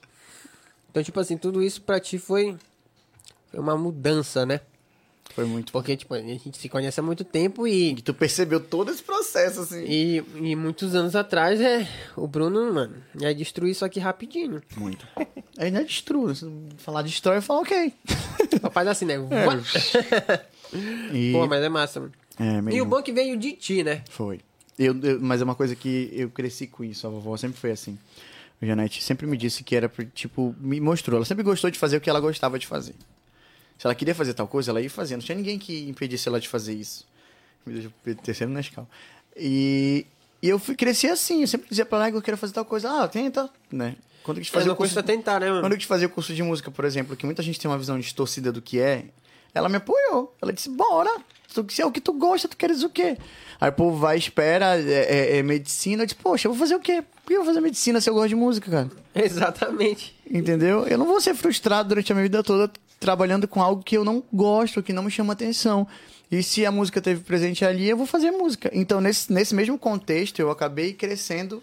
Então, tipo assim, tudo isso pra ti foi, foi uma mudança, né? Foi muito. Porque, tipo, a gente se conhece há muito tempo e, E tu percebeu todo esse processo, assim. e, e muitos anos atrás, é, o Bruno, mano, ia destruir isso aqui rapidinho. Muito. Aí não é destrua. Se falar de história, eu falo, ok. Papai assim, né? É, E... Pô, mas é massa, mano. É, E mesmo. o bom que veio de ti, né? Foi. Eu, eu- mas é uma coisa que eu cresci com isso. A vovó sempre foi assim. A Janete sempre me disse que era, pro- tipo, me mostrou. Ela sempre gostou de fazer o que ela gostava de fazer. Se ela queria fazer tal coisa, ela ia fazer. Não tinha ninguém que impedisse ela de fazer isso. Me deixou pe- terceiro na escala. E, e eu fui, cresci assim. Eu sempre dizia pra ela "Ah, eu quero fazer tal coisa. Ah, tenta, né? Quando eu quis Fazer fazer não o curso... custa tentar, né, mano? Quando eu quis fazer o curso de música, por exemplo, que muita gente tem uma visão distorcida do que é, ela me apoiou. Ela disse, bora, tu- se é o que tu gosta, tu queres o quê? Aí o povo vai, espera, é, é- é medicina. Eu disse, poxa, eu vou fazer o quê? Por que eu vou fazer medicina se eu gosto de música, cara? Exatamente. Entendeu? Eu não vou ser frustrado durante a minha vida toda trabalhando com algo que eu não gosto, que não me chama atenção. E se a música teve presente ali, eu vou fazer música. Então, nesse, nesse mesmo contexto, eu acabei crescendo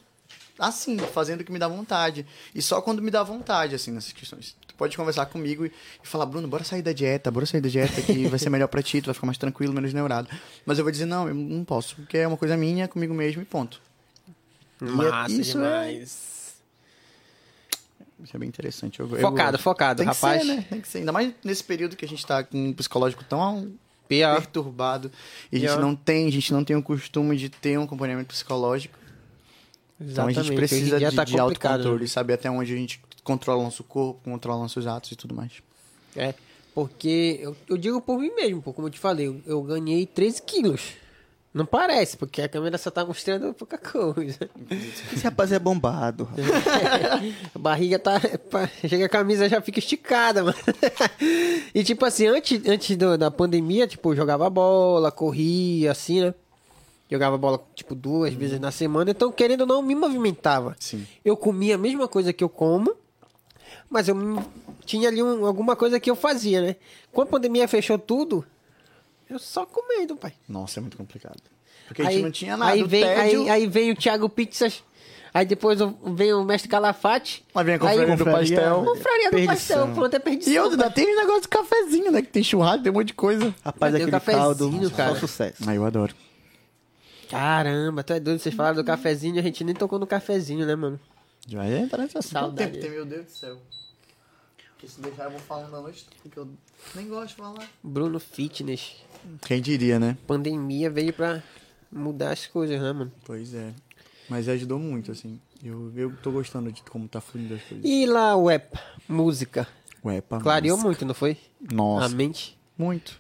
assim, fazendo o que me dá vontade. E só quando me dá vontade, assim, nessas questões. Tu pode conversar comigo e, e falar, Bruno, bora sair da dieta, bora sair da dieta que vai ser melhor pra ti, tu vai ficar mais tranquilo, menos neurado. Mas eu vou dizer, não, eu não posso, porque é uma coisa minha, comigo mesmo e ponto. Massa isso é- demais. Isso é bem interessante. Eu- eu- Focado, focado, Tem que rapaz. ser, né? Tem que ser. Ainda mais nesse período que a gente tá com um psicológico tão Pior. perturbado. E a gente Pior. não tem, a gente não tem o costume de ter um acompanhamento psicológico. Então a Exatamente. gente Hoje em precisa dia de, tá de complicado, autocontrole, saber até onde a gente controla nosso corpo, controla nossos atos e tudo mais. É, porque eu, eu digo por mim mesmo, pô, como eu te falei, eu, eu ganhei 13 quilos. Não parece, porque a câmera só tá mostrando pouca coisa. Esse rapaz é bombado. rapaz. a barriga tá. pá, Chega a camisa já fica esticada, mano. e tipo assim, antes, antes do- da pandemia, tipo, eu jogava bola, corria, assim, né? Jogava bola, tipo, duas vezes na semana, então querendo ou não, me movimentava. Sim. Eu comia a mesma coisa que eu como, mas eu me- tinha ali um- alguma coisa que eu fazia, né? Quando a pandemia fechou tudo, eu só comendo, pai. Nossa, é muito complicado. Porque a gente não tinha nada. Aí o vem, tédio- aí, aí vem o Thiago Pizzas. Aí depois vem o mestre Calafate. Aí vem a aí, confraria do confraria- pastel. Confraria do Perdição. pastel, pronto, é perdição. E outro, ainda tem um negócio de cafezinho, né? Que tem churrasco, tem um monte de coisa. Rapaz, é Cadê o aquele caldo, cafezinho, cara? só sucesso. Ah, eu adoro. Caramba, tu é doido, vocês falaram do cafezinho, a gente nem tocou no cafezinho, né, mano? Já é interessante. Saudade. meu Deus do céu. Porque se deixar eu vou falando a noite, toda, que eu nem gosto de falar. Bruno Fitness. Quem diria, né? Pandemia veio pra mudar as coisas, né, mano? Pois é. Mas ajudou muito, assim. Eu, eu tô gostando de como tá fluindo as coisas. E lá, web, música. Ué, pá, Clareou nossa. muito, não foi? A Nossa, mente. muito.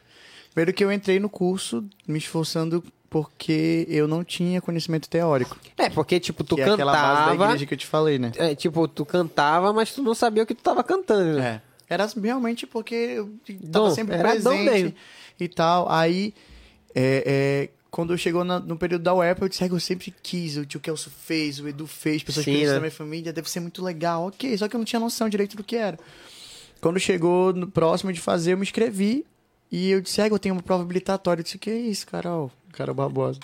Primeiro que eu entrei no curso me esforçando porque eu não tinha conhecimento teórico. É, porque, tipo, tu que é aquela base da cantava. igreja que eu te falei, né? É, tipo, tu cantava, mas tu não sabia o que tu tava cantando, né? É. Era realmente porque eu tava Dom, sempre era dom presente mesmo. e tal. Aí, é, é, quando chegou na- no período da UEP, eu disse, "Ah, eu sempre quis, o tio Kelso fez, o Edu fez, pessoas Sim, que conhecem né? da minha família, deve ser muito legal, ok. Só que eu não tinha noção direito do que era. Quando chegou no próximo de fazer, eu me inscrevi e eu disse, "Ah, eu tenho uma prova habilitatória. Eu disse, que é isso, Carol? Cara barbosa.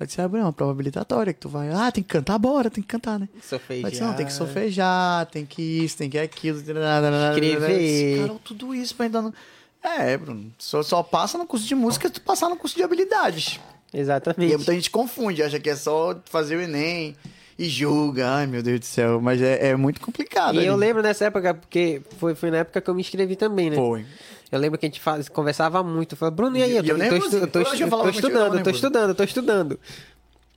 Ela disse, ah, Bruno, é uma prova habilitatória que tu vai, ah, tem que cantar, bora, tem que cantar, né? Sofeijado. Ela disse, não, tem que sofejar, tem que isso, tem que aquilo. Escrever. Cara, tudo isso pra ainda não... É, Bruno, só, só passa no curso de música se tu passar no curso de habilidades. E aí Exatamente. muita gente confunde, acha que é só fazer o Enem e julga. Ai, meu Deus do céu, mas é, é muito complicado. E eu ali. lembro nessa época, porque foi, foi na época que eu me inscrevi também, né? Foi. Eu lembro que a gente faz- conversava muito. Eu falava, Bruno, e aí? Eu E tô, eu eu tô, nervosinho. estu- eu tô, Toda vez que eu estu- falava tô contigo, eu estudando, tava eu tô nervoso. estudando, eu tô estudando.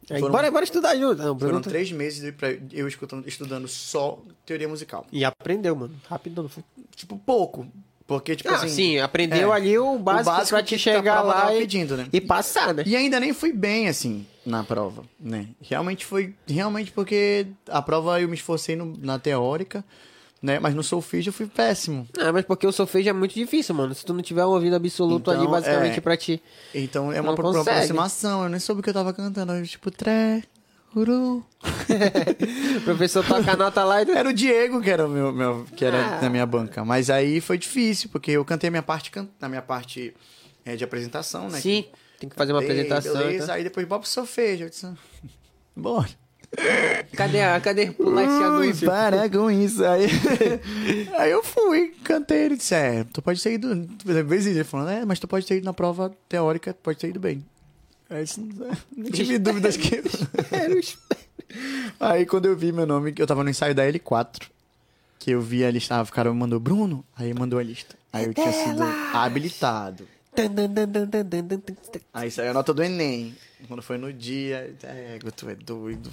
Aí, Foram- bora, bora estudar junto. Não, Bruno, Foram tá- três meses de- pra eu escutando, estudando só teoria musical. E aprendeu, mano. Rápido não foi. Tipo, pouco. Porque, tipo Ah, assim... sim, aprendeu é. ali o básico, básico pra te que a chegar prova lá tava e, pedindo, né? e passar, né? E ainda nem fui bem, assim, na prova, né? Realmente foi, realmente porque a prova eu me esforcei no- na teórica, né? Mas no solfígio eu fui péssimo. Ah, mas porque o solfejo é muito difícil, mano. Se tu não tiver um ouvido absoluto ali, Então, basicamente, é. pra ti. Então é uma Não pro- uma consegue. aproximação, eu nem soube o que eu tava cantando. Eu, tipo, tré, uru. O professor toca a nota lá e. Era o Diego que era, o meu, meu- que era Ah. na minha banca. Mas aí foi difícil, porque eu cantei a minha parte, can- na minha parte é, de apresentação, né? Sim, tem que fazer uma Ei, apresentação. Beleza, então. aí depois bora pro solfejo. Eu disse, "Ah, bora. Cadê, a, cadê pular esse Ui, anúncio? para com isso. Aí, aí eu fui, cantei. Ele disse: É, tu pode ter ido. Vezes ele falando: É, mas tu pode ter ido na prova teórica, pode ter ido bem. Aí eu disse, "Não, não tive dúvidas que. aí quando eu vi meu nome, que eu tava no ensaio da L4, que eu vi a lista, ah, o cara me mandou Bruno, aí mandou a lista. Aí eu tinha sido habilitado. Tan, tan, tan, tan, tan, tan, tan, tan. Aí saiu a nota do Enem. Quando foi no dia, é, tu é doido.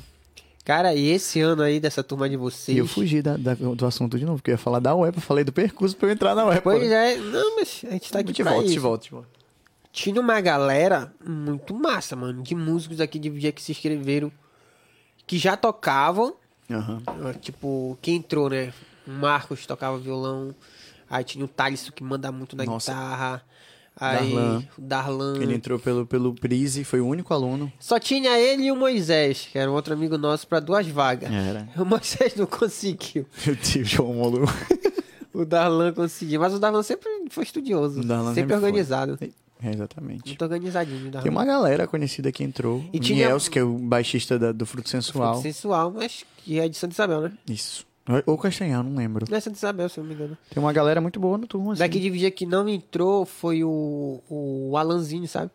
Cara, e esse ano aí dessa turma de vocês? E eu fugi da- da- do assunto de novo, porque eu ia falar da UEP, eu falei do percurso pra eu entrar na UEP. Pois é, não, mas a gente tá aqui te pra volto, isso. te volto, te volto. Tinha uma galera muito massa, mano, de músicos aqui de dia que se inscreveram, que já tocavam, Aham. Ah, tipo, quem entrou, né? O Marcos tocava violão, aí tinha o Thales que manda muito na Nossa. guitarra, aí Darlan. o Darlan. Ele entrou pelo, pelo Prise, foi o único aluno. Só tinha ele e o Moisés, que era um outro amigo nosso, pra duas vagas. Era. O Moisés não conseguiu. Meu Deus, João Molu. O Darlan conseguiu, mas o Darlan sempre foi estudioso, O Darlan sempre, sempre foi. organizado. É, exatamente. Muito organizadinho, o Darlan. Tem uma galera conhecida que entrou. E E tinha- Niels, que é o baixista da- do Fruto Sensual. Sensual, mas que é de Santa Isabel, né? Isso. Ou Castanhar, não lembro. Não é Santa Isabel, se eu não me engano. Tem uma galera muito boa no turma, assim. Daqui de dia que não entrou foi o, o Alanzinho, sabe?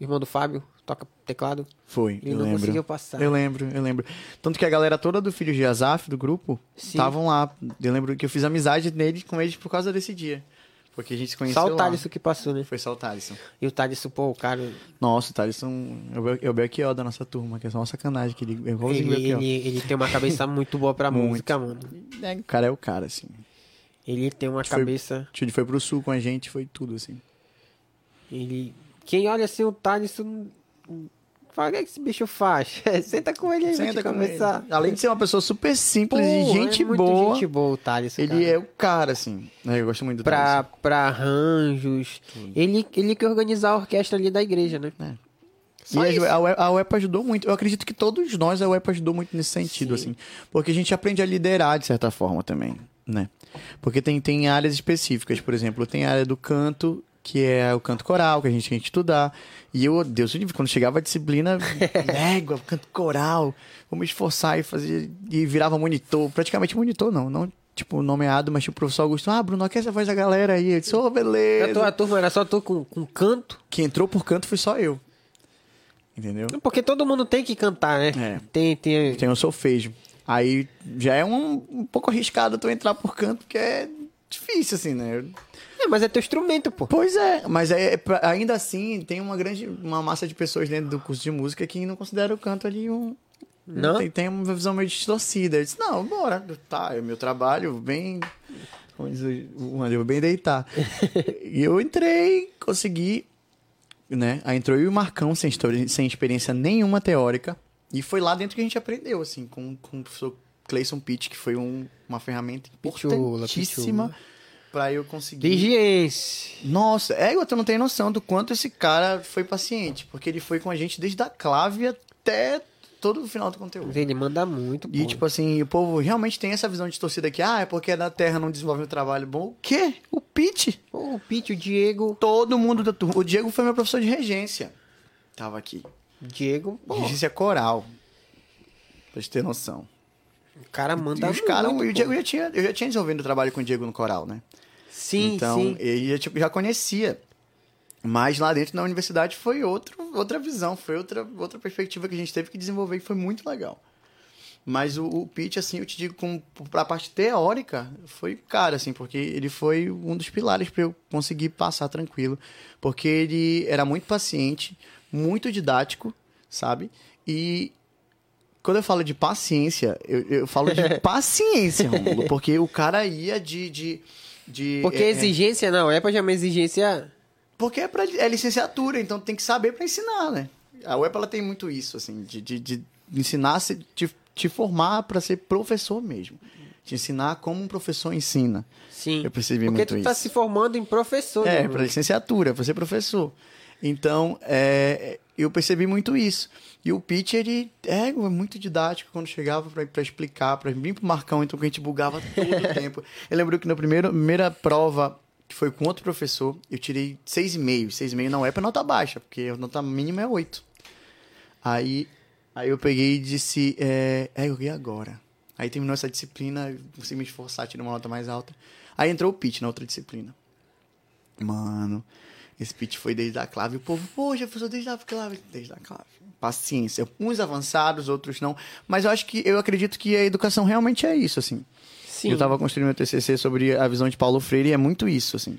Irmão do Fábio, toca teclado. assim. Foi, Ele eu não lembro. conseguiu passar. Eu lembro, eu lembro. Tanto que a galera toda do Filho de Azaf, do grupo, Sim. estavam lá. Eu lembro que eu fiz amizade nele, com eles por causa desse dia. Porque a gente se conheceu Só o lá. Thaleson que passou, né? Foi só o Thaleson. E o Thaleson, pô, o cara. Nossa, o Thaleson é o Bel- é o Belchior da nossa turma, que é só uma sacanagem. Que ele é igualzinho o Ele, Belchior. ele, ele tem uma cabeça muito boa pra Muito. música, mano. É, o cara é o cara, assim. Ele tem uma Foi- cabeça. Tio, Ele foi pro sul com a gente, foi tudo, assim. Ele. Quem olha assim o Thaleson. Fala, o que é que esse bicho faz? Senta com ele aí, Senta com começar. ele. Além de ser uma pessoa super simples Pô, e gente é muito boa, gente boa o Thaleson. ele cara. é o cara, assim. É, Eu gosto muito do pra, pra arranjos. Ele, ele que organizar a orquestra ali da igreja, né? E Só a, isso. a UEP, a UEP ajudou muito. Eu acredito que todos nós a UEP ajudou muito nesse sentido, assim. Porque a gente aprende a liderar, de certa forma, também, né? Porque tem, tem áreas específicas, por exemplo, tem a área do canto, que é o canto coral, que a gente tinha que estudar. E eu, Deus me livre, quando chegava a disciplina, légua, canto coral, vamos esforçar e fazer. E virava monitor, praticamente monitor, não, não tipo nomeado, mas tipo o professor Augusto, ah, Bruno, aquece a voz da galera aí. Eu disse, ô, beleza. A tua turma era só tu com, com canto? Quem entrou por canto foi só eu. Entendeu? Porque todo mundo tem que cantar, né? É. Tem, tem... Tem um solfejo. Aí já é um, um pouco arriscado tu entrar por canto, porque é difícil, assim, né? É, mas é teu instrumento, pô. Pois é, mas é, é pra- ainda assim tem uma grande uma massa de pessoas dentro do curso de música que não considera o canto ali um. Não? Tem, tem uma visão meio distorcida. Eu disse, não, bora, tá, é o meu trabalho, bem. Como diz o André, eu vou bem deitar. e eu entrei, consegui, né? Aí entrou eu e o Marcão, sem, história, sem experiência nenhuma teórica. E foi lá dentro que a gente aprendeu, assim, com, com o professor Clayson Pitt, que foi um- uma ferramenta Pichula, importantíssima para eu conseguir. Ligiense. Nossa, é, tu não tem noção do quanto esse cara foi paciente, porque ele foi com a gente desde a clave até todo o final do conteúdo. Ele manda muito, pô. E, tipo assim, o povo realmente tem essa visão de torcida que, ah, é porque é da terra, não desenvolve um trabalho bom. O quê? O Pete? Pô, o Pete, o Diego... Todo mundo da turma. O Diego foi meu professor de regência. Tava aqui. Diego, pô, Regência coral. Pra gente ter noção. o cara manda e os caras, Tá muito, e o pô. Diego já tinha, eu já tinha desenvolvido trabalho com o Diego no coral, né? Sim, então, sim. ele já, tipo, já conhecia. Mas lá dentro na universidade foi outro, outra visão, foi outra, outra perspectiva que a gente teve que desenvolver, que foi muito legal. Mas o, o Pete, assim, eu te digo, como pra parte teórica, foi cara, assim, porque ele foi um dos pilares para eu conseguir passar tranquilo. Porque ele era muito paciente, muito didático, sabe? E quando eu falo de paciência, eu, eu falo de paciência, Romulo, porque o cara ia de. de, de Porque é, é, exigência não é pra chamar exigência... porque é, pra, é licenciatura, então tem que saber pra ensinar, né? A UEP ela tem muito isso, assim, de, de, de ensinar, se- te, te formar pra ser professor mesmo. Te ensinar como um professor ensina. Sim. Eu percebi Porque muito tu tá isso. se formando em professor, né, É, mano? pra licenciatura, pra ser professor. Então, é, eu percebi muito isso. E o Pete, ele é muito didático quando chegava pra, pra explicar, pra mim, pro Marcão, então que a gente bugava todo o tempo. Eu lembro que na primeira, primeira prova, que foi com outro professor, eu tirei 6,5. 6,5 não é pra nota baixa, porque a nota mínima é 8. Aí, aí eu peguei e disse, é, é, eu e agora? Aí terminou essa disciplina, eu consegui me esforçar, tirei uma nota mais alta. Aí entrou o Pete na outra disciplina. Mano, esse pitch foi desde a clave. O povo, poxa, professor, desde a clave. Desde a clave. Paciência. Uns avançados, outros não. Mas eu acho que, eu acredito que a educação realmente é isso, assim. Sim. Eu tava construindo meu TCC sobre a visão de Paulo Freire e é muito isso, assim.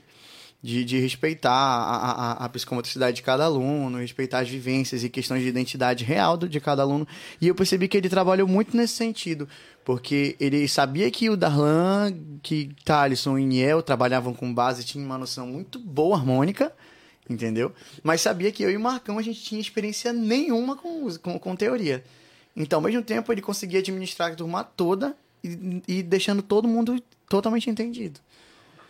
De, de respeitar a, a, a- a psicomotricidade de cada aluno, respeitar as vivências e questões de identidade real do, de cada aluno. E eu percebi que ele trabalhou muito nesse sentido, porque ele sabia que o Darlan, que Thalisson e Niel trabalhavam com base, tinham uma noção muito boa harmônica, entendeu? Mas sabia que eu e o Marcão a gente tinha experiência nenhuma com, música- com, com teoria. Então, ao mesmo tempo, ele conseguia administrar a turma toda e, e deixando todo mundo totalmente entendido.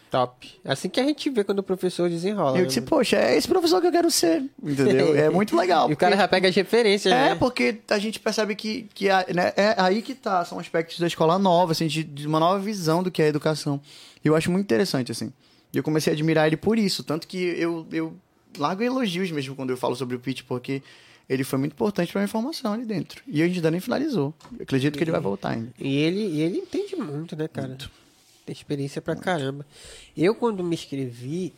Top. É Assim que a gente vê quando o professor desenrola. eu né, disse, mano? poxa, é esse professor que eu quero ser, entendeu? É muito legal. E o cara porque- já pega as referências, É, né? porque a gente percebe que, que a- né, é aí que tá, são aspectos da escola nova, assim, de, de uma nova visão do que é a educação. E eu acho muito interessante, assim. E eu comecei a admirar ele por isso, tanto que eu, eu largo elogios mesmo quando eu falo sobre o Pete, porque ele foi muito importante pra minha formação ali dentro. E a gente ainda nem finalizou. Eu acredito que ele vai voltar ainda. E ele, e ele entende muito, né, cara? Tem experiência pra caramba. Eu, quando me inscrevi,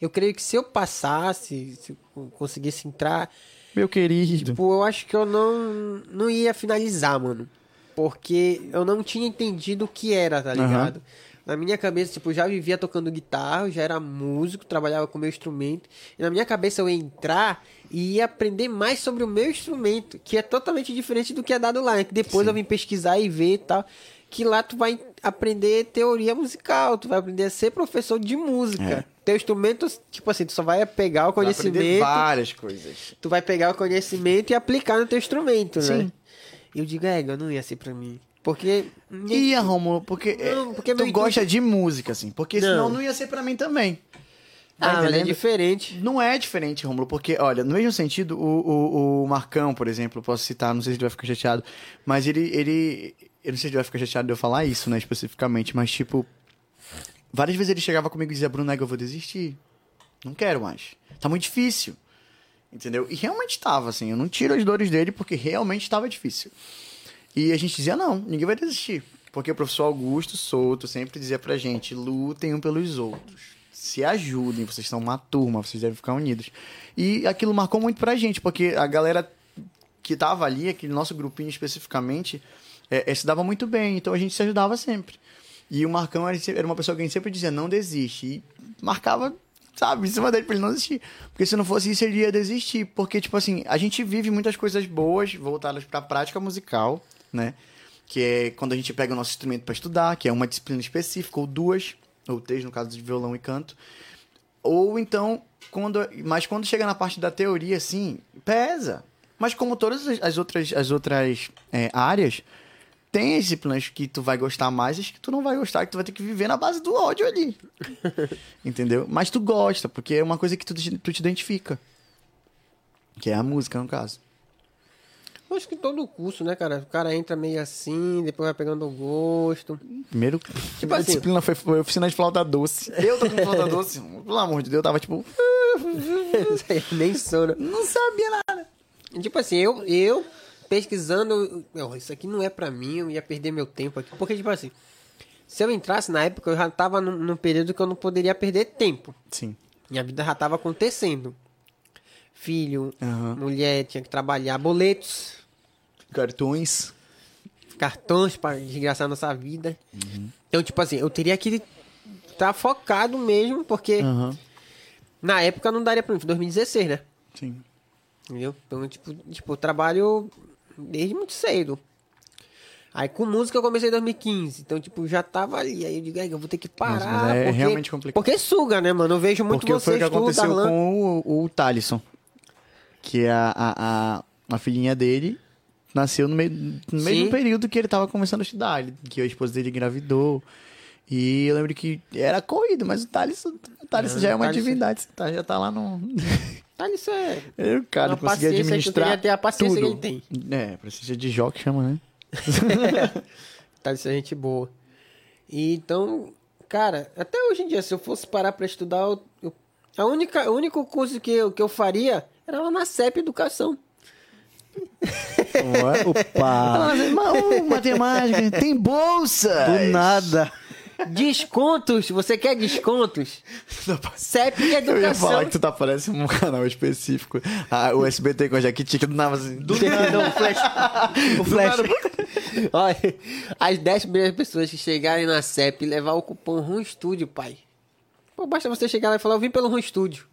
eu creio que se eu passasse, se eu conseguisse entrar, Meu querido. Pô, Tipo, eu acho que eu não, não ia finalizar, mano. Porque eu não tinha entendido o que era, tá Aham. ligado? Na minha cabeça, tipo, eu já vivia tocando guitarra, eu já era músico, trabalhava com o meu instrumento. E na minha cabeça eu ia entrar e ia aprender mais sobre o meu instrumento, que é totalmente diferente do que é dado lá, né? Que depois eu vim pesquisar e ver e tal. Que lá tu vai aprender teoria musical, tu vai aprender a ser professor de música. Teu instrumento, tipo assim, tu só vai pegar o Vai aprender conhecimento várias coisas. tu vai pegar o conhecimento e aplicar no teu instrumento, né? Sim. Eu digo, é, eu não ia ser pra mim. Porque. Ia, Romulo, porque, é, Não, porque meu tu intuito- gosta de música, assim. Porque Não. senão não ia ser pra mim também. Tá Ah, mas é entendendo? diferente. Não é diferente, Romulo, porque, olha, no mesmo sentido, o, o, o Marcão, por exemplo, posso citar, não sei se ele vai ficar chateado, mas ele, ele. Eu não sei se ele vai ficar chateado de eu falar isso, né, especificamente, mas tipo. Várias vezes ele chegava comigo e dizia, Bruno, é que eu vou desistir. Não quero mais. Tá muito difícil. Entendeu? E realmente tava, assim. Eu não tiro as dores dele porque realmente tava difícil. E a gente dizia, não, ninguém vai desistir. Porque o professor Augusto Souto sempre dizia pra gente, lutem um pelos outros. Se ajudem, vocês são uma turma, vocês devem ficar unidos. E aquilo marcou muito pra gente, porque a galera que tava ali, aquele nosso grupinho especificamente, é, é, se dava muito bem, então a gente se ajudava sempre. E o Marcão era, se- era uma pessoa que a gente sempre dizia, não desiste. E marcava, sabe, em cima dele pra ele não desistir. Porque se não fosse isso, ele ia desistir. Porque, tipo assim, a gente vive muitas coisas boas voltadas pra prática musical, né? Que é quando a gente pega o nosso instrumento pra estudar, que é uma disciplina específica, ou duas, ou três, no caso de violão e canto. Ou então, quando, mas quando chega na parte da teoria, assim, pesa. Mas como todas as- as outras, as outras é, áreas, tem as disciplinas que tu vai gostar mais e as que tu não vai gostar, que tu vai ter que viver na base do ódio ali. Entendeu? Mas tu gosta, porque é uma coisa que tu, te- tu te identifica. Que é a música, no caso. Eu acho que todo curso, né, cara? O cara entra meio assim, depois vai pegando o gosto. Primeiro, primeira assim- disciplina foi, foi oficina de flauta doce. Tipo Eu tô com flauta doce, pelo amor de Deus, eu tava tipo, Nem sono. não sabia nada. Tipo assim, eu, eu pesquisando, não, isso aqui não é pra mim, eu ia perder meu tempo aqui. Porque, tipo assim, se eu entrasse na época, eu já tava num, num período que eu não poderia perder tempo. Sim. Minha vida já tava acontecendo. Filho, Aham. mulher, tinha que trabalhar, boletos, Cartões. cartões pra desgraçar nossa vida. Uhum. Então, tipo assim, eu teria que estar focado mesmo, porque Aham. na época não daria pra mim, foi 2016, né? Sim. Entendeu? Então, tipo, tipo, eu trabalho desde muito cedo. Aí com música eu comecei em 2015, então, tipo, já tava ali. Aí eu digo, "Ai, eu vou ter que parar. Nossa, mas é porque, realmente complicado. Porque suga, né, mano? Eu vejo muito Porque vocês foi o que tudo, aconteceu Darlan. com o, o Thalisson. Que é a, a, a, a filhinha dele nasceu no, meio, no mesmo Sim. período que ele tava começando a estudar. ele- que a esposa dele engravidou. E eu lembro que era corrido, mas o Thalisson, o Thalisson já é uma Thalisson- divindade. tá- já tá lá no... Tá, isso é. o cara Uma paciência conseguia que tu administrar teria que ter a paciência que tudo. ele É, precisa de jó que chama, né? Tá, isso é gente boa. E, então, cara, até hoje em dia, se eu fosse parar pra estudar, eu, eu- a única, o único curso que eu, que eu faria era lá na CEP Educação. Ela Opa! nasceu, "Ma- ô, matemática, tem bolsa! É Do nada. Descontos! Você quer descontos? CEP Eu ia Educação. falar que tu tá parecendo um canal específico. Ah, o SBT com a Jaquitica do nada. Assim, do Não, o flash. O flash. Olha, as 10 primeiras pessoas que chegarem na CEP e levar o cupom RUM Studio, pai. Pô, basta você chegar lá e falar, eu vim pelo RUM Studio.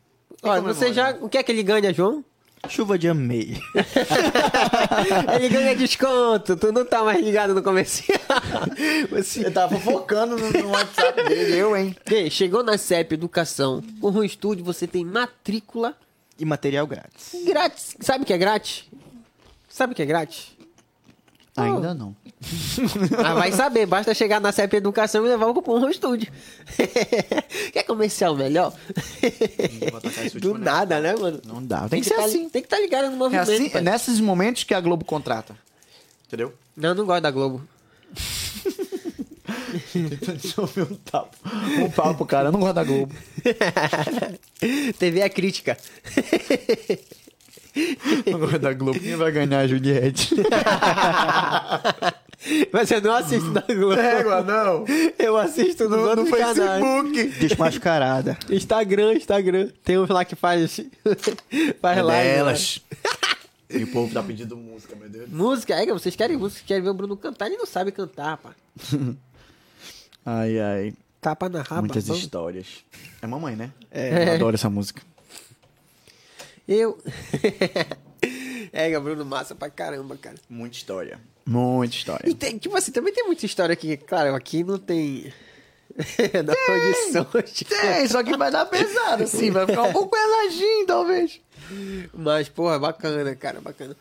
Olha, você já. né? O que é que ele ganha, João? Chuva de amei. ele ganha desconto. Tu não tá mais ligado no comercial. Ele tava focando no, no WhatsApp dele, eu, hein? Ei, chegou na CEP Educação. Com o RUM Studio você tem matrícula E material grátis. grátis. Sabe o que é grátis? Sabe o que é grátis? Ainda não. Ah, vai saber, basta chegar na CEP Educação e levar o cupom no estúdio. Quer comercial melhor? Hum, Do nada, né, mano? Não dá. Tem, que ser tá- assim. Tem que estar ligado no É movimento. assim, é pai. nesses momentos que a Globo contrata. Entendeu? Não, eu não gosto da Globo. Deixa um papo. Um papo, cara. Eu não gosto da Globo. TV é crítica. Não gosto da Globo. Quem vai ganhar a Juliette? Mas eu não assisto da Globo. Égua, É, não. Eu assisto no, No, no outro canal. Facebook. Desmascarada. Instagram, Instagram. Tem uns lá que faz, faz live. né? é E o povo tá pedindo música, meu Deus. Música, é, vocês querem música, querem ver o Bruno cantar, ele não sabe cantar, pá. Ai, ai. Tapa na raba. Muitas vamos. histórias. É mamãe, né? É. Eu adoro essa música. Eu. é, o Bruno massa pra caramba, cara. Muita história. Muita história. E tem, tipo assim, também tem muita história aqui. Claro, aqui não tem. não tem condições. Tem, É, só que vai dar pesado, assim. Vai ficar um pouco pesadinho, talvez. Mas, porra, bacana, cara, bacana.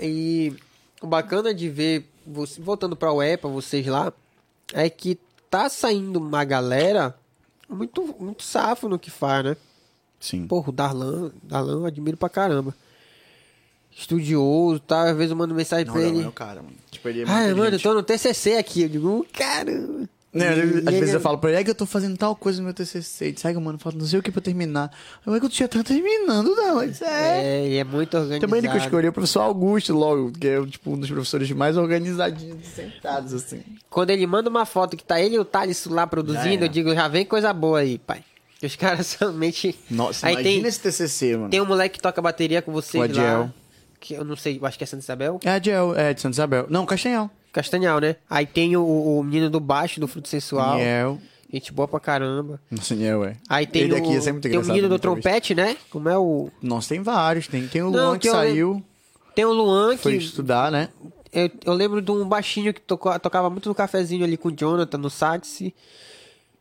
E o bacana de ver, você, voltando pra UEPA, vocês lá, é que tá saindo uma galera muito, muito safo no que faz, né? Sim. Porra, o Darlan, Darlan eu admiro pra caramba. Estudioso, tá? é um Às vezes eu mando mensagem pra ele. cara, mano. Tipo, ele Ah, mano, eu tô no TCC aqui. Eu digo, "Uh, caramba. Né, E- às e vezes ele- eu falo pra ele, é que eu tô fazendo tal coisa no meu TCC. Ele diz, ai, mano, falta não sei o que pra eu terminar. Eu, é que eu já tá terminando, não. Ele diz, é. É, e é muito organizado. Também ele que eu escolhi o professor Augusto logo, que é tipo um dos professores mais organizadinhos, sentados, assim. Quando ele manda uma foto que tá ele e o Thales lá produzindo, era. eu digo, já vem coisa boa aí, pai. Que Os caras somente. Nossa, aí imagina tem, esse TCC, mano. tem um moleque que toca bateria com O vocês Adiel. lá. Que eu não sei, eu acho que é Santa Isabel. É Adiel, é de Santa Isabel. Não, Castanhal. Castanhal, né? Aí tem o, o menino do baixo, do Fruto Sensual. Niel. Gente boa pra caramba. Nossa, Niel, é. Aí tem ele o, aqui, é sempre muito tem o engraçado, menino do muita vez. trompete, né? Como é o... Nossa, tem vários. Tem, tem o Não, Luan que tem o- saiu, Tem o Luan, foi que estudar, né? Eu, eu lembro de um baixinho que tocou- tocava muito no cafezinho ali com o Jonathan, no sax.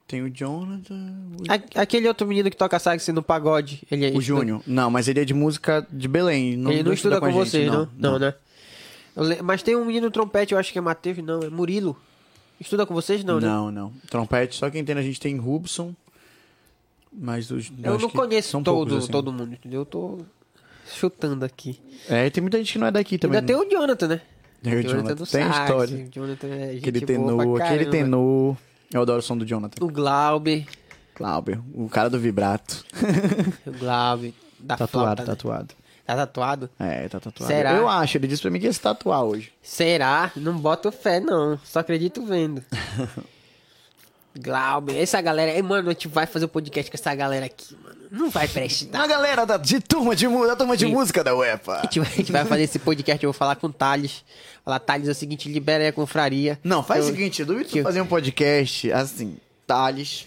Tem o Jonathan. o- A- aquele outro menino que toca sax no pagode. Ele é O Júnior. Não, mas ele é de música de Belém. Não, ele não estuda, com, a gente, vocês, não? Não, né? Eu le- Mas tem um menino trompete, eu acho que é Matheus, não, é Murilo. Estuda com vocês, não, né? Não, não. Trompete, só quem tem, a gente tem Rubson. Mas os. Eu acho não que conheço são todo, poucos, assim. todo mundo, entendeu? Eu tô chutando aqui. É, e tem muita gente que não é daqui também. Ainda tem o Jonathan, né? Tem o Jonathan, do tem sax, história. o Jonathan é gente Aquele boa tenor, pra aquele caramba. tenor. Eu adoro o som do Jonathan. O Glauber. Clauber, o cara do vibrato. O Glauber. Da tatuado, flauta, né? tatuado. Tá tatuado? É, tá tatuado. Será? Eu acho, ele disse pra mim que ia se tatuar hoje. Será? Não boto fé, não. Só acredito vendo. Glauber, essa galera. Ei, mano, a gente vai fazer o podcast com essa galera aqui, mano. Não vai prestar. A galera da, de turma de, mu- da turma de Sim. música da UEFA. A gente, vai- a gente vai fazer esse podcast, eu vou falar com o Thales. Falar, Thales, é o seguinte, libera aí a confraria. Não, faz um Eu- o seguinte, do tu que- fazer um podcast assim, Thales.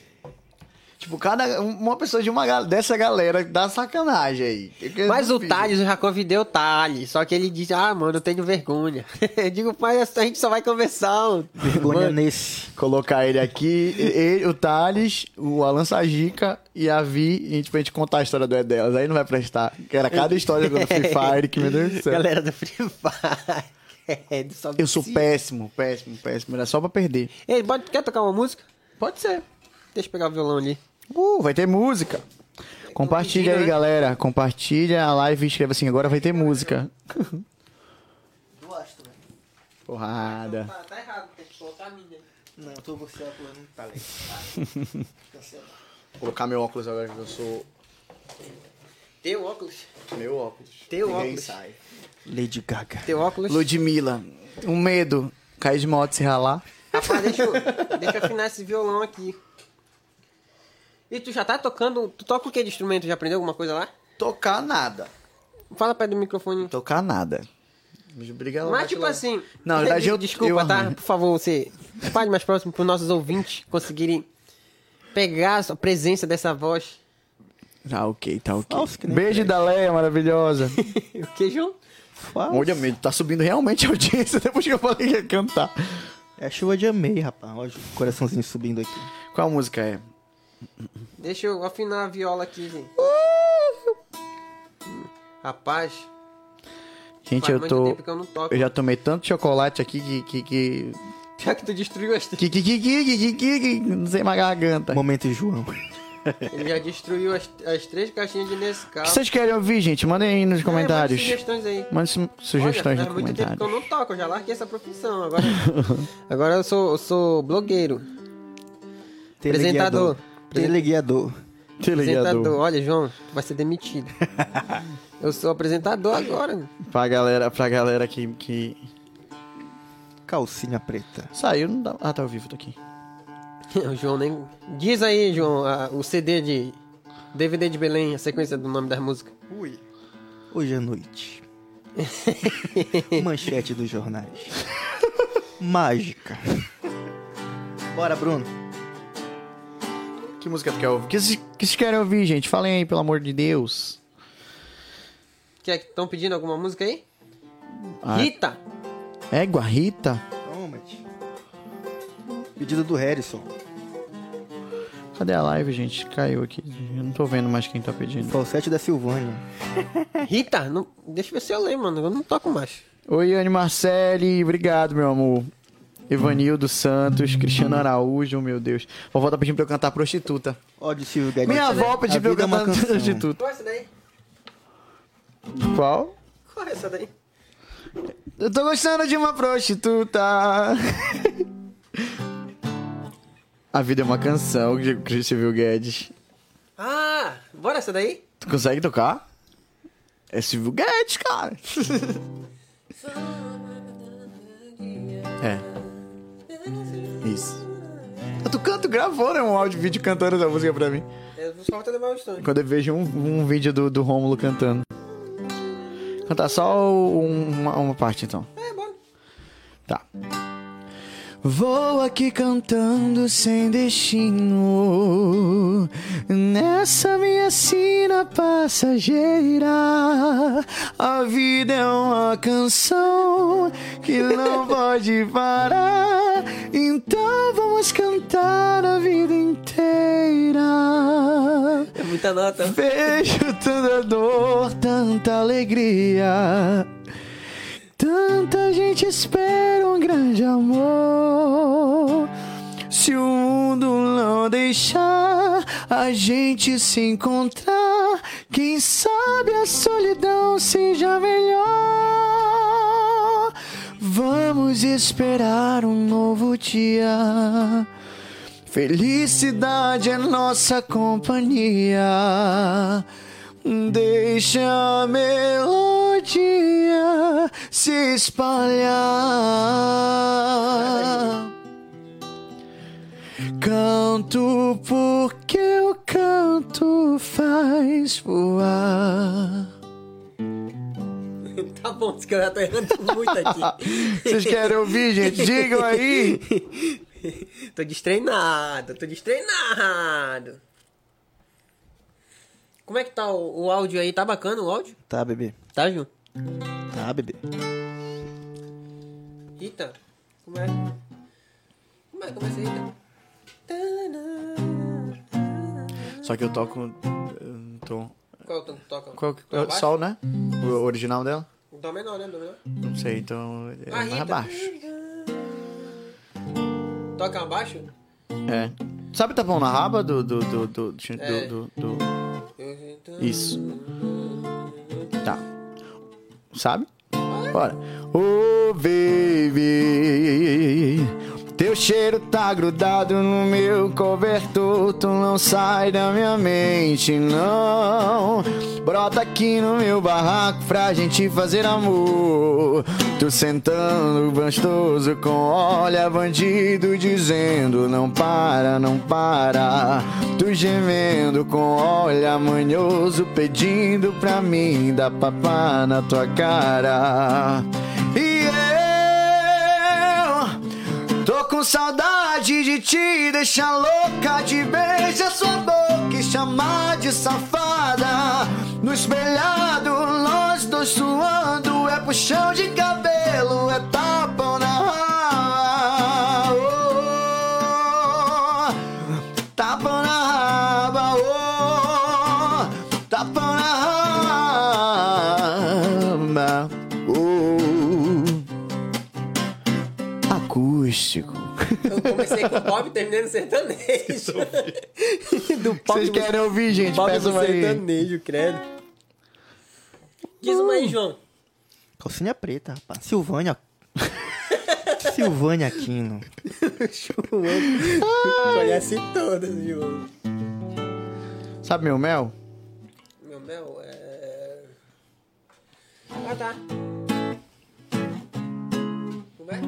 Tipo, cada um- uma pessoa de uma gal- dessa galera dá sacanagem aí. Eu quero- Mas o Thales, eu já convidei o Thales. Só que ele disse, ah, mano, eu tenho vergonha. eu digo, mas a gente só vai conversar. mano." Vergonha nesse. colocar ele aqui, e- ele, o Thales, o Alan Sajica e a Vi, e tipo, a gente contar a história do é delas. Aí não vai prestar. Que era cada história do Free Fire, que meu Deus do céu. Galera do Free Fire. É, do Sobe Eu sou Sim. péssimo, péssimo, péssimo. Era só pra perder. Ei, bota- quer tocar uma música? Pode ser. Deixa eu pegar o violão ali. Uh, vai ter música. Compartilha né? aí, galera. Compartilha a live e escreva assim, agora vai ter música. Gosto, velho. Porrada. tá errado, tem que colocar a minha. Não, eu tô com o celular, eu não tá legal. Cancela. Vou colocar meu óculos agora que eu sou Teu óculos. meu óculos. Teu Ninguém óculos. Sai. Lady Gaga. Teu óculos. Ludmilla, um medo. Cair de moto se ralar. Rapaz, deixa eu, deixa eu afinar esse violão aqui. E tu já tá tocando. Tu toca o que de instrumento? Já aprendeu alguma coisa lá? Tocar nada. Fala perto do microfone. Tocar nada. Mas briga Mas lá, Então, bate tipo lá. assim. Não, na verdade eu- Desculpa, eu tá? arranho. Por favor, você. Fale mais próximo pros nossos ouvintes conseguirem pegar a presença dessa voz. assim- Tá ok, tá ok. Falso que nem Beijo da Leia, maravilhosa. O que, João? Fala. Olha, medo, tá subindo realmente a audiência depois que eu falei que ia cantar. É a chuva de amei, rapaz. Olha o coraçãozinho subindo aqui. Qual música é? Deixa eu afinar a viola aqui, gente. Rapaz, Gente, faz eu muito tô. um tempo que eu não toco. Eu já tomei tanto chocolate aqui que. que. que. Pior que tu destruiu as que. que. que. que. que. que- que- não sei mais a garganta. Momento João. Ele já destruiu as, as três caixinhas de Nescau. O que vocês querem ouvir, gente? Mandem aí nos comentários. É, mande sugestões aí. Mande su- sugestões Olha, nos faz muito tempo que eu comentários. não toco, eu já larguei essa profissão. Agora, agora eu, sou, eu sou blogueiro, Teleguiador. Apresentador. Teleguiador. apresentador. Telegador. Olha, João, tu vai ser demitido. eu sou apresentador agora. Pra galera, pra galera que, que. Calcinha preta. Saiu, não dá. Ah, tá ao vivo, tô aqui. O João nem... Diz aí, João, a- o CD de... DVD de Belém, a sequência do nome das músicas. Ui. Hoje à noite. Manchete dos jornais. Mágica. Bora, Bruno. Que música tu quer ouvir? O que vocês que vocês querem ouvir, gente? Falem aí, pelo amor de Deus. Quer que estão pedindo alguma música aí? Ah. Rita! Égua, Rita? Toma, tio. Pedido do Harrison. Cadê a live, gente? Caiu aqui. Eu não tô vendo mais quem tá pedindo. Falsete da Silvânia. Rita, não... deixa eu ver se eu leio, mano. Eu não toco mais. Oi, Anne Marcelli. Obrigado, meu amor. Ivanildo Santos, Cristiano Araújo, meu Deus. Vovó tá pedindo pra eu cantar prostituta. Ó, de Silvio Guedes. Minha A avó pediu pra eu vida é uma cantar canção. prostituta. Qual é essa daí? Qual? Qual é essa daí? Eu tô gostando de uma prostituta. A Vida é uma Canção, de Christopher Guedes. Ah, bora essa daí? Tu consegue tocar? É Silvio Guedes, cara. é. Isso. Tu canto gravou, né? Um áudio vídeo cantando essa música pra mim. Eu só É, vou ter milestone. Quando eu vejo um, um vídeo do, do Rômulo cantando. Cantar só um- uma, uma parte, então. É, bora. Tá. Vou aqui cantando sem destino Nessa minha sina passageira A vida é uma canção que não pode parar Então vamos cantar a vida inteira É muita nota. Vejo tanta dor, tanta alegria. Tanta gente espera um grande amor. Se o mundo não deixar a gente se encontrar, quem sabe a solidão seja melhor. Vamos esperar um novo dia. Felicidade é nossa companhia. Deixa a melodia se espalhar. Canto porque o canto faz voar. Tá bom, porque eu já tô errando muito aqui. Vocês querem ouvir, gente? Digam aí. tô destreinado, tô destreinado. Como é que tá o, o áudio aí? Tá bacana o áudio? Tá, bebê. Tá, Ju? Tá, bebê. Rita? Como é? Como é? Como é essa Rita? Só que eu toco um tom. Qual é o tom que toca? Qual que- Tom baixo? Sol, né? O original dela? Dó menor, né? Dó menor. Não sei, então é Ah, mais Rita. abaixo. Toca um abaixo? É. Sabe tapão na raba do. do. do. do. do- É. do- do- do- Isso. Tá. Sabe? Bora. Ô, baby. Teu cheiro tá grudado no meu cobertor, tu não sai da minha mente, não. Brota aqui no meu barraco pra gente fazer amor. Tu sentando gostoso com olha bandido dizendo não para, não para. Tu gemendo com olha manhoso pedindo pra mim dar papá na tua cara. E eu tô com saudade de te deixar louca, de beijar sua boca e chamar de safada. No espelhado, nós dois suando, é puxão de cabelo, é tapão na raba. Oh, tapão na raba, oh, tapão na raba. Oh. Acústico. Eu comecei com pop e terminei no sertanejo. do pop Vocês do- querem ouvir, gente? pop Peça do uma aí. sertanejo, credo. Diz uma aí, João. Calcinha preta, rapaz. Silvânia. Silvânia Aquino. Conhece todas, João. Sabe meu mel? Meu mel é. Ah, tá. Como é?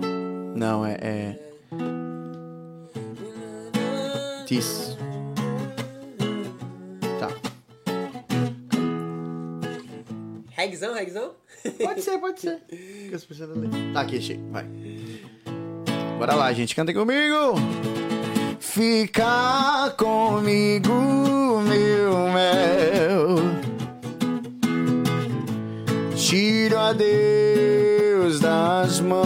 Não, é. é... Ah, Isso. Tá. Regzão, regzão? Pode ser, pode ser. Tá aqui, achei. Vai. Bora lá, gente. Canta comigo. Fica comigo, meu mel. Tiro a Deus das mãos.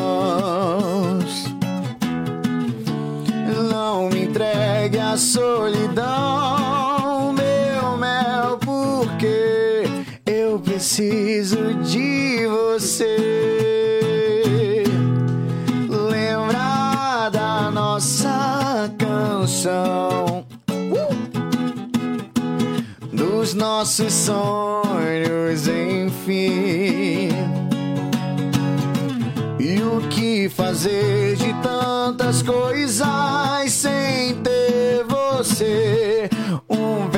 Não me entregue a solidão, meu mel, porque eu preciso de você. Lembrar da nossa canção, uh! dos nossos sonhos, enfim. E o que fazer de tantas coisas sem ter Um Uh!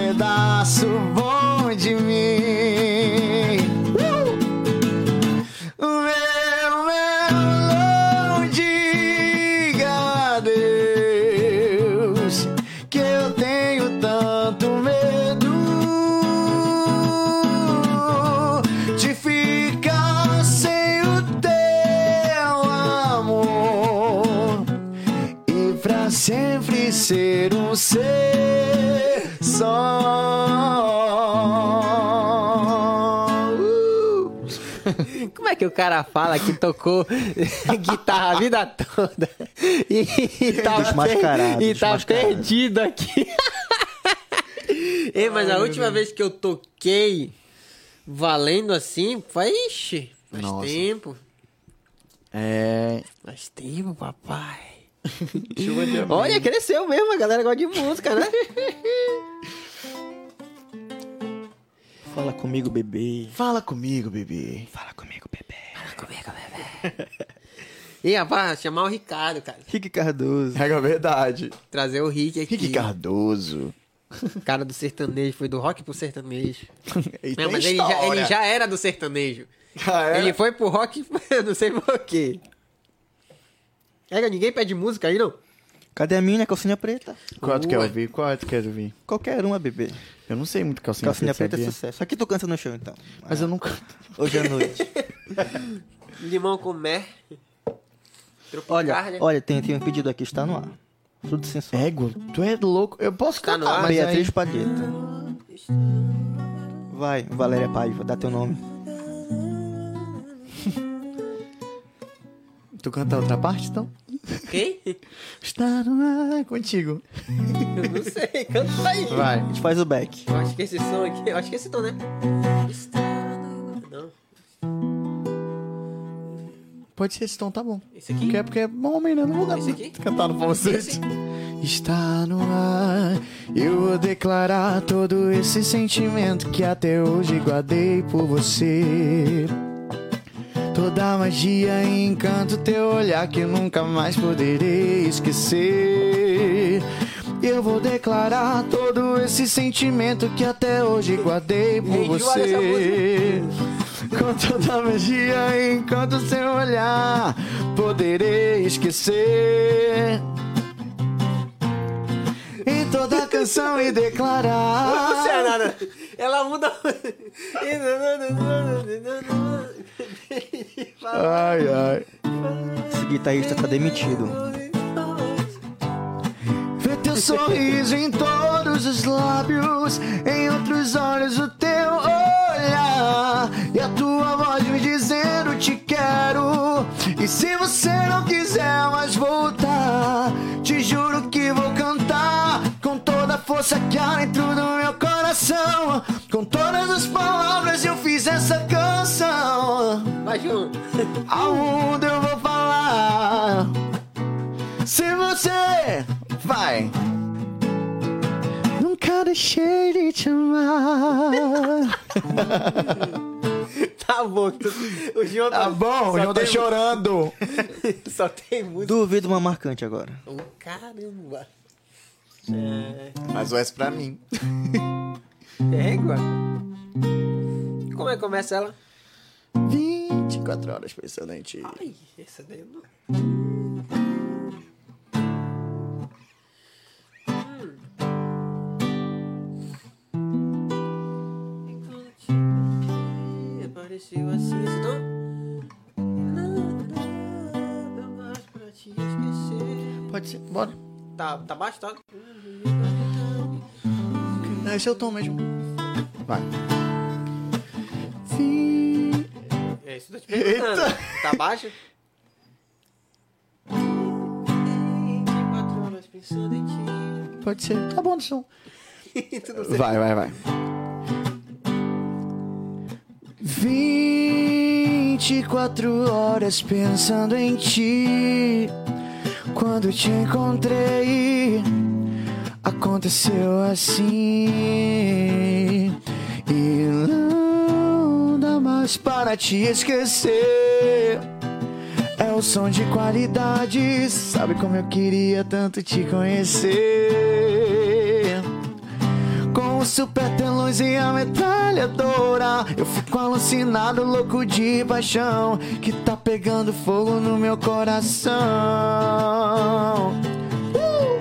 um ser só. Uh! Como é que o cara fala que tocou guitarra a vida toda e tá, Desmascarado, e tá desmascarado. perdido aqui? Ei, mas a última vez que eu toquei valendo assim, foi, ixi, faz Nossa. tempo. É. Faz tempo, papai. Chuva de amor. Olha, cresceu mesmo, a galera gosta de música, né? Fala comigo, bebê. Fala comigo, bebê. Fala comigo, bebê. E rapaz, chamar o Ricardo, cara. Rick Cardoso. É a verdade. Trazer o Rick aqui. Rick Cardoso. O cara do sertanejo, foi do rock pro sertanejo. E Não, tem mas ele já, ele história. já era do sertanejo. Ah, é? Ele foi pro rock, eu não sei por quê. Era, ninguém pede música aí, não? Cadê a minha calcinha preta? Qual tu quer Ué. ouvir? Qual tu quer ouvir? Qualquer uma, bebê. Eu não sei muito calcinha, calcinha preta preta, é sabia? sucesso. Aqui tu canta no show, então. Mas eu não canto. Hoje à noite. Limão com né? mer. Olha, Tropicardia. olha, tem, tem um pedido aqui, está no ar. Tudo sensual. Égua, tu é louco. Eu posso Tá no cantar, ar, mas aí... Beatriz Palheta. Vai, Valéria Paiva, dá teu nome. Tu canta outra parte, então? Quem? Está no ar contigo. Eu não sei, canta aí. Vai. A gente faz o back. Eu acho que esse som aqui, eu acho que esse tom, né? Não, Pode ser esse tom, tá bom. esse aqui. Porque é, porque é homem, né? Não vou dar Esse aqui? cantado pra vocês. Esse? Está no ar, eu vou declarar todo esse sentimento que até hoje guardei por você. Toda a magia e encanto teu olhar que eu nunca mais poderei esquecer. Eu vou declarar todo esse sentimento que até hoje guardei por Enjoa dessa você. Com toda a magia e encanto teu olhar, poderei esquecer. Em toda a canção e declarar. Não sei nada. Ela muda. Ai, ai. Esse guitarrista tá demitido. Ver teu sorriso em todos os lábios, em outros olhos o teu olhar e a tua voz me dizendo te quero. E se você não quiser mais voltar, te juro que vou cantar com toda a força que há dentro do meu coração. Com todas as palavras eu fiz essa canção Vai, João. ao mundo eu vou falar. Se você vai. Nunca deixei de te amar. Tá bom. tu- O João tá, só tem- chorando. Só tem música. Duvido uma marcante agora. Ô, caramba. É. Mas o S pra mim. Égua. É, Como é que começa ela? 24 horas pensando em ti. Ai, essa daí eu não. Hum. Apareceu assim, senão. Nada, eu mais pra te esquecer. Pode ser, bora. Tá, tá baixo, tá? Não, esse é o tom mesmo. Vai. Vi- É isso que eu tô te perguntando. Tá baixo? 24 horas pensando em ti. Pode ser. Tá bom, som. Vai, vai, vai. 24 horas pensando em ti. Quando te encontrei, aconteceu assim. E não dá mais para te esquecer. É o som de qualidade. Sabe como eu queria tanto te conhecer. Com os super telões e a metralhadora Eu fico alucinado, louco de paixão Que tá pegando fogo no meu coração Uh!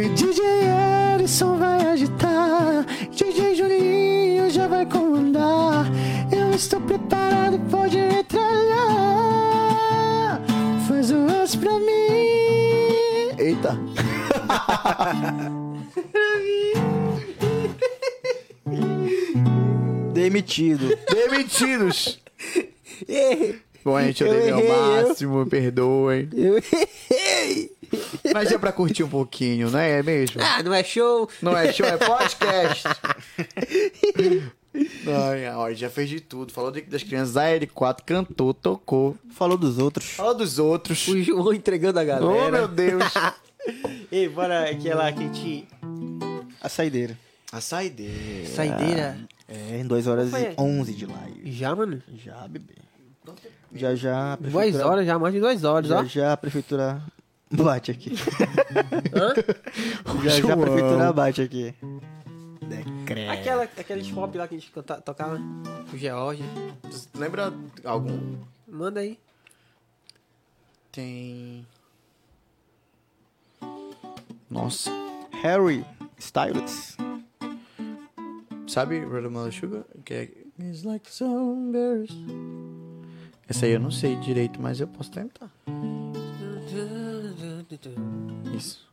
E DJ Edson vai agitar DJ Juninho já vai comandar Eu estou preparado, pode um metralhar Faz o S pra mim Eita Demitido. Demitidos! Bom, a gente, eu dei meu errei, eu. máximo, perdoem. Eu- Mas é pra curtir um pouquinho, não é mesmo? Ah, não é show? Não é show, é podcast. Ai, é, ó, já fez de tudo. Falou de- das crianças, a L4 cantou, tocou. Falou dos outros. Falou dos outros. O João entregando a galera. Oh, meu Deus. Ei, bora aquela que te... A saideira. A saideira. Saideira. É, em 2 horas e 11 de live. Já, mano? Já, bebê. Já já. a Duas prefeitura- horas, já mais de duas horas, ó. Já já a prefeitura bate aqui. O Já já a João. prefeitura bate aqui. Aquela, aqueles pop lá que a gente canta, tocava pro George. Tu é- Lembra algum? Manda aí. Tem. Nossa. Harry Styles. Sabe Watermelon Sugar? Que é... It's like sunburst. Essa aí eu não sei direito, mas eu posso tentar. Isso.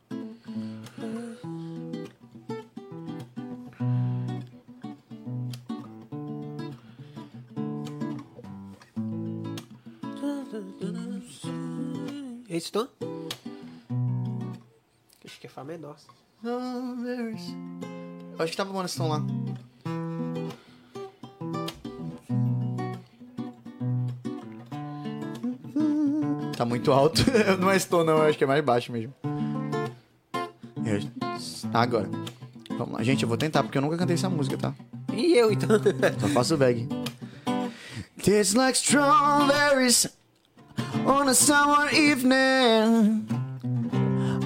É isso, Tom? Acho que é Fá menor. Sunburst. Eu acho que tava bom nesse som lá. Tá muito alto. não é esse tom, não. Eu acho que é mais baixo mesmo. Eu- Agora. Vamos lá. Gente, eu vou tentar, porque eu nunca cantei essa música, tá? E eu, então? Só faço o bag. Tastes like strawberries on a summer evening.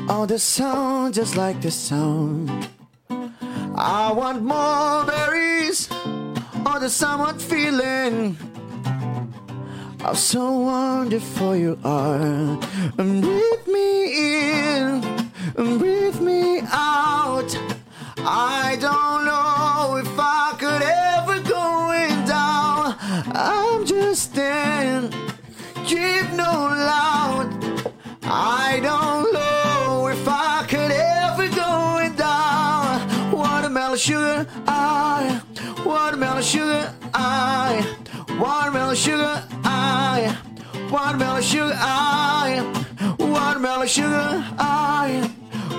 Oh, the sound just like the sound. I want more berries on the summer feeling. How so wonderful you are. And breathe me in, and breathe me out. I don't know if I could ever go in down. I'm just in, keep no loud. I don't know if I could ever go in down. Watermelon sugar, I. Watermelon sugar, I. Watermelon sugar, I. Watermelon sugar, I. Watermelon sugar, I.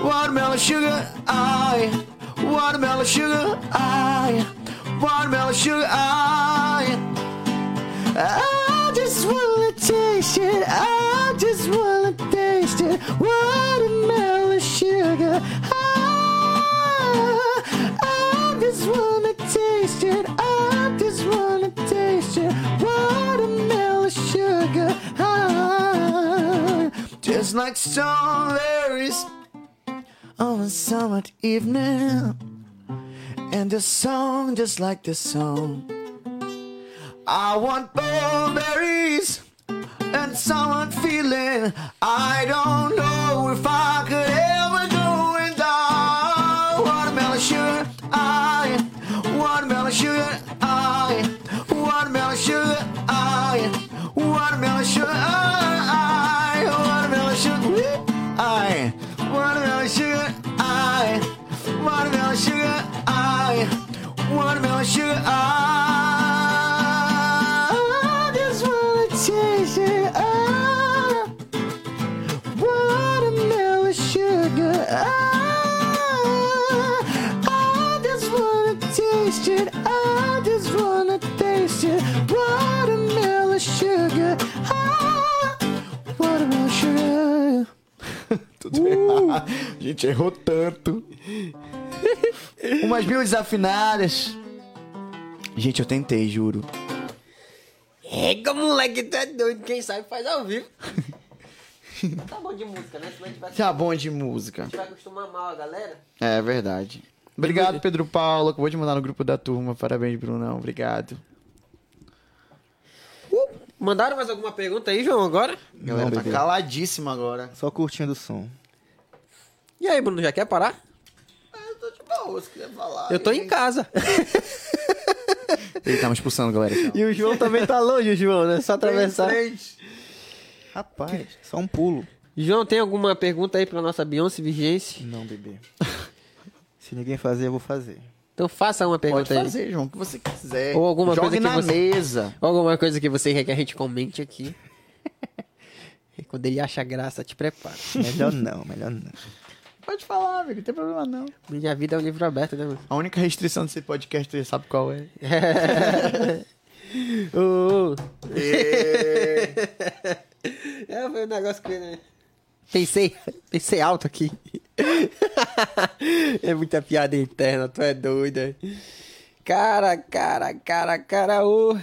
Watermelon sugar, I. Watermelon sugar, I. Watermelon sugar, I. I just wanna taste it. I just wanna taste it. Watermelon sugar. Ah, I just wanna taste it. I just wanna taste it. Watermelon sugar. Ah, just like strawberries on a summer evening. And the song just like the song. I want blueberries and someone feeling. I don't know if I could ever go and down. Watermelon sugar, I. Watermelon sugar, I. Watermelon sugar, I. Watermelon sugar, I. Watermelon sugar, I. Watermelon sugar, I. Watermelon sugar, I. Watermelon sugar, I. Just wanna taste it. I. Watermelon sugar, I. I just wanna taste it. I just wanna taste it. Watermelon sugar, I. Watermelon sugar. Tudo errado. A gente errou tanto. Umas mil desafinadas. Gente, eu tentei, juro. Ega, moleque, tu é doido. Quem sabe faz ao vivo. tá bom de música, né? Senão a gente vai, a gente Tá bom de música. vai acostumar mal a galera. É verdade. Obrigado, Pedro Paulo. Acabou de mandar no grupo da turma. Parabéns, Brunão. Obrigado. Uh, Mandaram mais alguma pergunta aí, João, agora? A galera tá bebê. caladíssima agora. Só curtindo o som. E aí, Bruno, já quer parar? Eu tô de boa, se quiser falar. Eu tô em casa. Ele tá me expulsando, galera. E o João também tá longe, João, né? Só atravessar. Frente. Rapaz, só um pulo. João, tem alguma pergunta aí pra nossa Beyoncé Vigência? Não, bebê. Se ninguém fazer, eu vou fazer. Então faça uma Pode pergunta aí. fazer, João, o que você quiser. Ou alguma Jogue coisa que na você- mesa. Alguma coisa que você quer que a gente comente aqui. E quando ele acha graça, te prepara. Melhor não, melhor não. Pode falar, amigo, não tem problema não. Minha vida é um livro aberto, né, mano? A única restrição desse podcast, você sabe qual é? É. Ô, ô. É, foi um negócio que. né? Pensei, pensei alto aqui. é muita piada interna, tu é doida. Cara, cara, cara, cara, ô.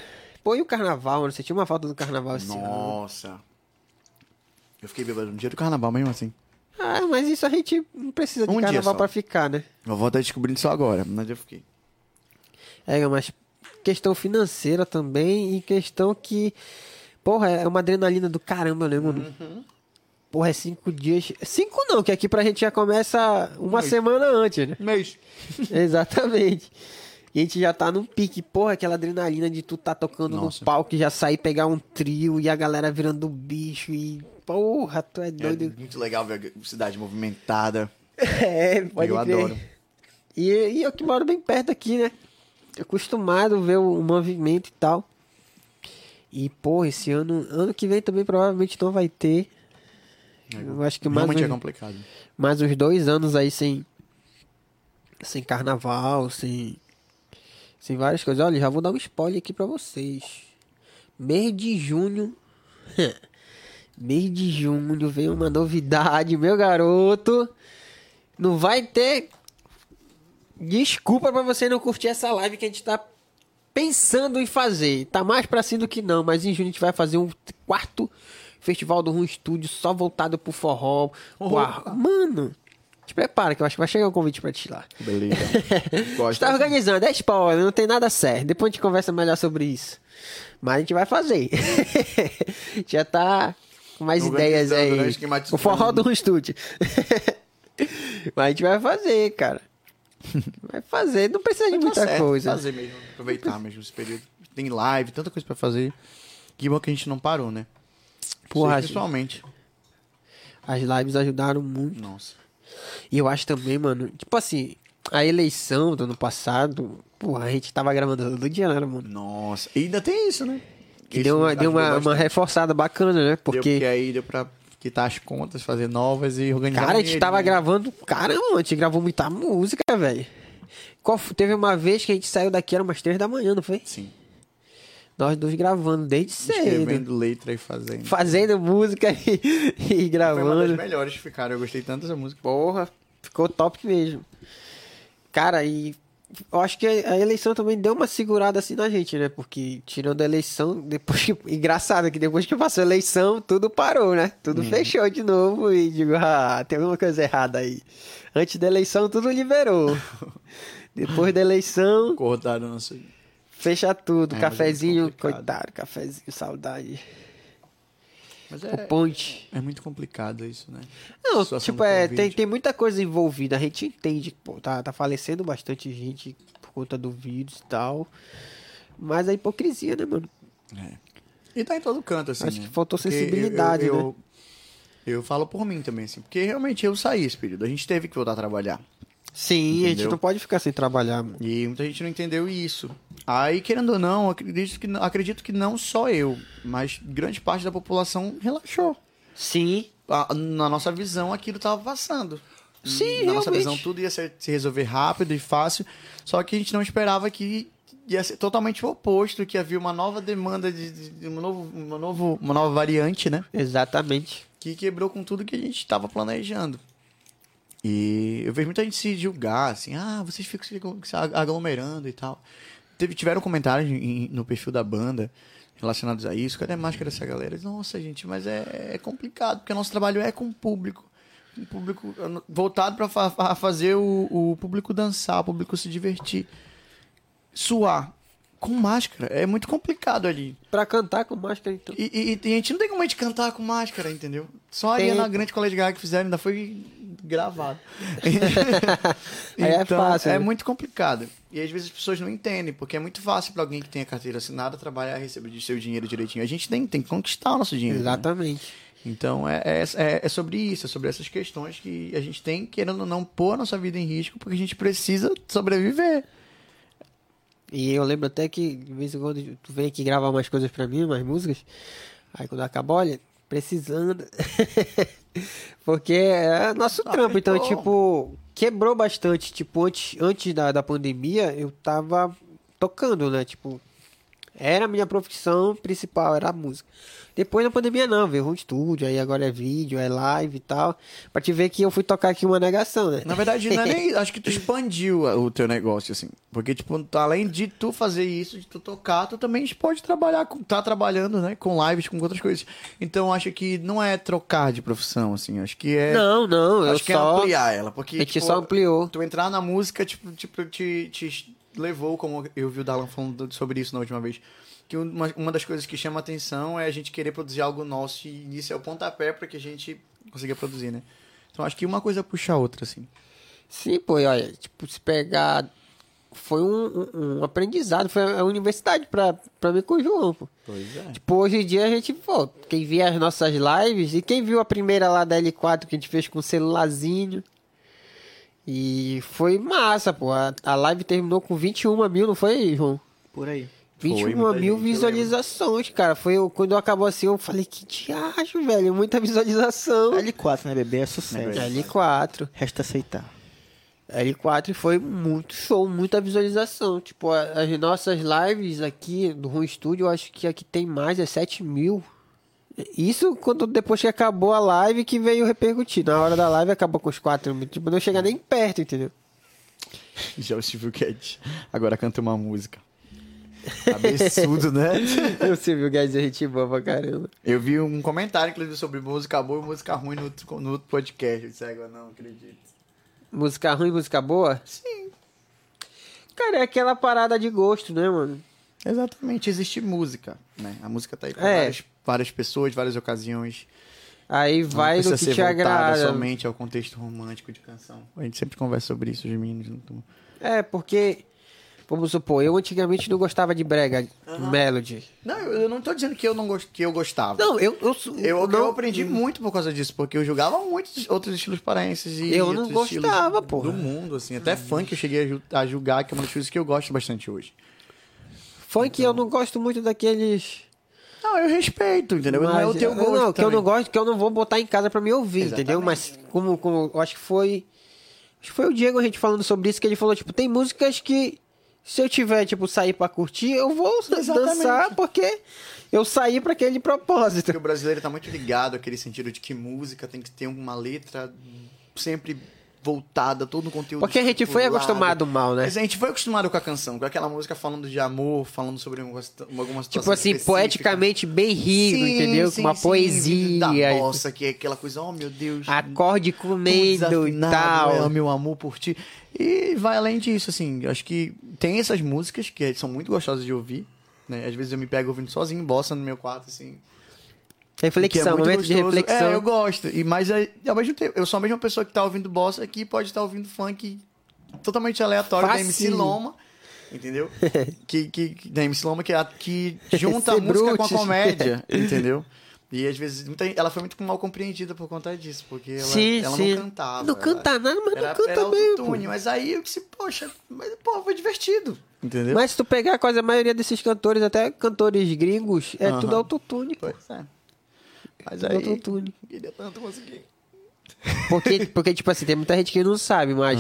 Pô, e o carnaval, mano? Você tinha uma falta do carnaval esse ano? Nossa. Eu fiquei bêbado no dia do carnaval mesmo assim. Ah, mas isso a gente não precisa de Um dia carnaval só. pra ficar, né? Vovó tá descobrindo isso agora, mas eu fiquei. É, mas questão financeira também e questão que, porra, é uma adrenalina do caramba, né, mano? Uhum. Porra, é cinco dias. Cinco não, que aqui pra gente já começa uma semana antes, né? Mês. Exatamente. E a gente já tá num pique, porra, aquela adrenalina de tu tá tocando Nossa. no palco e já sair pegar um trio e a galera virando bicho e. Porra, tu é É doido. muito legal ver a cidade movimentada. É, pode eu crer. adoro. E, e eu que moro bem perto aqui, né? Acostumado a ver o, o movimento e tal. E, pô, esse ano, ano que vem também provavelmente não vai ter. Eu acho que mais, Realmente é uns, complicado. mais uns dois anos aí sem. Sem carnaval, sem. Sem várias coisas. Olha, já vou dar um spoiler aqui pra vocês. Mês de junho. mês de junho veio uma novidade, meu garoto. Não vai ter desculpa pra você não curtir essa live que a gente tá pensando em fazer. Tá mais pra cima do que não, mas em junho a gente vai fazer um quarto festival do Rum Studio só voltado pro forró. pro ar- Mano, te prepara que eu acho que vai chegar um convite pra te lá. Beleza. A gente tá organizando, é spoiler, não tem nada certo. Depois a gente conversa melhor sobre isso. Mas a gente vai fazer. Já tá com mais ideias Organizando, aí. né? Esquematizando. O forró do estúdio. Mas a gente vai fazer, cara. Vai fazer, não precisa de muita coisa. tá Fazer mesmo, aproveitar mesmo esse período. Tem live, tanta coisa pra fazer. Que bom que a gente não parou, né? Porra, Vocês, pessoalmente. As lives ajudaram muito. Nossa. E eu acho também, mano, tipo assim, a eleição do ano passado, porra, a gente tava gravando todo dia, né, mano? Nossa. E ainda tem isso, né? Que Isso deu uma, deu ajudou uma, uma bastante. reforçada bacana, né? Deu, Porque porque aí deu pra quitar as contas, fazer novas e organizar. Cara, a dinheiro, gente tava né? gravando. Caramba, a gente gravou muita música, velho. Qual f- Teve uma vez que a gente saiu daqui, era umas três da manhã, não foi? Sim. Nós dois gravando desde cedo. Escrevendo letra e fazendo. Fazendo música e, e Foi uma das gravando. melhores que ficaram. Eu gostei tanto dessa música. Porra, ficou top mesmo. Cara, e eu acho que a eleição também deu uma segurada assim na gente, né? Porque tirando a eleição, depois que. Engraçado que depois que passou a eleição, tudo parou, né? Tudo Uhum. fechou de novo e digo, ah, tem alguma coisa errada aí. Antes da eleição, tudo liberou. depois da eleição, Acordaram nosso. fecha tudo. É, mas é muito cafezinho, complicado. coitado, cafezinho, saudade. Mas O é, ponte. é muito complicado isso, né? Não, Situação tipo, do é, Covid. tem, tem muita coisa envolvida. A gente entende que pô, tá, tá falecendo bastante gente por conta do vírus e tal. Mas a hipocrisia, né, mano? E tá em todo canto, assim. Acho né? que faltou Porque sensibilidade, eu, eu, né? Eu, eu falo por mim também, assim. Porque realmente eu saí esse período. A gente teve que voltar a trabalhar. Sim, a gente Entendeu? não pode ficar sem trabalhar, mano. E muita gente não entendeu isso. Aí, querendo ou não, acredito que, acredito que não só eu, mas grande parte da população relaxou. Sim. A- na nossa visão, aquilo tava passando. Sim, Na nossa realmente. visão, tudo ia ser- se resolver rápido e fácil. Só que a gente não esperava que ia ser totalmente o oposto, que havia uma nova demanda de, de- de um novo, uma, novo, uma nova variante, né? Exatamente. Que quebrou com tudo que a gente estava planejando. E eu vejo muita gente se julgar, assim, ah, vocês ficam se aglo- se aglomerando e tal. Teve, tiveram comentários em- no perfil da banda relacionados a isso. Cadê a máscara dessa galera? Nossa, gente, mas é, é complicado, porque o nosso trabalho é com o público. Um público eh, voltado para fazer o, o público dançar, o público se divertir. Suar com máscara é muito complicado ali. Pra cantar com máscara, então. E, e- e a gente não tem como a gente cantar com máscara, entendeu? Só a Tem. Ariana Grande Colégio Gaga que fizeram, ainda foi gravado. Aí é fácil, É né? muito complicado. E às vezes as pessoas não entendem, porque é muito fácil pra alguém que tem a carteira assinada trabalhar e receber o seu dinheiro direitinho. A gente tem, tem que conquistar o nosso dinheiro. né? Exatamente. Então é, é, é- é sobre isso, é sobre essas questões que a gente tem, querendo ou não, pôr a nossa vida em risco, porque a gente precisa sobreviver. E eu lembro até que de vez em quando tu vem aqui gravar umas coisas pra mim, umas músicas. Aí quando acaba, olha, precisando. Porque é nosso Ah, trampo. Então, então. tipo, quebrou bastante. Tipo, antes, antes da, da pandemia, eu tava tocando, né? Tipo, era a minha profissão principal, era a música. Depois da pandemia, não, veio home estúdio, aí agora é vídeo, é live e tal. Pra te ver que eu fui tocar aqui uma negação, né? Na verdade, não é nem. Acho que tu expandiu a- o teu negócio, assim. Porque, tipo, tu- além de tu fazer isso, de tu tocar, tu também pode trabalhar, com, tá trabalhando, né? Com lives, com outras coisas. Então, acho que não é trocar de profissão, assim. Acho que é. Não, não, eu acho que é só. ampliar ela. Porque, a gente tipo, só ampliou. Tu entrar na música, tipo, tipo te, te levou, como eu vi o Dalan falando sobre isso na última vez, que um, uma, uma das coisas que chama atenção é a gente querer produzir algo nosso e isso é o pontapé pra que a gente consiga produzir, né? Então acho que uma coisa puxa a outra, assim. Sim, pô, e olha, tipo, se pegar. Foi um, um- um aprendizado, foi a universidade pra, pra mim com o João, pô. Pois é. Tipo, hoje em dia a gente, pô, quem vê as nossas lives e quem viu a primeira lá da L4 que a gente fez com o celularzinho. E foi massa, pô. A, a live terminou com 21 mil, não foi, João? Por aí. Foi, 21 mil muita gente, eu visualizações, cara. Foi eu- quando acabou assim, eu falei, que diacho, velho, muita visualização. L4, né, bebê? É sucesso. L4. Resta aceitar. L4 foi muito show, muita visualização. Tipo, a- as nossas lives aqui do Room Studio, eu acho que aqui tem mais, é 7 mil. Isso quando depois que acabou a live que veio repercutir. Na hora da live acabou com os 4 mil. Tipo, não chega nem perto, entendeu? Já o Steve Cat. Agora canta uma música. Absurdo, né? Eu sei, viu, guys, é gente boa pra caramba. Eu vi um comentário, inclusive, sobre música boa e música ruim no outro, no outro podcast. Eu disse, agora não acredito. Música ruim, música boa? Sim. Cara, é aquela parada de gosto, né, mano? Exatamente, existe música, né? A música tá aí pra É. várias, várias pessoas, várias ocasiões. Aí Não vai precisa no que ser te voltada agrada. somente ao contexto romântico de canção. A gente sempre conversa sobre isso, os meninos. não tu- É, porque, vamos supor, eu antigamente não gostava de brega, melody. Não, eu, eu não tô dizendo que eu não gos- que eu gostava. Não, eu eu, eu, não, eu aprendi muito por causa disso, porque eu jogava muitos outros estilos paraenses e Eu não outros estilos gostava, porra. do mundo, assim. Até funk eu cheguei a, ju- a julgar, que é uma das coisas que eu gosto bastante hoje. Funk eu não gosto muito daqueles. Não, eu respeito, entendeu? não é o Mas- teu gosto. Não, que eu também. não gosto, que eu não vou botar em casa pra me ouvir, Exatamente. entendeu? Mas como como eu acho que foi acho que foi o Diego a gente falando sobre isso que ele falou tipo, tem músicas que se eu tiver tipo sair pra curtir, eu vou dançar Exatamente. porque eu saí pra aquele propósito. Porque o brasileiro tá muito ligado àquele sentido de que música tem que ter uma letra sempre voltada, todo o conteúdo. Porque a gente foi estruturado. acostumado mal, né? Mas a gente foi acostumado com a canção, com aquela música falando de amor, falando sobre uma, situa- alguma situação Tipo assim, específica. poeticamente bem rico, Sim, entendeu? sim, Com uma sim, poesia. Da nossa, que é aquela coisa, oh meu Deus. acorde tô comendo e desafinado, tal. Eu meu amor por ti. E vai além disso, assim, eu acho que tem essas músicas que são muito gostosas de ouvir, né? Às vezes eu me pego ouvindo sozinho, bossa no meu quarto, assim. Reflexão, Que é muito momento de gostoso. reflexão. É, eu gosto. E, mas é, ao mesmo tempo, eu sou a mesma pessoa que tá ouvindo bossa aqui pode estar ouvindo funk totalmente aleatório da MC Facinho. Loma. Entendeu? que, que, que- da MC Loma que, é a- que junta a Ser música com a brute. comédia, entendeu? E às vezes muita- ela foi muito mal compreendida por conta disso, porque ela, Sim, ela sim. não cantava. Não ela- canta nada, mas era, não canta era bem, pô. autotune, mas aí eu disse, poxa, mas, pô, foi divertido. Entendeu? Mas se tu pegar quase a maioria desses cantores, até cantores gringos, é Aham. tudo autotune. pô. Pois é. Mas Tudo aí. autotune. Queria tanto conseguir. Porque, porque, tipo assim, tem muita gente que não sabe, mas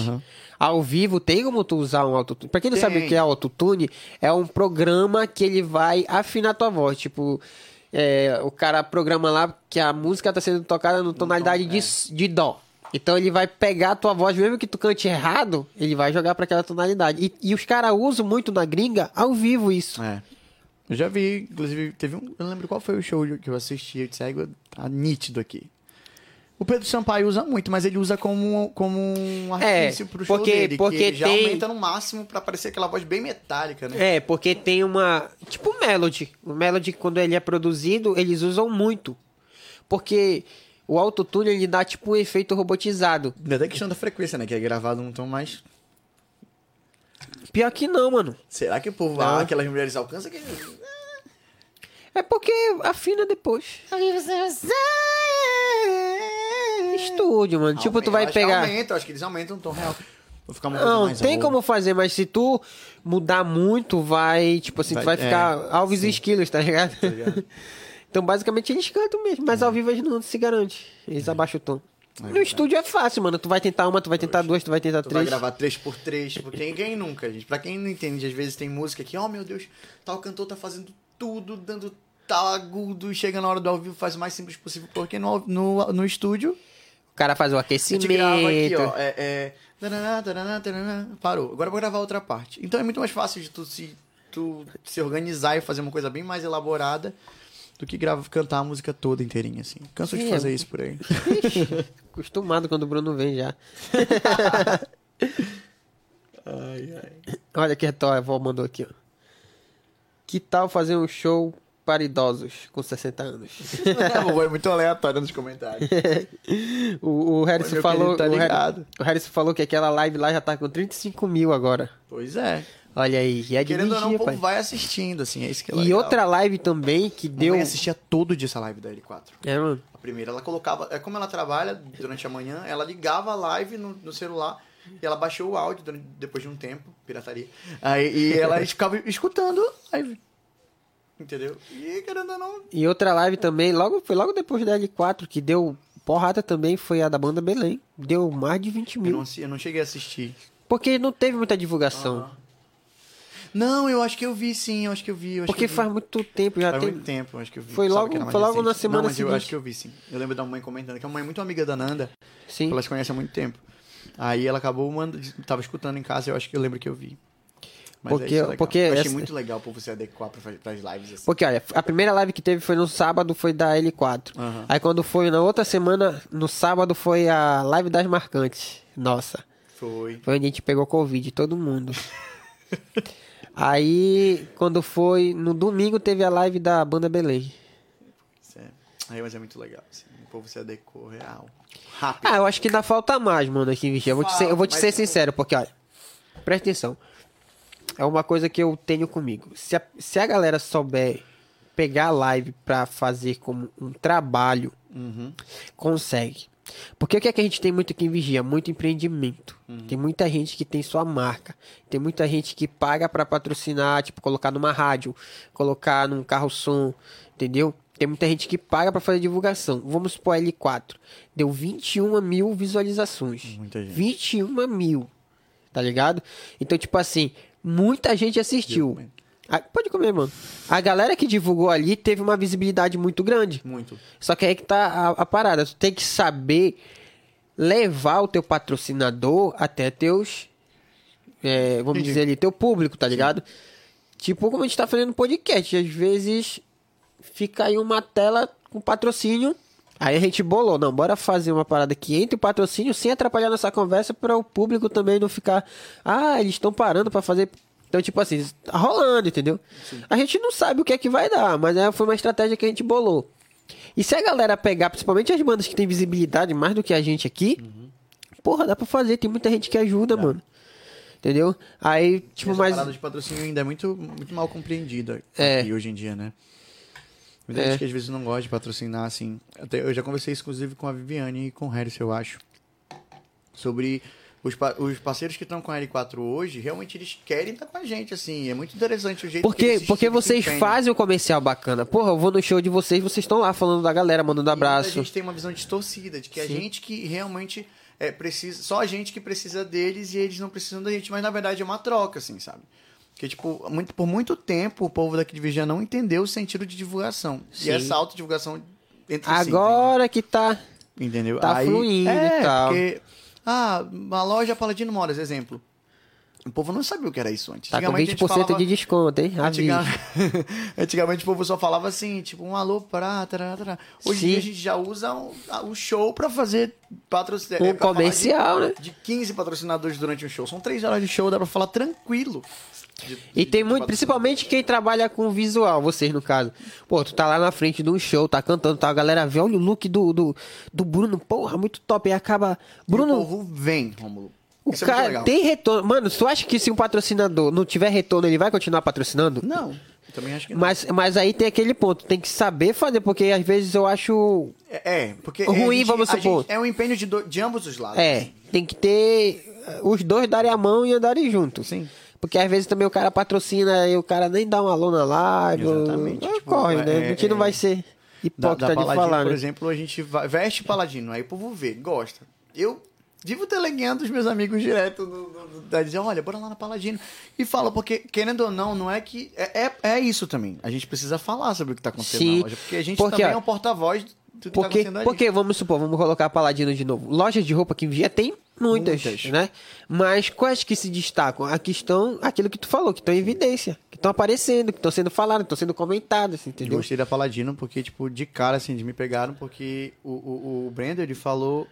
ao vivo tem como tu usar um autotune. Pra quem não sabe o Tem. que é autotune, é um programa que ele vai afinar tua voz. Tipo, é, o cara programa lá que a música tá sendo tocada no tonalidade de, s- de dó. Então ele vai pegar a tua voz, mesmo que tu cante errado, ele vai jogar pra aquela tonalidade. E, e os caras usam muito na gringa ao vivo isso. É. Eu já vi, inclusive, teve um. Eu não lembro qual foi o show que eu assisti, eu disse, "Égua, tá nítido aqui. O Pedro Sampaio usa muito, mas ele usa como, como um É, artifício pro show porque- dele, porque que ele já tem- aumenta no máximo pra parecer aquela voz bem metálica, né? É, porque tem uma. Tipo o Melody. O Melody, quando ele é produzido, eles usam muito. Porque o autotune ele dá tipo um efeito robotizado. Ainda tem a questão da frequência, né? Que é gravado num tom mais... Pior que não, mano. Será que o povo... Não. Tipo, Ah, aquelas mulheres alcançam que... É porque afina depois. estúdio, mano. tipo, tu vai Acho que pegar. Aumenta, acho que eles aumentam o tom real. Vou ficar uma coisa Não, mais tem alta. como fazer, mas se tu mudar muito, vai, tipo assim, tu Vai- vai ficar é. alves e esquilos, tá ligado? então, basicamente, eles cantam mesmo, É. mas ao vivo eles não se garantem. Eles abaixam o tom. no estúdio é fácil, mano. Tu vai tentar uma, tu vai tentar duas, tu vai tentar Tu vai três. gravar 3x3, porque ninguém nunca, gente. Pra quem não entende, às vezes tem música que, oh meu Deus, tal cantor tá fazendo tudo, dando tal agudo, e chega na hora do ao vivo, faz o mais simples possível, porque no, ao- no, no estúdio, O cara faz o a aquecimento. gente grava aqui, ó, é... é taraná, taraná, taraná, parou, agora eu vou gravar outra parte. Então é muito mais fácil de tu se, tu se organizar e fazer uma coisa bem mais elaborada do que grava, cantar a música toda inteirinha, assim. Canso de Sim, fazer é- isso por aí. Acostumado quando o Bruno vem já. Olha que retória, a avó mandou aqui, ó. Que tal fazer um show para idosos com 60 anos? é muito aleatório nos comentários. O, o Harrison meu falou. querido, tá o, Har- ligado. o Harrison falou que aquela live lá já tá com 35 mil agora. Pois é. Olha aí, e é de Querendo ou não, o vigia, povo pai. vai assistindo, assim, é isso que é E legal. outra live também que Minha deu. mãe assistia todo dia essa live da L4. É, mano. A primeira, ela colocava. É como ela trabalha durante a manhã, ela ligava a live no, no celular e ela baixou o áudio durante- depois de um tempo pirataria. Aí, e ela ficava escutando a live. Entendeu? E querendo ou não. E outra live também, logo, foi logo depois da L4, que deu porrada também, foi a da banda Belém. Deu mais de 20 Eu não, mil. assi- eu não cheguei a assistir. Porque não teve muita divulgação. Não, eu acho que eu vi sim, eu acho que eu vi. Eu acho Porque que eu vi. faz muito tempo, já Faz tem. muito tempo, eu acho que eu vi. Foi Só logo- que era mais foi logo na recente. semana Não, mas eu seguinte. acho que eu vi sim. Eu lembro da mãe comentando, que a mãe é muito amiga da Nanda. Sim. Elas conhecem há muito tempo. Aí ela acabou mandando. Tava escutando em casa, eu acho que eu lembro que eu vi. Mas Porque- é isso, é legal. porque eu achei essa- muito legal pra você adequar pra, pras lives assim. Porque, olha, a primeira live que teve foi no sábado, foi da L4. Aham. Aí quando foi na outra semana, no sábado, foi a live das marcantes. Nossa. Foi. Foi onde a gente pegou Covid, todo mundo. Aí, quando foi. No domingo teve a live da banda Belém. Isso é- Aí, mas é muito legal. Assim. O povo se adequou real. Rápido. Ah, eu acho que ainda falta mais, mano, aqui, bicho. Eu vou te ser, eu vou te Mas- ser sincero, porque, olha. Presta atenção. É uma coisa que eu tenho comigo. Se a, se a galera souber pegar a live pra fazer como um trabalho, consegue. Porque o que é que a gente tem muito aqui em Vigia? Muito empreendimento. Tem muita gente que tem sua marca. Tem muita gente que paga pra patrocinar, tipo, colocar numa rádio, colocar num carro som, entendeu? Tem muita gente que paga pra fazer divulgação. Vamos supor L4. Deu 21 mil visualizações. Muita gente. 21 mil. Tá ligado? Então, tipo assim, muita gente assistiu. Ah, pode comer, mano. A galera que divulgou ali teve uma visibilidade muito grande. Muito. Só que aí que tá a, a parada. Tu tem que saber levar o teu patrocinador até teus. é, vamos Entendi. dizer ali, teu público, tá ligado? Tipo, como a gente tá fazendo podcast, às vezes fica aí uma tela com patrocínio. Aí a gente bolou, não, bora fazer uma parada que entre o patrocínio sem atrapalhar nossa conversa para o público também não ficar, ah, eles estão parando para fazer. Então, tipo assim, tá rolando, entendeu? A gente não sabe o que é que vai dar, mas é, foi uma estratégia que a gente bolou. E se a galera pegar, principalmente as bandas que têm visibilidade mais do que a gente aqui, porra, dá pra fazer, tem muita gente que ajuda, mano. Entendeu? Aí, tipo, Essa mais. parada de patrocínio ainda é muito, muito mal compreendida É. aqui hoje em dia, né? Muita É. gente que às vezes não gosta de patrocinar, assim. Até eu já conversei isso, inclusive, com a Viviane e com o Harris, eu acho. Sobre os, pa- os parceiros que estão com a L4 hoje, realmente eles querem estar com a gente, assim. É muito interessante o jeito que tipo Porque, eles se- né? porque eles se vocês empenham. fazem o comercial bacana. Porra, eu vou no show de vocês, vocês estão lá falando da galera, mandando E muita abraço. gente tem uma visão distorcida, de que a Sim. gente que realmente é, precisa. Só a gente que precisa deles e eles não precisam da gente. Mas na verdade é uma troca, assim, sabe? Porque, tipo, muito- por muito tempo o povo daqui de Vigia não entendeu o sentido de divulgação. Sim. E essa autodivulgação entre si. Agora que tá. Entendeu? Tá Aí- fluindo é, e tal. Porque, ah, uma loja Paladino Moras, exemplo. O povo não sabia o que era isso antes. Tá com Antigamente a 20% gente falava- de desconto, hein? Antiga- Avisa. Antigamente o povo só falava assim, tipo, um alô pra. tarará, tarará. Hoje em dia a Sim. gente já usa um- a- o show pra fazer patrocínio. Um pra falar comercial, de, né? De 15 patrocinadores durante um show. São três horas de show, dá pra falar tranquilo. De- E tem de- de muito, patrocinador. principalmente quem trabalha com visual, vocês no caso. Pô, tu tá lá na frente de um show, tá cantando, tá? A galera vê, olha o look do, do, do Bruno, porra, muito top. Aí acaba. E Bruno, O povo vem, Romulo. o Isso é muito cara legal. tem retorno. Mano, tu acha que se um patrocinador não tiver retorno, ele vai continuar patrocinando? Não. Também acho que não. Mas, mas aí tem aquele ponto, tem que saber fazer, porque às vezes eu acho. É, é, porque. O a ruim, vamos a supor. é um empenho de, do- de ambos os lados. É, tem que ter eh, os dois darem a mão e andarem juntos. Sim. Porque às vezes também o cara patrocina e o cara nem dá uma lona lá. Exatamente, Não tipo, corre, né? é- A gente não é- vai ser Da, hipócrita da de Paladino, falar, por né? exemplo, a gente vai, veste Paladino, aí o povo vê, gosta. Eu vivo teleguiando os meus amigos direto no, no, no, da dizer, olha, bora lá na Paladino. E fala, porque, querendo ou não, não é que. É, é, é isso também. A gente precisa falar sobre o que tá acontecendo Sim, na loja. Porque a gente porque, também ó, é um porta-voz do que tá Porque, acontecendo ali. porque, vamos supor, vamos colocar Paladino de novo. Lojas de roupa que envia tem muitas, Muitas. né? Mas quais que se destacam? Aqui estão aquilo que tu falou, que estão em evidência, que estão aparecendo, que estão sendo faladas, que estão sendo comentadas, Eu entendeu? gostei da Paladino porque, tipo, de cara, assim, eles me pegaram porque o, o, o Brandon, ele falou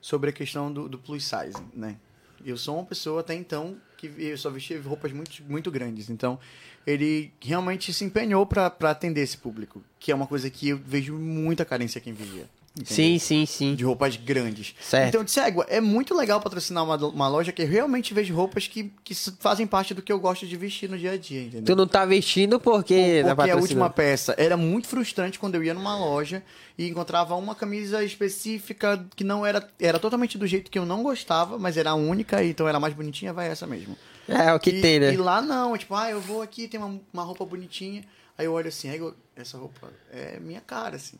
sobre a questão do, do plus size, né? Eu sou uma pessoa, até então, que eu só vestia roupas muito, muito grandes. Então, ele realmente se empenhou pra pra atender esse público, que é uma coisa que eu vejo muita carência quem vivia. Sim, sim, sim. De roupas grandes. Certo. Então, de cego, é muito legal patrocinar uma, uma loja que eu realmente vejo roupas que, que fazem parte do que eu gosto de vestir no dia a dia, entendeu? Tu não tá vestindo porque... tá Porque é a patrocinando. última peça era muito frustrante quando eu ia numa loja e encontrava uma camisa específica que não era. Era totalmente do jeito que eu não gostava, mas era a única, então era mais bonitinha, vai essa mesmo. É, o que e, tem, né? E lá não, tipo, ah, eu vou aqui, tem uma, uma roupa bonitinha. Aí eu olho assim, aí eu- essa roupa é minha cara, assim.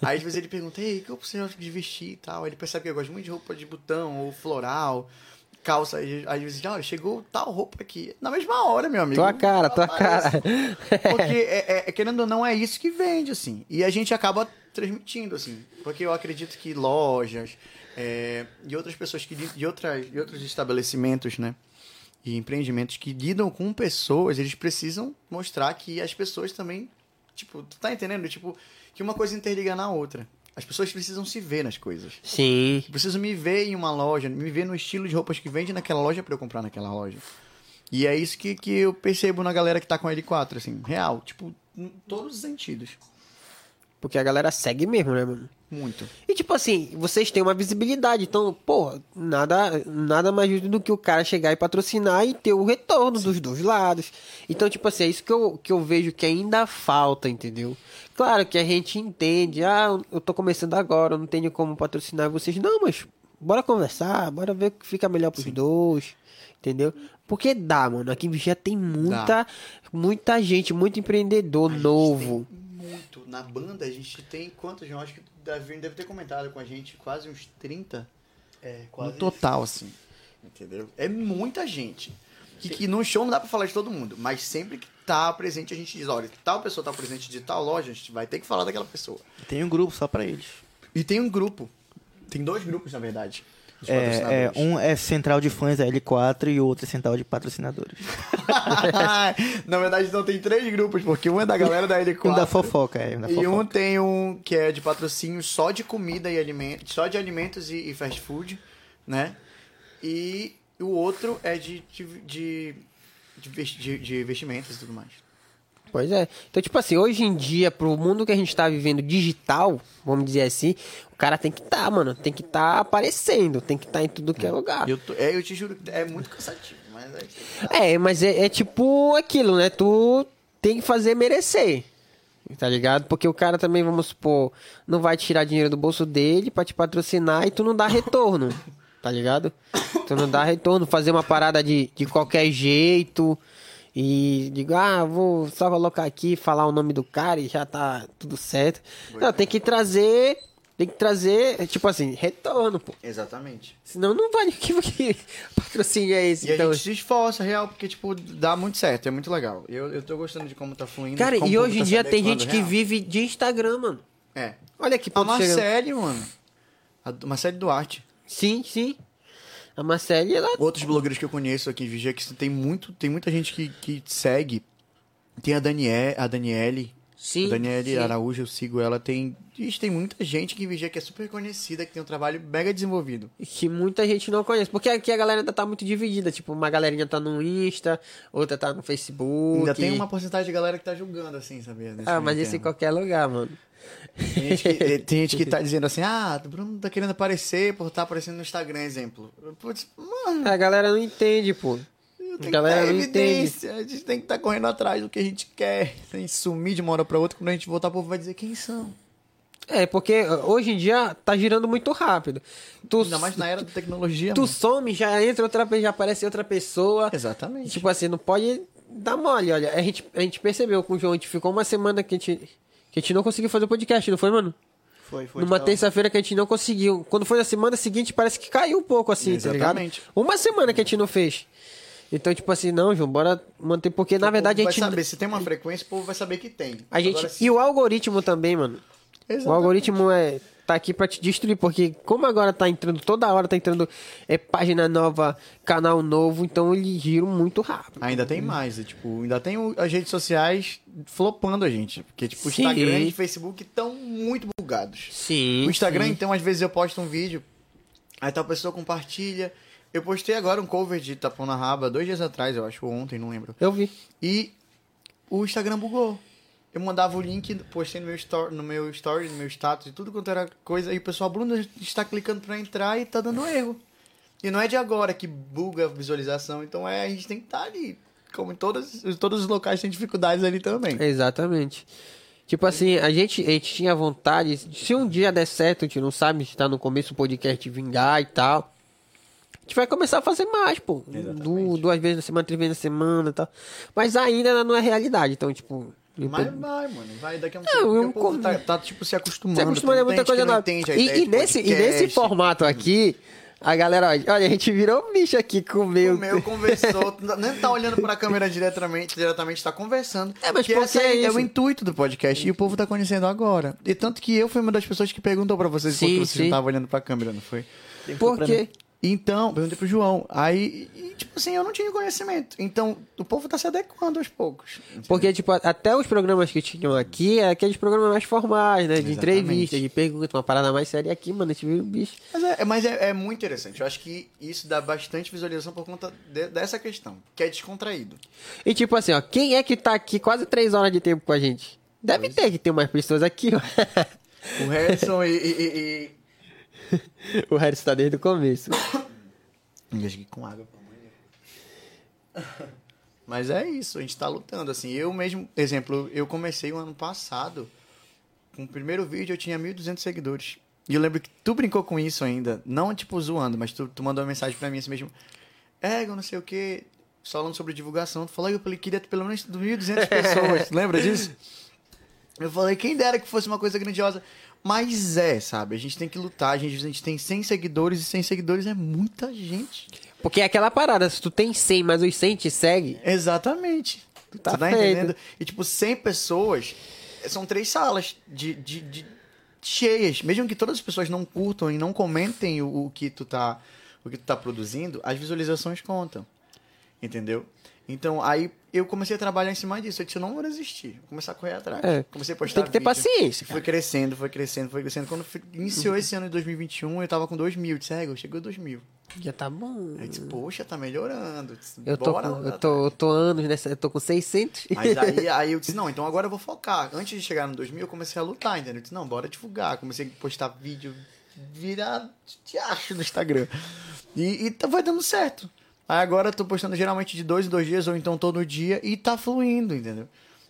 Aí às vezes ele pergunta, ei, o que eu preciso de vestir e tal. Aí ele percebe que eu gosto muito de roupa de botão ou floral. Calça, Aí, às vezes, olha, chegou tal roupa aqui. Na mesma hora, meu amigo. Tua cara, tua Aparece. cara. Porque, é, é- querendo ou não, é isso que vende, assim. E a gente acaba transmitindo, assim. Porque eu acredito que lojas é, e outras pessoas que... li- E, outras, e outros estabelecimentos, né? E empreendimentos que lidam com pessoas, eles precisam mostrar que as pessoas também... Tipo, tu tá entendendo? Tipo, que uma coisa interliga na outra. As pessoas precisam se ver nas coisas. Sim. Eu preciso me ver em uma loja, me ver no estilo de roupas que vende naquela loja pra eu comprar naquela loja. E é isso que, que eu percebo na galera que tá com a L4, assim, real, tipo, em todos os sentidos. Porque a galera segue mesmo, né, mano? Muito. E tipo assim, vocês têm uma visibilidade, então, porra, nada, nada mais justo do que o cara chegar e patrocinar e ter o retorno dos dois lados. Então, tipo assim, é isso que eu, que eu vejo que ainda falta, entendeu? Claro que a gente entende, ah, eu tô começando agora, eu não tenho como patrocinar vocês. Não, mas bora conversar, bora ver o que fica melhor pros dois, entendeu? Porque dá, mano, aqui em Vigia tem muita, muita gente, muito empreendedor novo. Muito. Na banda a gente tem quantos? Eu acho que o Davi deve ter comentado com a gente, quase uns 30. É, quase. No total, assim. Entendeu? É muita gente. Que, que num show não dá pra falar de todo mundo, mas sempre que tá presente a gente diz, olha, tal pessoa tá presente de tal loja, a gente vai ter que falar daquela pessoa. Tem um grupo só pra eles. E tem um grupo. Tem dois grupos, na verdade. Os É, é, patrocinadores. um é central de fãs da L4 e o outro é central de patrocinadores. na verdade, então tem três grupos, porque um é da galera da L4. Um da fofoca, é. um da E fofoca. um tem um que é de patrocínio só de comida e alimentos, só de alimentos e, e fast food, né? E o outro é de, de, de, de vesti- de- de vestimentas e tudo mais. Pois é. Então, tipo assim, hoje em dia, pro mundo que a gente tá vivendo digital, vamos dizer assim, o cara tem que tá, mano. Tem que tá aparecendo, tem que tá em tudo que é Ah. lugar. Eu, tô- é, eu te juro que é muito cansativo, mas é isso. É, mas é, é tipo aquilo, né? Tu tem que fazer merecer. Tá ligado? Porque o cara também, vamos supor, não vai tirar dinheiro do bolso dele pra te patrocinar e tu não dá retorno. tá ligado? Tu não dá retorno. Fazer uma parada de, de qualquer jeito e digo, ah, vou só colocar aqui, falar o nome do cara e já tá tudo certo. Não, tem que trazer. Tem que trazer, tipo assim, retorno, pô. Exatamente. Senão não vale o que, que patrocínio é esse. E a gente se esforça, real, porque, tipo, dá muito certo, é muito legal. Eu, eu tô gostando de como tá fluindo. Cara, como e o hoje em público tá dia se tem adequando, gente que real. vive de Instagram, mano. É. Olha que A ponto chegando. Marcele, mano. A do- Marcele Duarte. Sim, sim. A Marcele, ela... Outros blogueiros que eu conheço aqui em Vigia, que tem, muito, tem muita gente que, que segue. Tem a, Danie, a Daniele. Sim, a Daniele sim. Araújo, eu sigo ela. Tem, Ixi, tem muita gente que em Vigia que é super conhecida, que tem um trabalho mega desenvolvido. Que muita gente não conhece. Porque aqui a galera ainda tá muito dividida. Tipo, uma galerinha tá no Insta, outra tá no Facebook. Ainda tem uma porcentagem de galera que tá julgando, assim, sabia? nesse Ah, mas meio isso em termo. qualquer lugar, mano. Tem gente, que, tem gente que tá dizendo assim, ah, o Bruno tá querendo tá aparecer por estar aparecendo no Instagram, exemplo. Putz, mano, A galera não entende, pô. Eu tenho Galera, que não ter evidência. A gente tem que estar correndo atrás do que a gente quer. Tem que sumir de uma hora pra outra. Quando a gente voltar, o povo vai dizer quem são. É, porque uh, hoje em dia tá girando muito rápido. Tu, Ainda mais na era da tecnologia. tu mano. some, já entra outra pe- já aparece outra pessoa. E, Exatamente. Tipo assim, não pode dar mole, olha. A gente, a gente percebeu com o João, a gente ficou uma semana que a gente, que a gente não conseguiu fazer o podcast, não foi, mano? Foi, foi. então. tá. Numa tal. terça-feira que a gente não conseguiu. Quando foi na semana seguinte, parece que caiu um pouco, assim, Exatamente. tá ligado? Uma semana que a gente não fez. Então, tipo assim, não, João, bora manter, porque na O verdade povo a gente. Vai saber, se tem uma frequência, o povo vai saber que tem. A gente Agora, se- E o algoritmo também, mano. O Exatamente. algoritmo é tá aqui pra te destruir, porque como agora tá entrando toda hora, tá entrando é, página nova, canal novo, então ele gira muito rápido. Ainda tem mais, e, tipo, ainda tem o- as redes sociais flopando a gente. Porque, tipo, o Sim. Instagram e o Facebook estão muito bugados. Sim. O Instagram, então, às vezes eu posto um vídeo, aí tal pessoa compartilha. Eu postei agora um cover de Tapão na Raba, dois dias atrás, eu acho, ou ontem, não lembro. Eu vi. E o Instagram bugou. Eu mandava o link, postei no meu story, no meu, story, no meu status, e tudo quanto era coisa. E o pessoal, Bruno, está clicando pra entrar e tá dando erro. E não é de agora que buga a visualização. Então é, a gente tem que estar ali. Como em todas, em todos os locais tem dificuldades ali também. Exatamente. Tipo assim, a gente, a gente tinha vontade. Se um dia der certo, a gente não sabe se tá no começo do podcast vingar e tal. A gente vai começar a fazer mais, pô. Du, duas vezes na semana, três vezes na semana e tal. Mas ainda ela não é realidade. Então, tipo. Mas então- vai, mano. Vai daqui a um eu tempo. daqui con- a pouco tá, tá, tipo, se acostumando. Você acostuma a Tem é muita gente coisa que não nova. entende a E, ideia e de nesse, e nesse podcast. tipo, formato aqui, a galera, olha, olha, a gente virou um bicho aqui com o meu. O meu conversou, nem tá olhando pra câmera diretamente, diretamente tá conversando. É, mas Que por essa que é, isso? é o intuito do podcast e o povo tá conhecendo agora. E tanto que eu fui uma das pessoas que perguntou pra vocês Sim, porque vocês sim. não estavam olhando pra câmera, não foi? Por quê? Então, perguntei pro João. Aí, e, tipo assim, eu não tinha conhecimento. Então, o povo tá se adequando aos poucos. Porque, tipo, a- até os programas que tinham aqui, é aqueles programas mais formais, né? De Exatamente. entrevista, de pergunta, uma parada mais séria aqui, mano. A gente vira um bicho. Mas, é, mas é, é muito interessante. Eu acho que isso dá bastante visualização por conta de- dessa questão, que é descontraído. E tipo assim, ó, quem é que tá aqui quase três horas de tempo com a gente? Deve é. ter que ter umas pessoas aqui, ó. O Harrison e- e- e... o Harris tá desde o começo. Engasguei com água, pelo amor de Deus. Mas é isso, a gente tá lutando, assim. Eu mesmo, exemplo, eu comecei o ano passado, com o primeiro vídeo eu tinha 1.200 seguidores. E eu lembro que tu brincou com isso ainda, não tipo zoando, mas tu, tu mandou uma mensagem pra mim assim mesmo. É, eu não sei o quê, só falando sobre divulgação. Tu falou que eu queria ter pelo menos 1.200 pessoas, tu lembra disso? Eu falei, quem dera que fosse uma coisa grandiosa. Mas é, sabe? A gente tem que lutar. A gente, a gente tem 100 seguidores e 100 seguidores é muita gente. Porque é aquela parada, se tu tem 100, mas os 100 te segue, Exatamente. Tu Tá tá, feito. entendendo? E tipo, 100 pessoas eh, são três salas de, de, de- cheias. Mesmo que todas as pessoas não curtam e não comentem o, o que tu tá o que tu tá produzindo, as visualizações contam. Entendeu? Então, aí eu comecei a trabalhar em cima disso. Eu disse, eu não vou desistir. Vou começar a correr atrás. É. Comecei a postar tem que ter vídeo. paciência. Foi crescendo, foi crescendo, foi crescendo. Quando fi- iniciou esse ano de 2021, eu tava com 2 mil. Eu disse, é, chegou 2 mil. Já tá bom. Aí eu disse, poxa, tá melhorando. Eu disse, Eu tô, bora com, eu, lá É tô, eu tô anos nessa, eu tô com 600. mas aí, aí eu disse, não, então agora eu vou focar. Antes de chegar no 2000, eu comecei a lutar, entendeu? Eu disse, não, bora divulgar. Comecei a postar vídeo, virar te acho no Instagram. E, e tá- vai dando certo. Aí agora eu tô postando geralmente de dois em dois dias, ou então todo dia, e tá fluindo, entendeu?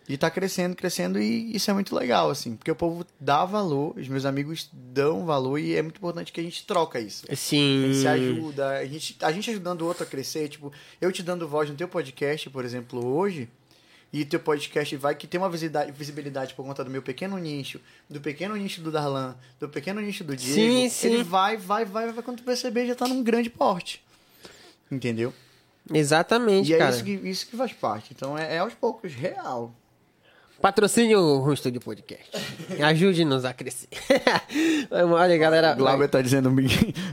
E tá crescendo, crescendo, e isso é muito legal, assim. Porque o povo dá valor, os meus amigos dão valor, e é muito importante que a gente troca isso. A Sim. gente se ajuda, a gente, a gente ajudando o outro a crescer, tipo, eu te dando voz no teu podcast, por exemplo, hoje, e teu podcast vai que tem uma visibilidade, visibilidade por conta do meu pequeno nicho, do pequeno nicho do Darlan, do pequeno nicho do Diego, Sim, sim. ele vai, vai, vai, vai, quando tu perceber já tá num grande porte. Entendeu? Exatamente, E é cara. isso que, isso que faz parte. Então é, é aos poucos, real. Patrocine o Estúdio Podcast. Ajude-nos a crescer. Olha, galera. tá dizendo, me,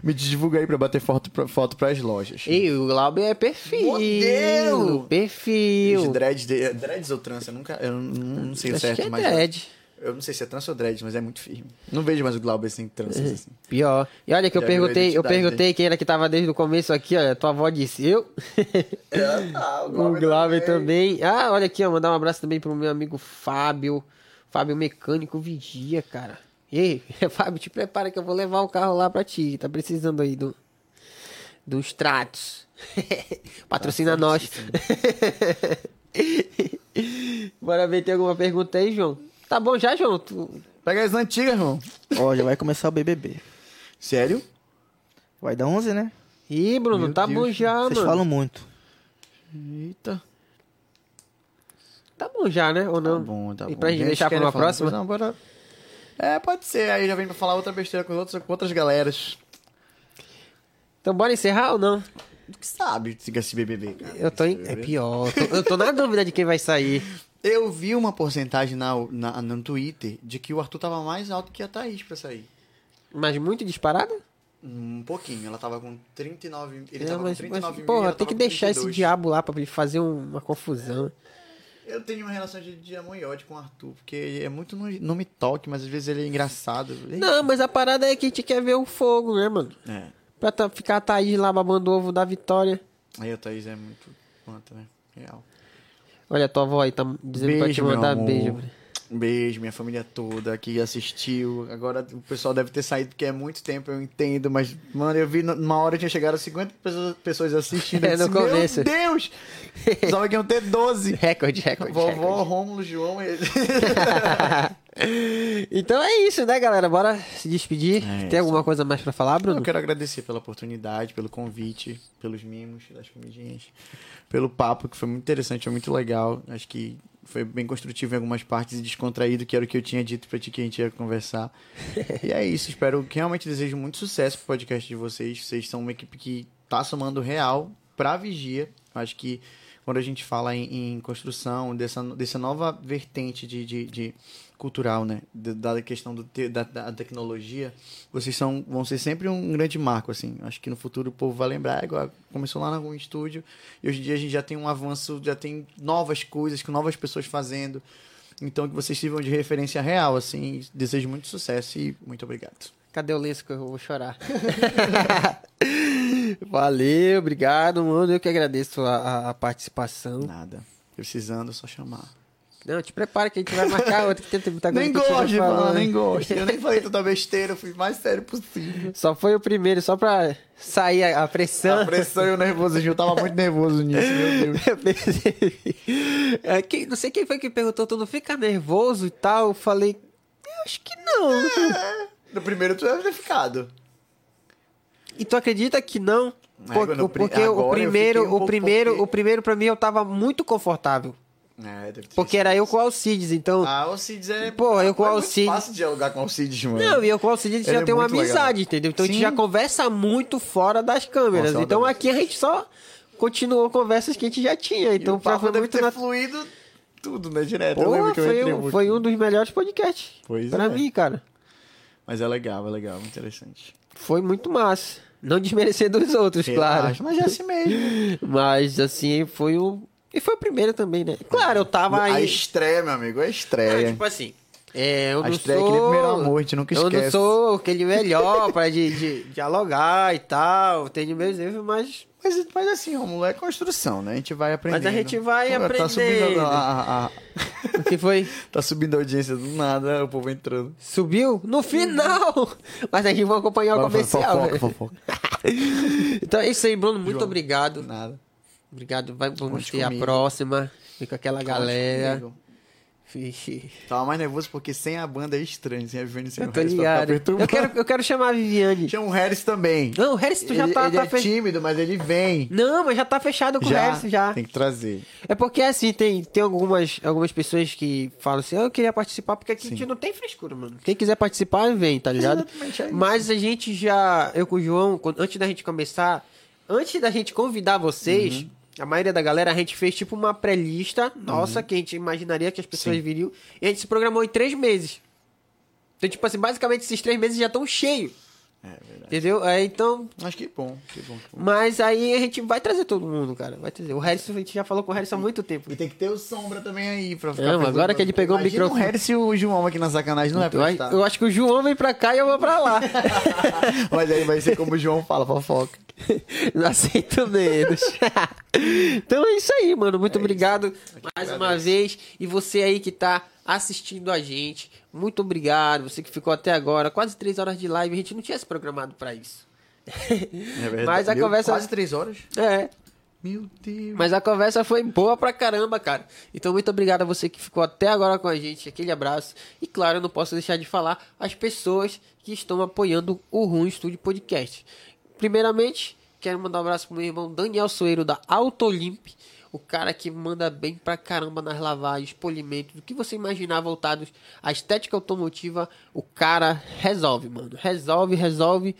me divulga aí pra bater foto, foto pras lojas. E o Glauber é perfil. Modelo! Perfil. dreads, de- é, dreads ou trança, eu nunca, eu não, não sei o Acho certo, que é mas dread. Eu não sei se é trans ou dread, mas é muito firme. Não vejo mais o Glauber sem É. tranças assim. Pior. E olha que eu Já virou perguntei, eu identidade, perguntei quem era que tava desde o começo aqui, olha, tua avó disse eu. Ah, É, tá, o Glauber também. Ah, olha aqui, ó, mandar um abraço também pro meu amigo Fábio. Fábio Mecânico Vigia, cara. Ei, Fábio, te prepara que eu vou levar o carro lá pra ti. Tá precisando aí do, do Stratos. Patrocina Tá nós. Bora ver, tem alguma pergunta aí, João? Tá bom já, João? Tu- Pega as antigas, irmão. Ó, já vai começar o BBB. Sério? Vai dar 11, né? Ih, Bruno, Meu tá Deus, bom já, Vocês mano. falam muito. Eita. Tá bom já, né? Ou não? Tá bom, tá bom. E pra gente Gente, deixar pra querem uma falar próxima? depois? Não, bora. É, pode ser. Aí já vem pra falar outra besteira com, outros, com outras galeras. Então bora encerrar ou não? Tu que sabe desse BBB, cara. Eu tô em... É pior. eu tô- Eu tô na dúvida de quem vai sair. Eu vi uma porcentagem na, na- no Twitter de que o Arthur tava mais alto que a Thaís pra sair. Mas muito disparada? Um pouquinho. Ela tava com 39... Ele É, tava mas, com mas, 39 mil, porra, ela tem tava que com deixar esse 32. diabo lá pra ele fazer um- uma confusão. Eu tenho uma relação de, de amor e ódio com o Arthur, porque é muito no, não me toque, mas às vezes ele é engraçado. Não, mas a parada é que a gente quer ver o fogo, né, mano? É. Pra tá- ficar a Thaís lá babando ovo da vitória. Aí a Thaís é muito quanto, né? Real. Olha, tua avó aí tá dizendo pra te Beijo, meu mandar amor. beijo. Bruno. Beijo, minha família toda que assistiu. Agora o pessoal deve ter saído porque é muito tempo, eu entendo, mas, mano, eu vi no- numa hora tinha chegado 50 pessoas- pessoas assistindo. É, Eu no disse, começo." Meu Deus! Só que iam ter 12. Recorde, recorde, Vovó, Rômulo, João. ele- recorde. Então é isso, né, galera? Bora se despedir. É Tem isso. alguma coisa mais pra falar, Bruno? Eu quero agradecer pela oportunidade, pelo convite, pelos mimos, das comidinhas, pelo papo, que foi muito interessante, foi muito legal. Acho que foi bem construtivo em algumas partes e descontraído, que era o que eu tinha dito pra ti que a gente ia conversar. e é isso, espero que realmente desejo muito sucesso pro podcast de vocês. Vocês são uma equipe que tá somando real pra vigia. Acho que quando a gente fala em, em construção dessa, dessa nova vertente de, de- de cultural, né? De- da questão do te- da, da tecnologia, vocês são, vão ser sempre um grande marco, assim. Acho que no futuro o povo vai lembrar, "Ah, agora começou lá no estúdio, e hoje em dia a gente já tem um avanço, já tem novas coisas, com novas pessoas fazendo. Então que vocês sirvam de referência real, assim. Desejo muito sucesso e muito obrigado. Cadê o lenço que eu vou chorar? Valeu, obrigado, mano. Eu que agradeço a, a- a participação. Nada. Precisando, é só chamar. Não, te prepara que a gente vai marcar outro que tenta muita coisa. nem que a gente vai gosto de falar, falando. nem gosto. Eu nem falei tanta besteira, eu fui mais sério possível. Só foi o primeiro, só pra sair a, a pressão. A pressão e o nervosismo, eu tava muito nervoso nisso, meu Deus. Eu percebi. É, quem- não sei quem foi que perguntou, tu não fica nervoso e tal? Eu falei, eu acho que não. No primeiro tu deve ter ficado. E tu acredita que não? É, Por- quando eu pri- porque o agora eu primeiro, fiquei um o pouco primeiro, porque- o primeiro pra mim eu tava muito confortável. É, deve ter Porque era eu com o Alcides, então. Ah, Alcides é. Pô, eu com é muito Alcides- fácil dialogar com Alcides, mano. Não, e eu com o Alcides a gente Ele já é tem uma muito legal. amizade, entendeu? Então a gente Sim. já conversa muito fora das câmeras. Nossa, é eu então adoro aqui a gente só continuou conversas que a gente já tinha. E Então o papo foi deve muito ter na- fluído tudo, né? Direto. eu Porra, lembro que eu foi, entrei um, muito. foi um dos melhores podcasts. Pois pra é. mim, cara. Mas é legal, é legal, interessante. Foi muito massa. Não desmerecer dos outros, claro. Relaxa, Mas é assim mesmo. Mas assim, foi um. E foi o primeiro também, né? Claro, eu tava A aí. estreia, meu amigo, a Ah, estreia. tipo assim. É, eu A não estreia é sou... aquele primeiro amor, a gente nunca Eu não esquece. sou aquele melhor pra de, de dialogar e tal. Tenho meus erros, mas. Mas, mas assim, Romulo, é construção, né? A gente vai aprendendo. Mas a gente vai Pô, Tá aprendendo. subindo, a, a- a- O que foi? tá subindo a audiência do nada, o povo entrando. Subiu? No final! Mas a gente vai acompanhar o Vai, vai, comercial. Fofoca, né? fofoca. Então é isso aí, Bruno. Muito obrigado. Nada. Obrigado. Vai, vamos Conte ter a comigo. próxima. Fica aquela galera. Comigo. Fique. Tava mais nervoso porque sem a banda é estranho, sem a Viviane, sem Eu o tô Harris pra ficar ligado. Eu perturbado. quero, eu quero chamar a Viviane. Chama o Harris também. Não, o Harris, tu já ele, tá, ele tá é fe- tímido, mas ele vem. Não, mas já tá fechado com o Já, Harris já. Tem que trazer. É porque assim, tem, tem algumas, algumas pessoas que falam assim, "Ah, eu queria participar, porque aqui a gente Sim. não tem frescura, mano. Quem quiser participar, vem, tá ligado? Exatamente, é isso. mas a gente já. Eu com o João, quando- antes da gente começar, antes da gente convidar vocês. Uhum. A maioria da galera, a gente fez tipo uma pré-lista nossa, que a gente imaginaria que as pessoas viriam. E a gente se programou em três meses. Então, tipo assim, basicamente esses três meses já estão cheios. Entendeu? É, então, Mas que bom, que bom, que bom. mas aí a gente vai trazer todo mundo, cara. Vai trazer. O Harrison, a gente já falou com o Harrison há muito tempo. E tem que ter o Sombra também aí pra ficar. Não, agora perturbando. que ele pegou o Imagina microfone. o Harris e o João aqui na sacanagem não é Eu, pra acho- estar. eu acho que o João vem pra cá e eu vou pra lá. Mas aí vai ser como o João fala, fofoca. Não aceito menos. então é isso aí, mano. Muito obrigado mais uma vez. E você aí que tá assistindo a gente, muito obrigado. Você que ficou até agora, quase três horas de live. A gente não tinha se programado pra isso. É verdade. Mas a Deu conversa. Quase três horas. É. Meu Deus. Mas a conversa foi boa pra caramba, cara. Então, muito obrigado a você que ficou até agora com a gente. Aquele abraço. E, claro, eu não posso deixar de falar as pessoas que estão apoiando o Rum Studio Podcast. Primeiramente, quero mandar um abraço pro meu irmão Daniel Soeiro, da Autolimp. O cara que manda bem pra caramba nas lavagens, polimentos, o que você imaginar voltados à estética automotiva, o cara resolve, mano. Resolve, resolve.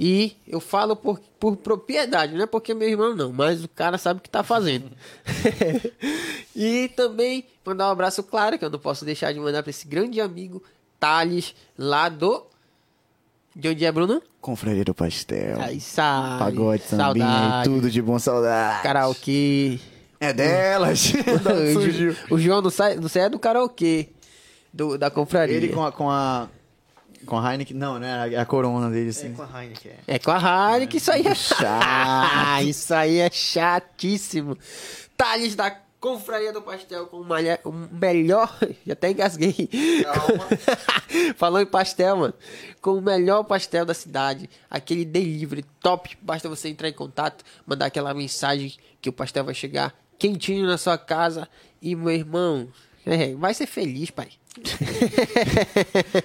E eu falo por, por propriedade, não é porque é meu irmão, não, mas o cara sabe o que tá fazendo. e também mandar um abraço, claro, que eu não posso deixar de mandar pra esse grande amigo Thales, lá do. De onde é, Bruno? Confraria do pastel. Aí sai. É. Pagode, sambinha e tudo de bom saudade. Karaokê. É delas. Da onde O Ju- Surgiu. O João não sai, não sai é do karaokê. Do, da confraria. Ele com a, com a. Com a Heineken. Não, né? A, a corona dele, É assim. com a Heineken. é. É com a Harley que isso aí é Chato. isso aí é chatíssimo. Thales da Confraria do Pastel com o malha- o melhor. Já até engasguei. Calma. Falou em pastel, mano. Com o melhor pastel da cidade. Aquele delivery top. Basta você entrar em contato, mandar aquela mensagem que o pastel vai chegar quentinho na sua casa. E, meu irmão, é, vai ser feliz, pai.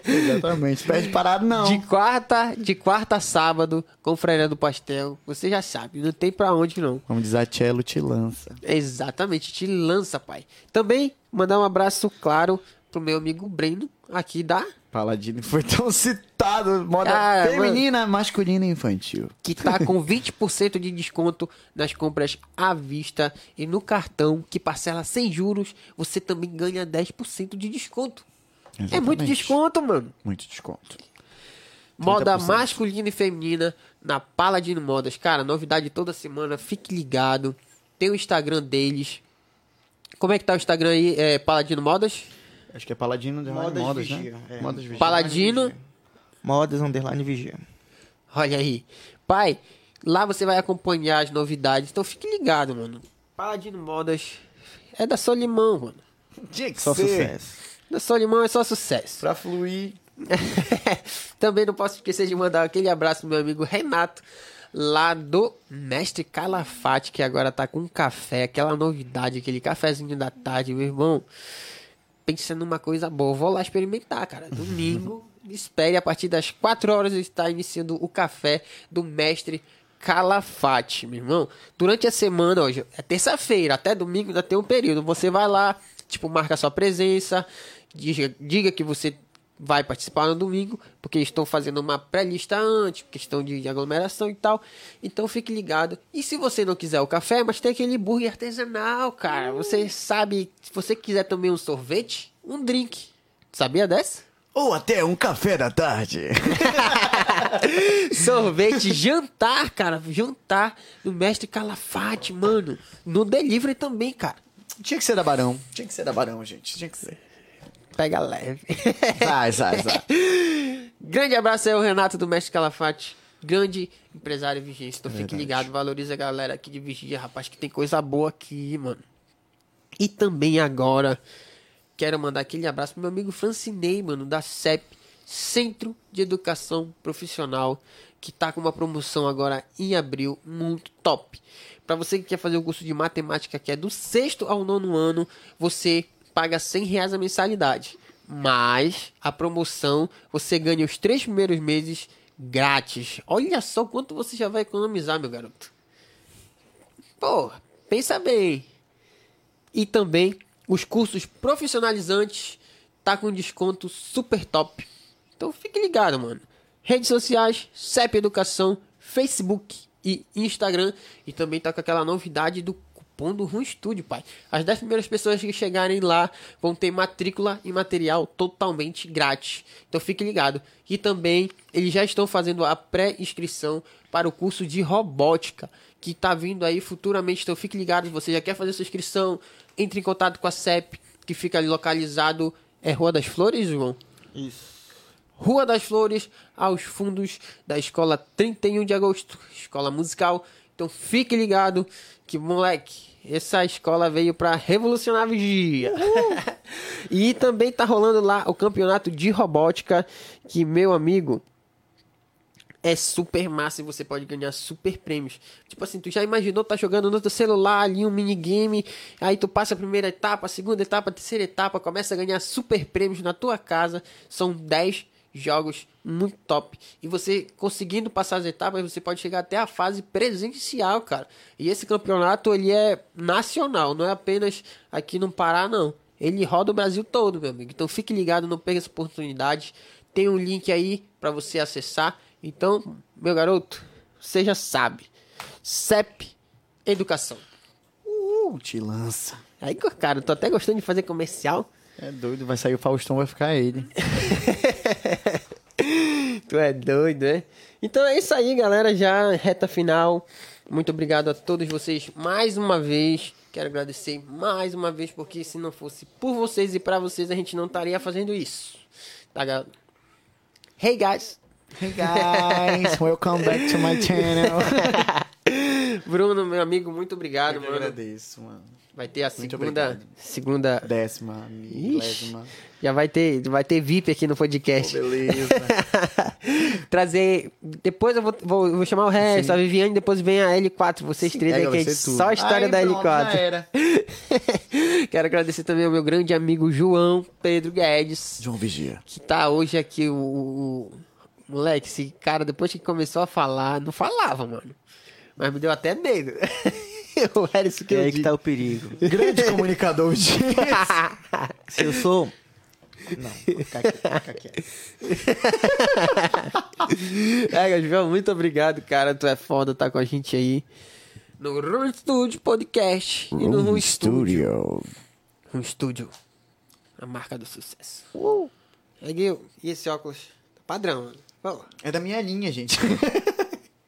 Exatamente. Pede parado, não. De quarta, de quarta a sábado, com Freira do Pastel, você já sabe, não tem pra onde não. Como diz a Cello, te lança. Exatamente, te lança, pai. Também mandar um abraço claro pro meu amigo Breno, aqui da Paladino foi tão citado. Moda Ah, feminina, masculina e infantil. que tá com 20% de desconto nas compras à vista e no cartão que parcela sem juros, você também ganha 10% de desconto. É muito Exatamente. desconto, mano. Muito desconto. Moda 30%. masculina e feminina na Paladino Modas. Cara, novidade toda semana, fique ligado. Tem o Instagram deles. Como é que tá o Instagram aí, é, Paladino Modas? Acho que é Paladino de Modas Modas, modas Vigia, né? é. Modas Vigia. Paladino. Modas Underline Vigia. Olha aí. Pai, lá você vai acompanhar as novidades. Então fique ligado, mano. Paladino Modas é da Solimão, mano. Tinha que Só ser. sucesso. Da Solimão é só sucesso. Pra fluir. Também não posso esquecer de mandar aquele abraço pro meu amigo Renato, lá do Mestre Calafate, que agora tá com um café, aquela novidade, aquele cafezinho da tarde, meu irmão. Pensa numa coisa boa, vou lá experimentar, cara. Domingo, me espere, a partir das 4 horas está iniciando o café do Mestre Calafate, meu irmão. Durante a semana, hoje é terça-feira, até domingo ainda tem um período. Você vai lá, tipo, marca sua presença, diga, diga que você vai participar no domingo, porque estão fazendo uma pré-lista antes, questão de, de aglomeração e tal. Então fique ligado. E se você não quiser o café, mas tem aquele burger artesanal, cara. Você sabe, se você quiser também um sorvete, um drink. Sabia dessa? Ou até um café da tarde. Sorvete, jantar, cara. Jantar do mestre Calafate, mano. No delivery também, cara. Tinha que ser da Barão. Tinha que ser da Barão, gente. Tinha que ser. Pega leve. Sai, sai, sai. Grande abraço aí ao Renato do Mestre Calafate. Grande empresário vigente. Então fique Verdade. ligado, valoriza a galera aqui de Vigia, rapaz, que tem coisa boa aqui, mano. E também agora, quero mandar aquele abraço pro meu amigo Francinei, mano, da CEP, Centro de Educação Profissional, que tá com uma promoção agora em abril, muito top. Pra você que quer fazer o curso de matemática, que é do sexto ao nono ano, você paga 100 reais a mensalidade. Mas a promoção, você ganha os três primeiros meses grátis. Olha só quanto você já vai economizar, meu garoto. Pô, pensa bem e também os cursos profissionalizantes tá com desconto super top. Então fique ligado, mano. Redes sociais, CEP Educação, Facebook e Instagram. E também tá com aquela novidade do cupom do Rum Studio, pai. As 10 primeiras pessoas que chegarem lá vão ter matrícula e material totalmente grátis. Então fique ligado. E também eles já estão fazendo a pré-inscrição para o curso de robótica que tá vindo aí futuramente. Então fique ligado, você já quer fazer sua inscrição, entre em contato com a CEP, que fica ali localizado. É Rua das Flores, João? Isso. Rua das Flores, aos fundos da Escola 31 de Agosto, Escola Musical. Então fique ligado que, moleque, essa escola veio pra revolucionar a vigia. e também tá rolando lá o campeonato de robótica, que, meu amigo, é super massa e você pode ganhar super prêmios. Tipo assim, tu já imaginou tá jogando no teu celular ali um minigame, aí tu passa a primeira etapa, a segunda etapa, a terceira etapa, começa a ganhar super prêmios na tua casa. São 10 jogos muito top. E você conseguindo passar as etapas, você pode chegar até a fase presencial, cara. E esse campeonato ele é nacional, não é apenas aqui no Pará não. Ele roda o Brasil todo, meu amigo. Então fique ligado, não perca essa oportunidade. Tem um link aí para você acessar. Então, meu garoto, você já sabe. CEP Educação. Uh, te lança. Aí, cara, eu tô até gostando de fazer comercial. É doido, vai sair o Faustão, vai ficar ele. Tu é doido, é? Então é isso aí, galera. Já reta final. Muito obrigado a todos vocês mais uma vez. Quero agradecer mais uma vez, porque se não fosse por vocês e pra vocês, a gente não estaria fazendo isso. Tá, galera? Hey, guys! Hey guys, welcome back to my channel. Bruno, meu amigo, muito obrigado, Eu que mano. agradeço, mano. Vai ter a segunda. obrigado. Segunda. Décima, milésima. Já vai ter, vai ter VIP aqui no podcast. Beleza. Trazer. Depois eu vou, vou, vou chamar o resto, a Viviane, depois vem a L4. Vocês três é, aí, que vai é ser tudo. só a história Aí da pronto, L4. já era. Quero agradecer também ao meu grande amigo João Pedro Guedes, João um Vigia. que tá hoje aqui. O, o- o- Moleque, esse cara, depois que começou a falar, não falava, mano. Mas me deu até medo. Eu era isso que E é eu aí que digo. tá o perigo. Grande comunicador de... Se eu sou. Não, vou ficar aqui, vou ficar quieto. É, João, muito obrigado, cara. Tu é foda, tá com a gente aí. No Room Studio Podcast e no Room Studio. Room Studio. A marca do sucesso. Uh. É, Gil, e esse óculos? Tá padrão, mano. Vamos lá. É da minha linha, gente.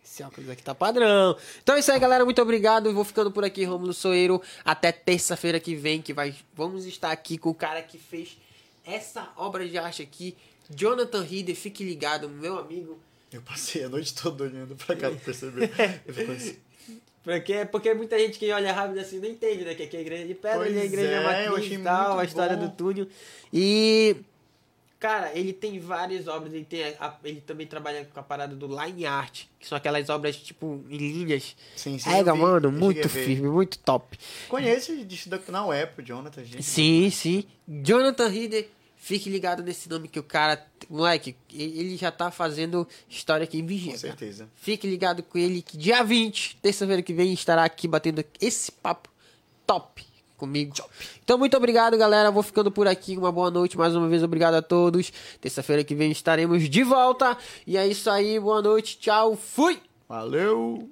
Esse óculos aqui tá padrão. Então é isso aí, galera. Muito obrigado. Eu vou ficando por aqui, Romulo Soeiro. Até terça-feira que vem, que vai... vamos estar aqui com o cara que fez essa obra de arte aqui, Jonathan Rieder. Fique ligado, meu amigo. Eu passei a noite toda olhando pra cá, não percebeu? Eu fico assim, Porque, porque muita gente que olha rápido assim não entende, né? Que aqui é a igreja de pedra, Pois ali é a igreja é, eu matriz achei e tal, muito a história bom. do túnel. E, cara, ele tem várias obras, ele, tem a- a- ele também trabalha com a parada do line art, que são aquelas obras, tipo, em linhas. Sim, sim, É, eu vi, mano, eu muito cheguei a ver. firme, muito top. Conheço de estudar na UEP, o Jonathan, gente. Sim, sim. Jonathan Rieder, fique ligado nesse nome que o cara. Moleque, ele já tá fazendo história aqui em Vigia. Com cara. certeza. Fique ligado com ele que dia 20, terça-feira que vem, estará aqui batendo esse papo top comigo. Então, muito obrigado, galera. Vou ficando por aqui. Uma boa noite. Mais uma vez, obrigado a todos. Terça-feira que vem estaremos de volta. E é isso aí. Boa noite. Tchau. Fui! Valeu!